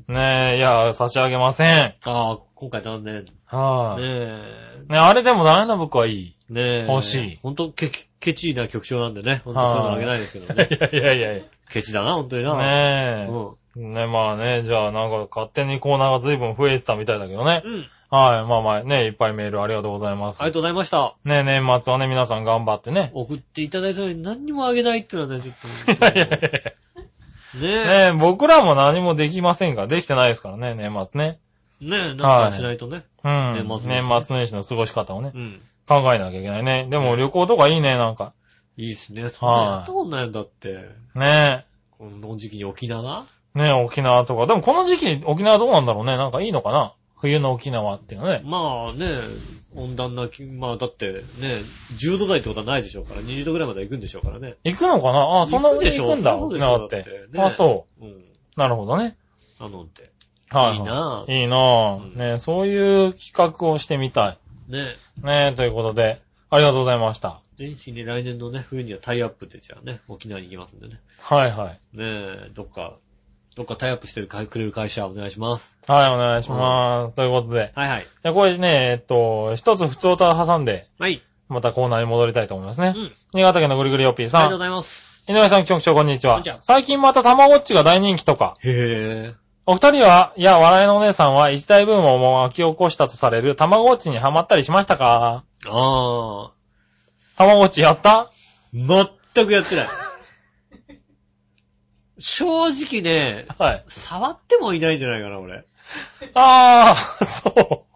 Speaker 3: い。ねえ、いや、差し上げません。
Speaker 2: ああ、今回残念。ね
Speaker 3: はい。
Speaker 2: え。
Speaker 3: ね、あれでもダメな僕はいい。
Speaker 2: ねえ。
Speaker 3: 欲しい
Speaker 2: ほんと、ケチ、ケチな局長なんでね。ほんとそういうのあげないですけど
Speaker 3: い
Speaker 2: ね。
Speaker 3: やいやいやい
Speaker 2: ケチだな、ほんとに
Speaker 3: や。
Speaker 2: な。う
Speaker 3: ね
Speaker 2: ん。うん。
Speaker 3: え。ね、まあね、じゃあなんか勝手にコーナーが随分増えてたみたいだけどね。はい、まあまあね、いっぱいメールありがとうございます
Speaker 2: あり。がとうございました。
Speaker 3: ね、年末はね、皆さん頑張ってね。
Speaker 2: 送っていただいたのに何にもあげないってのはね、ちょっ
Speaker 3: い
Speaker 2: と。
Speaker 3: やいやいやいや
Speaker 2: ね
Speaker 3: ね僕らも何もできませんから、できてないですからね、年末ね。
Speaker 2: え。ねえ、なんかしないとね。
Speaker 3: うん。
Speaker 2: 年末年始ね
Speaker 3: 年末年始の過ごし方をね
Speaker 2: う、ん。
Speaker 3: 考えなきゃいけないね。でも旅行とかいいね、なんか。
Speaker 2: いいっすね。そんなやったことないんだって。
Speaker 3: ね
Speaker 2: この時期に沖縄
Speaker 3: え。ねえ、沖縄とか。でもこの時期、沖縄どうなんだろうね。なんかいいのかな冬の沖縄っていうのね。
Speaker 2: まあね、温暖な気、まあだってね、10度台ってことはないでしょうから、20度ぐらいまで行くんでしょうからね。
Speaker 3: 行くのかなあ、そんな
Speaker 2: 行くで
Speaker 3: に
Speaker 2: し
Speaker 3: 行
Speaker 2: ょ
Speaker 3: くんだ、
Speaker 2: そう
Speaker 3: 沖
Speaker 2: でしょ
Speaker 3: 縄って
Speaker 2: だって。ね
Speaker 3: あ、そ
Speaker 2: うん。
Speaker 3: う。なるほどね。
Speaker 2: あのって。
Speaker 3: はい。
Speaker 2: いいなぁ
Speaker 3: いいなぁ
Speaker 2: うん
Speaker 3: ねえ、そういう企画をしてみた
Speaker 2: ね。
Speaker 3: い。ねえ、ということで、ありがとうございました。
Speaker 2: 全身に来年のね、冬にはタイアップでじゃあね、沖縄に行きますんでね。
Speaker 3: はいはい。
Speaker 2: ねえ、どっか、どっかタイアップしてるかくれる会社お願いします。
Speaker 3: はい、お願いします。ということで。
Speaker 2: はいはい。
Speaker 3: じゃあこれね、えっと、一つ普通歌を挟んで、
Speaker 2: はい。
Speaker 3: またコーナーに戻りたいと思います
Speaker 2: う
Speaker 3: ね。
Speaker 2: ん。
Speaker 3: 新潟県のぐりぐりよっぴ
Speaker 2: あ
Speaker 3: ー
Speaker 2: りがと
Speaker 3: さ
Speaker 2: うご
Speaker 3: ん。
Speaker 2: ざいます。
Speaker 3: 井上さん、局長、こんにち
Speaker 2: こん
Speaker 3: は
Speaker 2: にちは。
Speaker 3: 最近またたまごっちが大人気とか。
Speaker 2: へ
Speaker 3: お二人は、いや、笑いのお姉さんは一大ブームを巻き起こしたとされるたまごっちにハマったりしましたか
Speaker 2: ぇー。あ
Speaker 3: たまごっちやった
Speaker 2: ー。全くや ってない。正直ね、
Speaker 3: はい。
Speaker 2: 触ってもいないんじゃないかな、俺。
Speaker 3: あー、 そ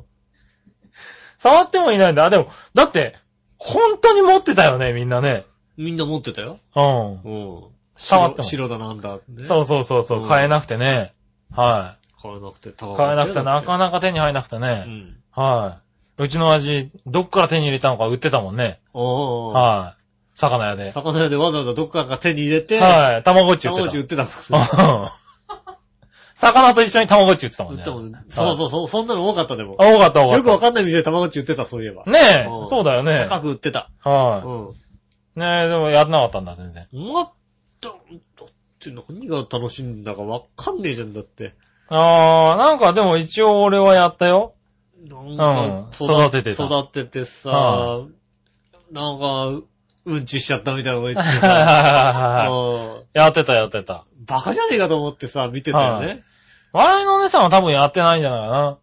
Speaker 2: うん。
Speaker 3: 触ってもいないんだ。あ、でも、だって、本当に持ってたよね、みんなね。
Speaker 2: みんな持ってたよ。
Speaker 3: うん。
Speaker 2: うん。
Speaker 3: 触っても
Speaker 2: 白白だなんだってね。
Speaker 3: そうそうそうそうう、
Speaker 2: ん
Speaker 3: 買えなくてね。は
Speaker 2: 買えなくて
Speaker 3: い。
Speaker 2: 高
Speaker 3: 買えなくてなか
Speaker 2: な
Speaker 3: なか手に入らなくて
Speaker 2: う
Speaker 3: ね。
Speaker 2: ん。
Speaker 3: はい。うちの味、どっから手に入れたのか売ってたもんね。
Speaker 2: おー。
Speaker 3: はい。魚屋で。
Speaker 2: 魚屋でわざわざどっからか手に入れて、
Speaker 3: はい。卵っち
Speaker 2: た
Speaker 3: 売
Speaker 2: まご
Speaker 3: っ
Speaker 2: っち売
Speaker 3: て
Speaker 2: ってた。
Speaker 3: た。うん 魚と一緒に卵っち売ってたもん
Speaker 2: 売っ
Speaker 3: ね。
Speaker 2: たもんね。そうそうそう、そんなの多かったでも。
Speaker 3: あ、多かった多かった。
Speaker 2: よくわかんない店でたまごっち売ってた、そういえば。
Speaker 3: ね
Speaker 2: うん
Speaker 3: え、そうだよね。
Speaker 2: 高く売ってた。う
Speaker 3: は
Speaker 2: ん。
Speaker 3: い。ねえ、でもやんなかったんだ、全然。
Speaker 2: まっと、だって何が楽しいんだかわかんねえじゃんだって。
Speaker 3: あー、なんかでも一応俺はやったよ。
Speaker 2: なんか
Speaker 3: うん育ててた
Speaker 2: 育ててさ
Speaker 3: は、
Speaker 2: なんか、うんちしちゃったみたいなこと言っ
Speaker 3: はい
Speaker 2: て
Speaker 3: はい
Speaker 2: さ。
Speaker 3: はいは
Speaker 2: うん
Speaker 3: いやってたやってた。
Speaker 2: バカじゃねえかと思ってさ、見てたよね。
Speaker 3: 笑いのお姉さんは多分やってないんじゃないかな。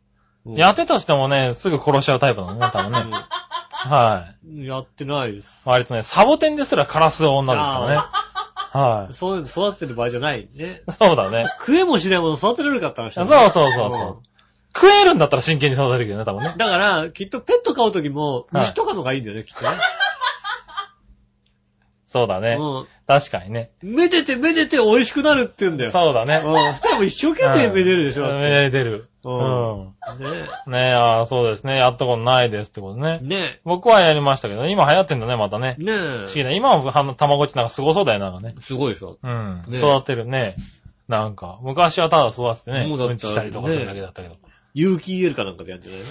Speaker 2: うん
Speaker 3: やってたとしてもね、すぐ殺しちゃうタイプなのね、多 分ね。はい。
Speaker 2: うんやってないです。
Speaker 3: 割とね、サボテンですらカラス女ですからね。はい。
Speaker 2: そういうの育ててる場合じゃないね。
Speaker 3: そうだね。
Speaker 2: 食えもしないもの育てられるかった話
Speaker 3: そ
Speaker 2: だ
Speaker 3: う
Speaker 2: ね
Speaker 3: そうそうそう。
Speaker 2: ん
Speaker 3: 食えるんだったら真剣に育てるけどね、多分ね。
Speaker 2: だから、きっとペット飼うときも、
Speaker 3: はい
Speaker 2: 虫とかのがいいんだよね、きっとね。
Speaker 3: そうだね。
Speaker 2: う
Speaker 3: 確かにね。
Speaker 2: ん。めでてめでて美味しくなるって言うんだよ。
Speaker 3: そうだね。
Speaker 2: うん。二人も一生懸命めでるでしょ。
Speaker 3: う
Speaker 2: だ
Speaker 3: ん
Speaker 2: っ
Speaker 3: め
Speaker 2: て
Speaker 3: でてる。
Speaker 2: う
Speaker 3: うんん。
Speaker 2: ね
Speaker 3: ねえ、ああ、そうですね。やったことないですってこと
Speaker 2: え。
Speaker 3: ね。
Speaker 2: ね
Speaker 3: 僕はやりましたけど、今流行ってんだね、またね
Speaker 2: え。。ね
Speaker 3: 不思議
Speaker 2: え。
Speaker 3: だ。今は、あの、卵っちなんかすごそうだよ、なんかね。
Speaker 2: すごいでしょ。
Speaker 3: うん。
Speaker 2: ね
Speaker 3: 育てるね。なんか、昔はただ育ててね、
Speaker 2: もうだったら
Speaker 3: うんちしたりとかするだけだ ったけど。
Speaker 2: 有機 EL かなんかでやるんじゃないの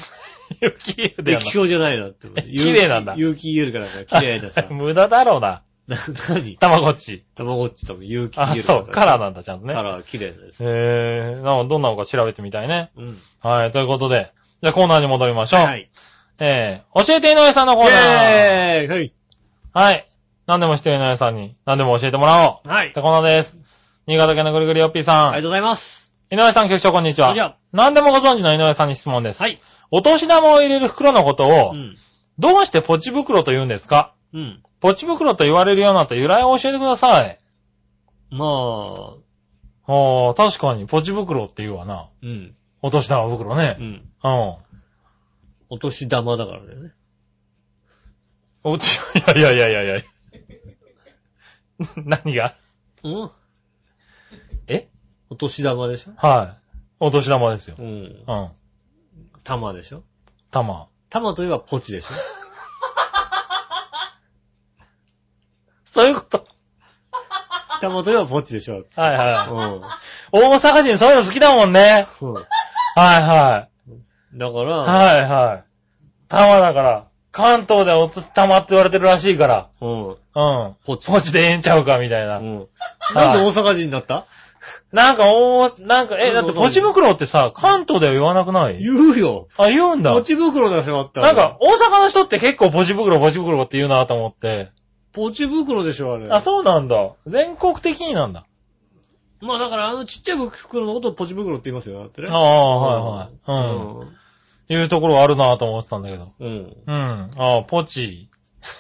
Speaker 3: 雪家でやん
Speaker 2: 液晶じゃないなって。
Speaker 3: 綺麗なんだ
Speaker 2: 有機 EL かなんか綺麗 なさ
Speaker 3: な。無駄だろうな。
Speaker 2: な、何
Speaker 3: 卵っち。
Speaker 2: たまごっちとも有機 EL
Speaker 3: あ、そう。カラーなんだ、ちゃんとね
Speaker 2: カ。ラー綺麗なやつ。
Speaker 3: へえ、なんかどんなのか調べてみたいね。
Speaker 2: うん。
Speaker 3: はい、ということで。じゃあコーナーに戻りましょう。
Speaker 2: はい。
Speaker 3: えー、教えて井上さんのコーナー。
Speaker 2: イェーイはい。
Speaker 3: はい。何でもして井上さんに、何でも教えてもらおう。
Speaker 2: はい。
Speaker 3: ってコーナーです。新潟県のぐりぐりよっぴーさ
Speaker 2: あ
Speaker 3: ん。
Speaker 2: りがとうございます。
Speaker 3: 井上さん、局長、こんにち
Speaker 2: こんに
Speaker 3: は
Speaker 2: ちは。
Speaker 3: 何でもご存知の井上さんに質問です。
Speaker 2: はい。
Speaker 3: お年玉を入れる袋のことを
Speaker 2: う、ん。
Speaker 3: どうしてポチ袋と言うんですか
Speaker 2: うん。
Speaker 3: ポチ袋と言われるようになった由来を教えてください。
Speaker 2: まあ、
Speaker 3: ああ、確かに、ポチ袋って言うわな。
Speaker 2: うん。
Speaker 3: お年玉袋ね
Speaker 2: う。ん。
Speaker 3: うん。
Speaker 2: お年玉だからだよね。
Speaker 3: おち、 いやいやいやいやいや。 何が
Speaker 2: うん
Speaker 3: え
Speaker 2: お年玉でしょ
Speaker 3: はい。お年玉ですよ。
Speaker 2: うん。
Speaker 3: うん。
Speaker 2: 玉でしょ
Speaker 3: 玉。
Speaker 2: 玉といえばポチ でしょ
Speaker 3: そういうこと。
Speaker 2: 玉といえばポチでしょ
Speaker 3: はいうはい。
Speaker 2: ん。
Speaker 3: 大阪人そういうの好きだもんね。
Speaker 2: そう。
Speaker 3: はいはい。
Speaker 2: だから、
Speaker 3: はいはい。玉だから。関東でおつたまって言われてるらしいから。
Speaker 2: うん。
Speaker 3: うん。
Speaker 2: ポチ。
Speaker 3: ポチでええんちゃうか、みたいな。
Speaker 2: うん。なんで大阪人だった
Speaker 3: なんか、おー、なんか、え、
Speaker 2: な
Speaker 3: だ
Speaker 2: ん
Speaker 3: っ
Speaker 2: か
Speaker 3: て、ポチ袋ってさ、関東では言わなくない
Speaker 2: 言うよ。
Speaker 3: あ、言うんだ
Speaker 2: ポ。チ袋でしょ、あったら
Speaker 3: なんか、、大阪の人って結構ポチ袋、ポチ袋って言うなと思って。
Speaker 2: ポチ袋でしょ、あれ。
Speaker 3: あ、そうなんだ。全国的になんだ。
Speaker 2: まあだから、あのちっちゃい袋のことをポチ袋って言いますよ、だってね。
Speaker 3: ああ、はいはい。うん。いうところあるなと思ってたんだけど。
Speaker 2: うん。うん。
Speaker 3: うん。ああ、ポチ。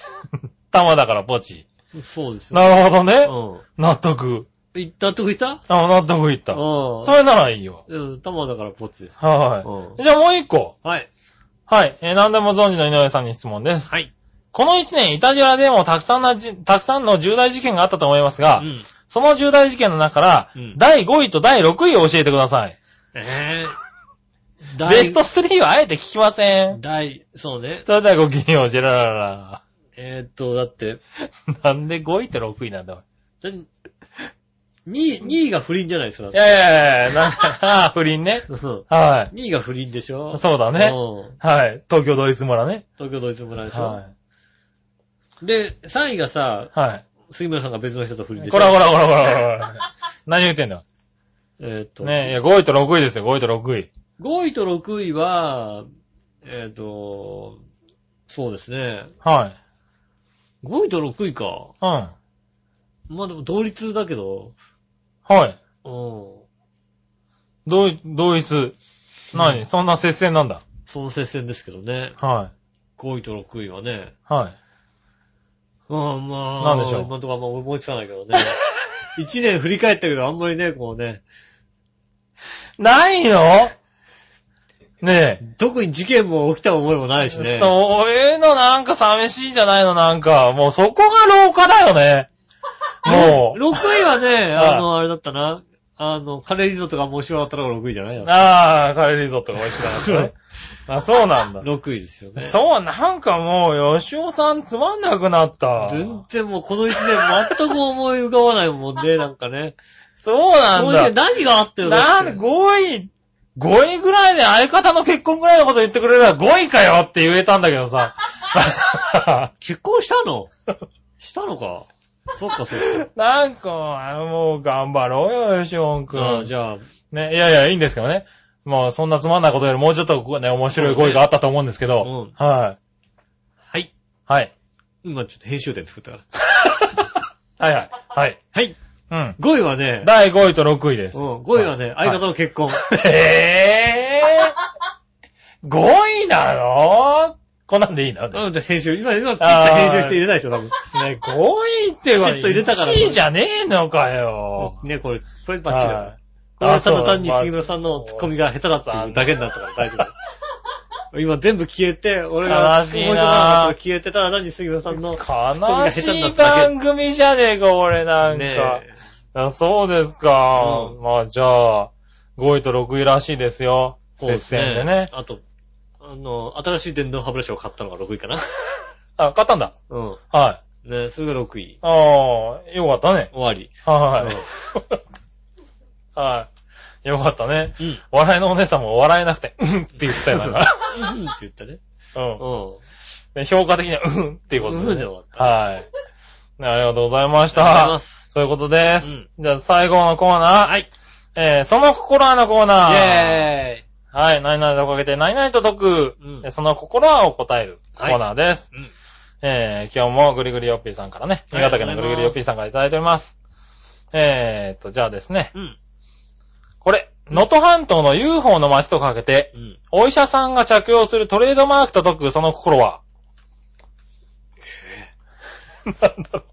Speaker 3: 玉だからポチ。
Speaker 2: そうですよ。
Speaker 3: なるほどね。
Speaker 2: うん。
Speaker 3: 納得。
Speaker 2: 行ったとこ行った
Speaker 3: あ納得いった。
Speaker 2: うん。
Speaker 3: それならいいよ。
Speaker 2: うん、玉だからポチです。
Speaker 3: は
Speaker 2: う
Speaker 3: い。じゃあもう一個。
Speaker 2: ん。はい。
Speaker 3: はい。えー何でも存知の井上さんに質問です。
Speaker 2: はい。
Speaker 3: この一年、イタジラでもたくさんなじ、たくさんの重大事件があったと思いますが、
Speaker 2: うん。
Speaker 3: その重大事件の中から、
Speaker 2: うん
Speaker 3: 第5位と第6位を教えてください。
Speaker 2: えぇ、ー。
Speaker 3: ベスト3はあえて聞きません。
Speaker 2: 第、そうね。
Speaker 3: それではごきげんよう、ジェラララ
Speaker 2: えー、っと、だって、
Speaker 3: ラ。なんで5位と6位なんだ、
Speaker 2: 2位、2位が不倫じゃないですか
Speaker 3: い。やいやいや、なんか、ああ、不倫ね。
Speaker 2: 2
Speaker 3: は
Speaker 2: 位が不倫でしょ
Speaker 3: い。そうだ
Speaker 2: う
Speaker 3: ね。
Speaker 2: ん。
Speaker 3: はい。東京ドイツ村ね。
Speaker 2: 東京ドイツ村でしょ、
Speaker 3: は
Speaker 2: で、3位がさ
Speaker 3: い。、は
Speaker 2: 杉村さんが別の人と不倫
Speaker 3: い。
Speaker 2: でし
Speaker 3: こ
Speaker 2: ょ
Speaker 3: らこらこらこらこら。何言ってんだ。
Speaker 2: えー、っと、
Speaker 3: ねえ、いや、5位と6位ですよ、5位と6位。
Speaker 2: 5位と6位は、えー、っと、そうですね。
Speaker 3: はい。
Speaker 2: 5位と6位か。
Speaker 3: うん。
Speaker 2: まあでも同率だけど、
Speaker 3: はい。
Speaker 2: うん。
Speaker 3: 同一、同一。何そんな接戦なんだ。
Speaker 2: その接戦ですけどね。
Speaker 3: は
Speaker 2: 5位と6位はね。
Speaker 3: い。はい。
Speaker 2: うん、まあ。
Speaker 3: なんでしょう
Speaker 2: 今んとこあんま思いつかないけどね。1年振り返ったけど、あんまりね、こうね、
Speaker 3: ないのね
Speaker 2: 特に事件も起きた思いもないし
Speaker 3: え。
Speaker 2: ね。
Speaker 3: そういうのなんか寂しいじゃないのなんか。もうそこが廊下だよね。 もう。
Speaker 2: 6位はね、
Speaker 3: はい
Speaker 2: あの、あれだったな。あの、カレーリゾットが面白かったのが6位じゃないの
Speaker 3: ああ、カレーリゾットが美味しくなかった ね。あ、そうなんだ。
Speaker 2: ?6 位ですよね。
Speaker 3: そう、なんかもう、吉尾さんつまんなくなった。
Speaker 2: 全然もうこの1年全く思い浮かばないもん ね、なんかね。
Speaker 3: そうな
Speaker 2: この
Speaker 3: ん
Speaker 2: 1年
Speaker 3: だ。
Speaker 2: 何があったよ
Speaker 3: なんで5位、5位ぐらいで相方の結婚ぐらいのこと言ってくれれば5位かよって言えたんだけど さ。
Speaker 2: 結婚したの したのか。そっかそっ
Speaker 3: なんか、もう頑張ろうよ、吉本く
Speaker 2: か。あ
Speaker 3: ん。
Speaker 2: じゃあ、
Speaker 3: ね、いやいや、いいんですけどね。もうそんなつまんないことよりもうちょっとこうね、面白い5位があったと思うんですけど。
Speaker 2: うん
Speaker 3: はい。
Speaker 2: はい。
Speaker 3: はい。
Speaker 2: 今ちょっと編集点作ったから。
Speaker 3: はいはい。はい。
Speaker 2: はい。
Speaker 3: うん。
Speaker 2: 5位はね、
Speaker 3: 第5位と6位です。
Speaker 2: うん、5位はね、
Speaker 3: はい
Speaker 2: 相方の結婚。
Speaker 3: えぇー !5 位なのこんなんでいいのね、
Speaker 2: うん、じゃあ編集、今、今、ピッと編集して入れないでしょ、多分。
Speaker 3: 5位っては
Speaker 2: きちっと入れたから
Speaker 3: 1位じゃねえのかよ。
Speaker 2: ね、これ、これバッチリだ。これ
Speaker 3: あ
Speaker 2: はた
Speaker 3: そう
Speaker 2: だ単に杉村さんのツッコミが下手だっただけになったから大丈夫。今全部消えて、俺が
Speaker 3: 悲しいな
Speaker 2: 思い出さなかったから消えて、ただ単に杉村さんのツッコミ
Speaker 3: 悲
Speaker 2: が下手
Speaker 3: し
Speaker 2: になっ
Speaker 3: い
Speaker 2: ただけ。
Speaker 3: 番組じゃねえか、俺なん
Speaker 2: ね
Speaker 3: か。あそうですか。
Speaker 2: う
Speaker 3: まあじゃあ、5位と6位らしいですよ。
Speaker 2: そうで
Speaker 3: 接
Speaker 2: す
Speaker 3: 戦でね。
Speaker 2: あと、あの、新しい電動歯ブラシを買ったのが6位かな。
Speaker 3: あ、勝ったんだ。
Speaker 2: うん。
Speaker 3: はい。
Speaker 2: ね、それが6位。
Speaker 3: ああ、よかったね。
Speaker 2: 終わり。
Speaker 3: はい。 はい。よかったね。
Speaker 2: うん。うん
Speaker 3: 笑いのお姉さんも笑えなくて、 うんって言ってたよ だか
Speaker 2: うんって言ったね。
Speaker 3: ら。
Speaker 2: う
Speaker 3: うんん。。で評価的には、 うんっていうこと
Speaker 2: うん
Speaker 3: で、
Speaker 2: じ
Speaker 3: ね
Speaker 2: ゃ。終わっ。
Speaker 3: はい。ねありがとうございました
Speaker 2: ありがとうございま
Speaker 3: た。
Speaker 2: す。
Speaker 3: そういうことです。
Speaker 2: うん
Speaker 3: じゃあ最後のコーナー。
Speaker 2: はい。
Speaker 3: えー、その心はのコー
Speaker 2: イ
Speaker 3: ナー。
Speaker 2: ェ
Speaker 3: はい、何々とかけて、何々と解く、
Speaker 2: うん
Speaker 3: でその心はを答えるコーナーです。
Speaker 2: ーイ。うん。
Speaker 3: えー、今日もぐりぐりよっぴーさんからね、
Speaker 2: あ
Speaker 3: 新
Speaker 2: りがとう
Speaker 3: 潟
Speaker 2: ご
Speaker 3: 県
Speaker 2: ざいます
Speaker 3: のぐりぐりよっぴーさんからいただいております。えーと、じゃあですね、
Speaker 2: うん。
Speaker 3: これ、能登半島の UFO の街とかけて、
Speaker 2: うん。
Speaker 3: お医者さんが着用するトレードマークと解く、その心は なんだろう。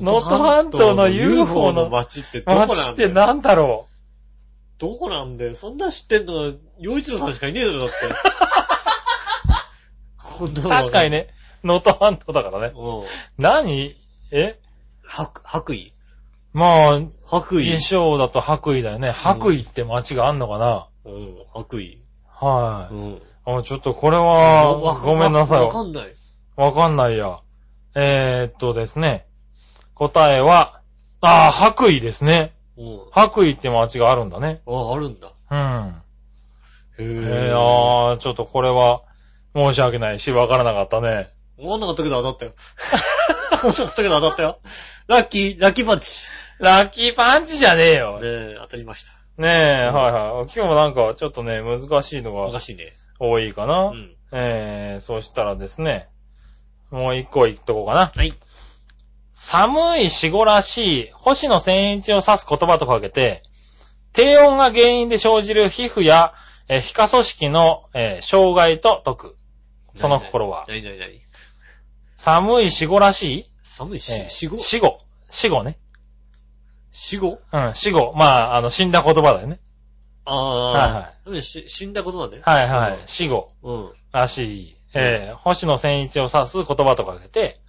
Speaker 3: 能登半島の UFO の
Speaker 2: 街ってどこなんだ
Speaker 3: 街
Speaker 2: よ
Speaker 3: ってなんだろ
Speaker 2: どこなんだよ。そんな知ってんの、洋一郎さんしかいねえだろ、 だって。こんな
Speaker 3: う
Speaker 2: の
Speaker 3: 確かに。ね、能登半島だからね。
Speaker 2: うん。
Speaker 3: 何え
Speaker 2: 白、白衣
Speaker 3: まあ、
Speaker 2: 白衣
Speaker 3: 衣装だと白衣だよね。白衣って街があんのかな、
Speaker 2: うん、白衣。
Speaker 3: は
Speaker 2: う
Speaker 3: い。
Speaker 2: ん。
Speaker 3: あ、ちょっとこれは、
Speaker 2: わ
Speaker 3: ごめんなさい。
Speaker 2: わか
Speaker 3: わ
Speaker 2: んない。
Speaker 3: かんないや。えー、っとですね。答えは、あー白衣ですね。
Speaker 2: うん。
Speaker 3: 白衣って街があるんだね。
Speaker 2: あ、あるんだ。
Speaker 3: うん。
Speaker 2: へ
Speaker 3: えー、あーちょっとこれは、申し訳ないし、わからなかったね。
Speaker 2: わかんなかったけど当たったよ。わかんなかったけど当たったよ。ラッキー、ラッキーパンチ。
Speaker 3: ラッキーパンチじゃねえよ。
Speaker 2: ね
Speaker 3: ね
Speaker 2: え、当たりました。
Speaker 3: え、はいはい。今日もなんか、ちょっとね、難しいの
Speaker 2: お
Speaker 3: が
Speaker 2: かしいね。
Speaker 3: 多いか
Speaker 2: う
Speaker 3: な。
Speaker 2: ん。
Speaker 3: えー、そしたらですね、もう一個言っとこうかな。
Speaker 2: はい。
Speaker 3: 寒い死後らしい、星野千一を指す言葉とかけて、低温が原因で生じる皮膚や、えー皮下組織の、えー障害と解く。その心は。
Speaker 2: なになになに
Speaker 3: 寒い死後らしい
Speaker 2: 寒い
Speaker 3: え
Speaker 2: し、
Speaker 3: ー
Speaker 2: 死後
Speaker 3: 死後。死後ね。
Speaker 2: 死後
Speaker 3: うん、死後。まあ、あの、死んだ言葉だよね。
Speaker 2: ああ、うんし死んだことなんだよ。
Speaker 3: はいはい。
Speaker 2: うん
Speaker 3: 死後
Speaker 2: うん。
Speaker 3: らしい。えー星野千一を指す言葉とかけて、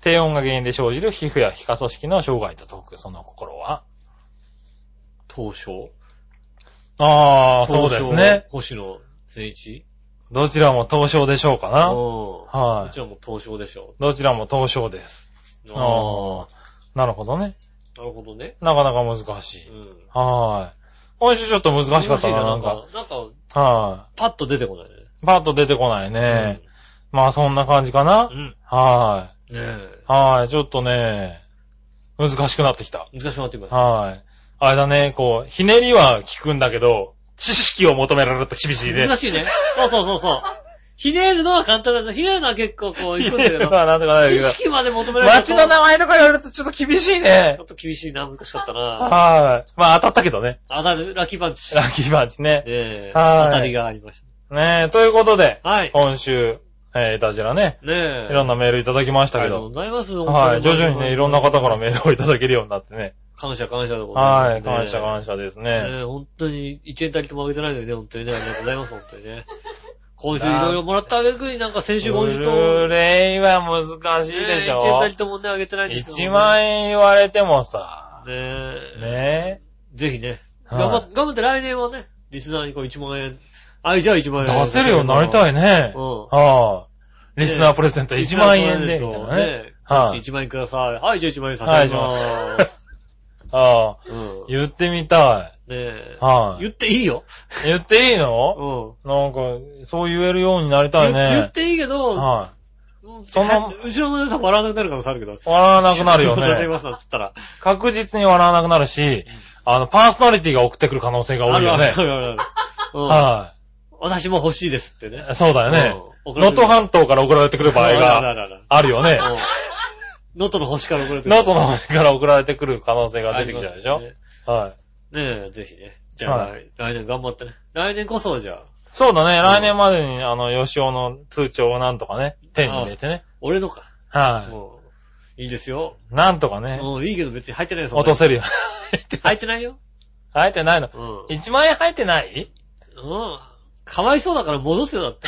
Speaker 3: 低温が原因で生じる皮膚や皮下組織の障害と解く。その心は。
Speaker 2: 東証
Speaker 3: ああ、
Speaker 2: 東
Speaker 3: そう
Speaker 2: 証
Speaker 3: ですね。。
Speaker 2: 星野誠一
Speaker 3: どちらも東証でしょうか
Speaker 2: う
Speaker 3: な。
Speaker 2: ん。
Speaker 3: は
Speaker 2: うちはもう東証でしょ。
Speaker 3: い。どちらも東証です。
Speaker 2: あ
Speaker 3: ああ。なるほどね。
Speaker 2: あ。なるほどね。
Speaker 3: なかなか難し
Speaker 2: う
Speaker 3: い。
Speaker 2: ん。
Speaker 3: はーい。今週ちょっと難しかったな、なんか。。
Speaker 2: なんか、
Speaker 3: は
Speaker 2: パッと出てこないね。
Speaker 3: い。パッと出てこないね。まあそんな感じか
Speaker 2: う
Speaker 3: な。
Speaker 2: ん。
Speaker 3: は
Speaker 2: うん。ね
Speaker 3: い。はーい。ちょっとね、難しくなってきた。
Speaker 2: え。難しくなってきました。
Speaker 3: はーい。あれだね、こう、ひねりは効くんだけど、知識を求められると厳しいね
Speaker 2: 難。しいね。そうそうそうそう。ひねるのは簡単なんだ。ひねるのは結構こう、い
Speaker 3: ひ
Speaker 2: くんだ
Speaker 3: ね
Speaker 2: け
Speaker 3: り
Speaker 2: ど。
Speaker 3: はなんとかなるけ
Speaker 2: 知
Speaker 3: ど。
Speaker 2: 識まで求められると。
Speaker 3: 街の名前とか言われるとちょっと厳しいね
Speaker 2: ちょ。っと厳しいな、難しかったな。
Speaker 3: はい。まあ当たったけどね。
Speaker 2: あ、だ、ラッキーパンチ。
Speaker 3: ラッキーパンチね。
Speaker 2: ええ、
Speaker 3: はい
Speaker 2: 当たりがありまし
Speaker 3: ねえ、ということで、
Speaker 2: た。はい。
Speaker 3: 今週、えー、いたじらね、
Speaker 2: ねえ。
Speaker 3: いろんなメールいただきました
Speaker 2: あ
Speaker 3: け
Speaker 2: りがとう
Speaker 3: ど、
Speaker 2: ございます。
Speaker 3: はい、徐々にね、いろんな方からメ
Speaker 2: ル。
Speaker 3: ールをいただけるようになってね、
Speaker 2: 感謝感謝でございます。
Speaker 3: はい、感謝感謝ですね。
Speaker 2: ねえ、本当に、一円たりともあげてないのでね、本当にね、ありがとうございます、本当にね。今週いろいろもらったあげくになんか先週
Speaker 3: ブ
Speaker 2: 今週と、
Speaker 3: ルーレイは難しいでし
Speaker 2: ねえ一円た
Speaker 3: ょ
Speaker 2: り。ともね、あげてないんですけど、
Speaker 3: 1万円言われてもさ、
Speaker 2: ねえ。
Speaker 3: ね
Speaker 2: ぜひね。
Speaker 3: はい
Speaker 2: 頑張って、頑張って来年はね、リスナーにこう1万円、あいじゃあ1万
Speaker 3: え、
Speaker 2: 円。
Speaker 3: 出せるようになりたいね。
Speaker 2: うん
Speaker 3: はい。リスナープレゼント1万円で、みたいなね。
Speaker 2: ね。
Speaker 3: はい
Speaker 2: 1万円ください。はい、じゃあ1万円
Speaker 3: は
Speaker 2: 差
Speaker 3: い
Speaker 2: し
Speaker 3: じ
Speaker 2: 上
Speaker 3: ゃ
Speaker 2: げ
Speaker 3: あ
Speaker 2: ます。
Speaker 3: ああ、
Speaker 2: うん。ね
Speaker 3: 言ってみた
Speaker 2: え
Speaker 3: い。。は
Speaker 2: 言っていいよ。
Speaker 3: い。言っていいの
Speaker 2: うん。
Speaker 3: なんか、そう言えるようになりたい
Speaker 2: 言
Speaker 3: ね。
Speaker 2: 言っていいけど、
Speaker 3: はい。
Speaker 2: そ
Speaker 3: その
Speaker 2: の、後ろの皆さん笑わなくなる可能性あるけど。
Speaker 3: 笑わなくなるよ
Speaker 2: 差 し上げ
Speaker 3: ね。
Speaker 2: ますなんて言ったら。
Speaker 3: 確実に笑わなくなるし、あの、パーソナリティが送ってくる可能性が多
Speaker 2: あ
Speaker 3: い
Speaker 2: るあ
Speaker 3: よ
Speaker 2: る
Speaker 3: ね
Speaker 2: あ。るあるある。
Speaker 3: は
Speaker 2: うん。私も欲しいですってね。
Speaker 3: い。そうだよね。
Speaker 2: うん
Speaker 3: 能登半島から送られてくる場合
Speaker 2: あるあ
Speaker 3: が
Speaker 2: るある
Speaker 3: あるよね
Speaker 2: あ。るうん能登の星から送られてくる
Speaker 3: 能登の方から送られてくる可能性が出てきちゃうでしょ
Speaker 2: ありますね
Speaker 3: はい。
Speaker 2: ねえ、ぜひね。じゃあ、
Speaker 3: は
Speaker 2: 来年頑張ってね。来年こそじゃあ、
Speaker 3: そうだね。
Speaker 2: ん
Speaker 3: 来年までに、あの、吉尾の通帳をなんとかね、手に入れてね。
Speaker 2: 俺のか。
Speaker 3: は
Speaker 2: もう、いいですよ。
Speaker 3: い。なんとかね、
Speaker 2: うん、いいけど別に入ってないよ。そんな
Speaker 3: 落とせるよ。
Speaker 2: 入ってないよ。
Speaker 3: 入ってないの。
Speaker 2: うん。うん。
Speaker 3: 1万円入ってない
Speaker 2: かわいそうだから戻すよだ って。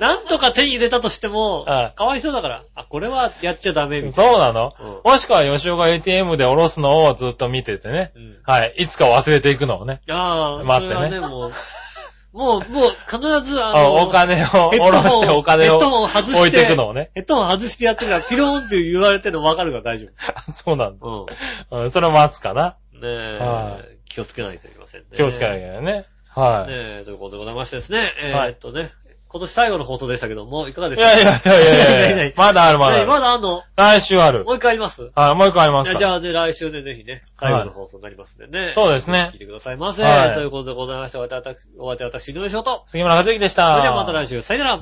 Speaker 2: なんとか手に入れたとしても
Speaker 3: は、い
Speaker 2: かわいそうだから、あ、これはやっちゃダメ、みたい
Speaker 3: そうなの
Speaker 2: うん
Speaker 3: もしくは吉尾が ATM で下ろすのをずっと見ててね。
Speaker 2: な。うん。
Speaker 3: はい。いつか忘れていくのをね。
Speaker 2: ああ、
Speaker 3: 待ってね
Speaker 2: それはもう、もう、もう必ず、あ
Speaker 3: あ
Speaker 2: の、
Speaker 3: お金を
Speaker 2: ヘッ
Speaker 3: 下
Speaker 2: ド
Speaker 3: ろ
Speaker 2: ホン
Speaker 3: してお金
Speaker 2: ヘ
Speaker 3: を
Speaker 2: ッドホン外して
Speaker 3: 置いていくのをね。
Speaker 2: ヘッドホン外してやってるから、ピローンって言われてるの分かるから大丈
Speaker 3: そうなんだ。
Speaker 2: 夫。うん。
Speaker 3: うん、それを待つかな。
Speaker 2: ね
Speaker 3: は
Speaker 2: え、気をつけないといけませんね。
Speaker 3: 気をつけなきゃいけないね。はい。
Speaker 2: ねえ、ということでございましてですね、え
Speaker 3: はい
Speaker 2: ーっとね、今年最後の放送でしたけども、いかがで
Speaker 3: い
Speaker 2: したか
Speaker 3: やいやい やいやいや まだあるまだ
Speaker 2: ね
Speaker 3: あ
Speaker 2: えま
Speaker 3: る。
Speaker 2: だあんの
Speaker 3: 来週ある
Speaker 2: も。う一回あります
Speaker 3: はい、もう一個ありますか。
Speaker 2: じゃあね、来週でぜひね、
Speaker 3: は
Speaker 2: 最
Speaker 3: い
Speaker 2: 後の放送になりますんでね。
Speaker 3: そうですね
Speaker 2: 聞いてくださいませ。
Speaker 3: はい
Speaker 2: ということでございまして、お相手は私、お相手は私、井上翔と。
Speaker 3: 杉村和之でした。
Speaker 2: それではまた来週、さよなら。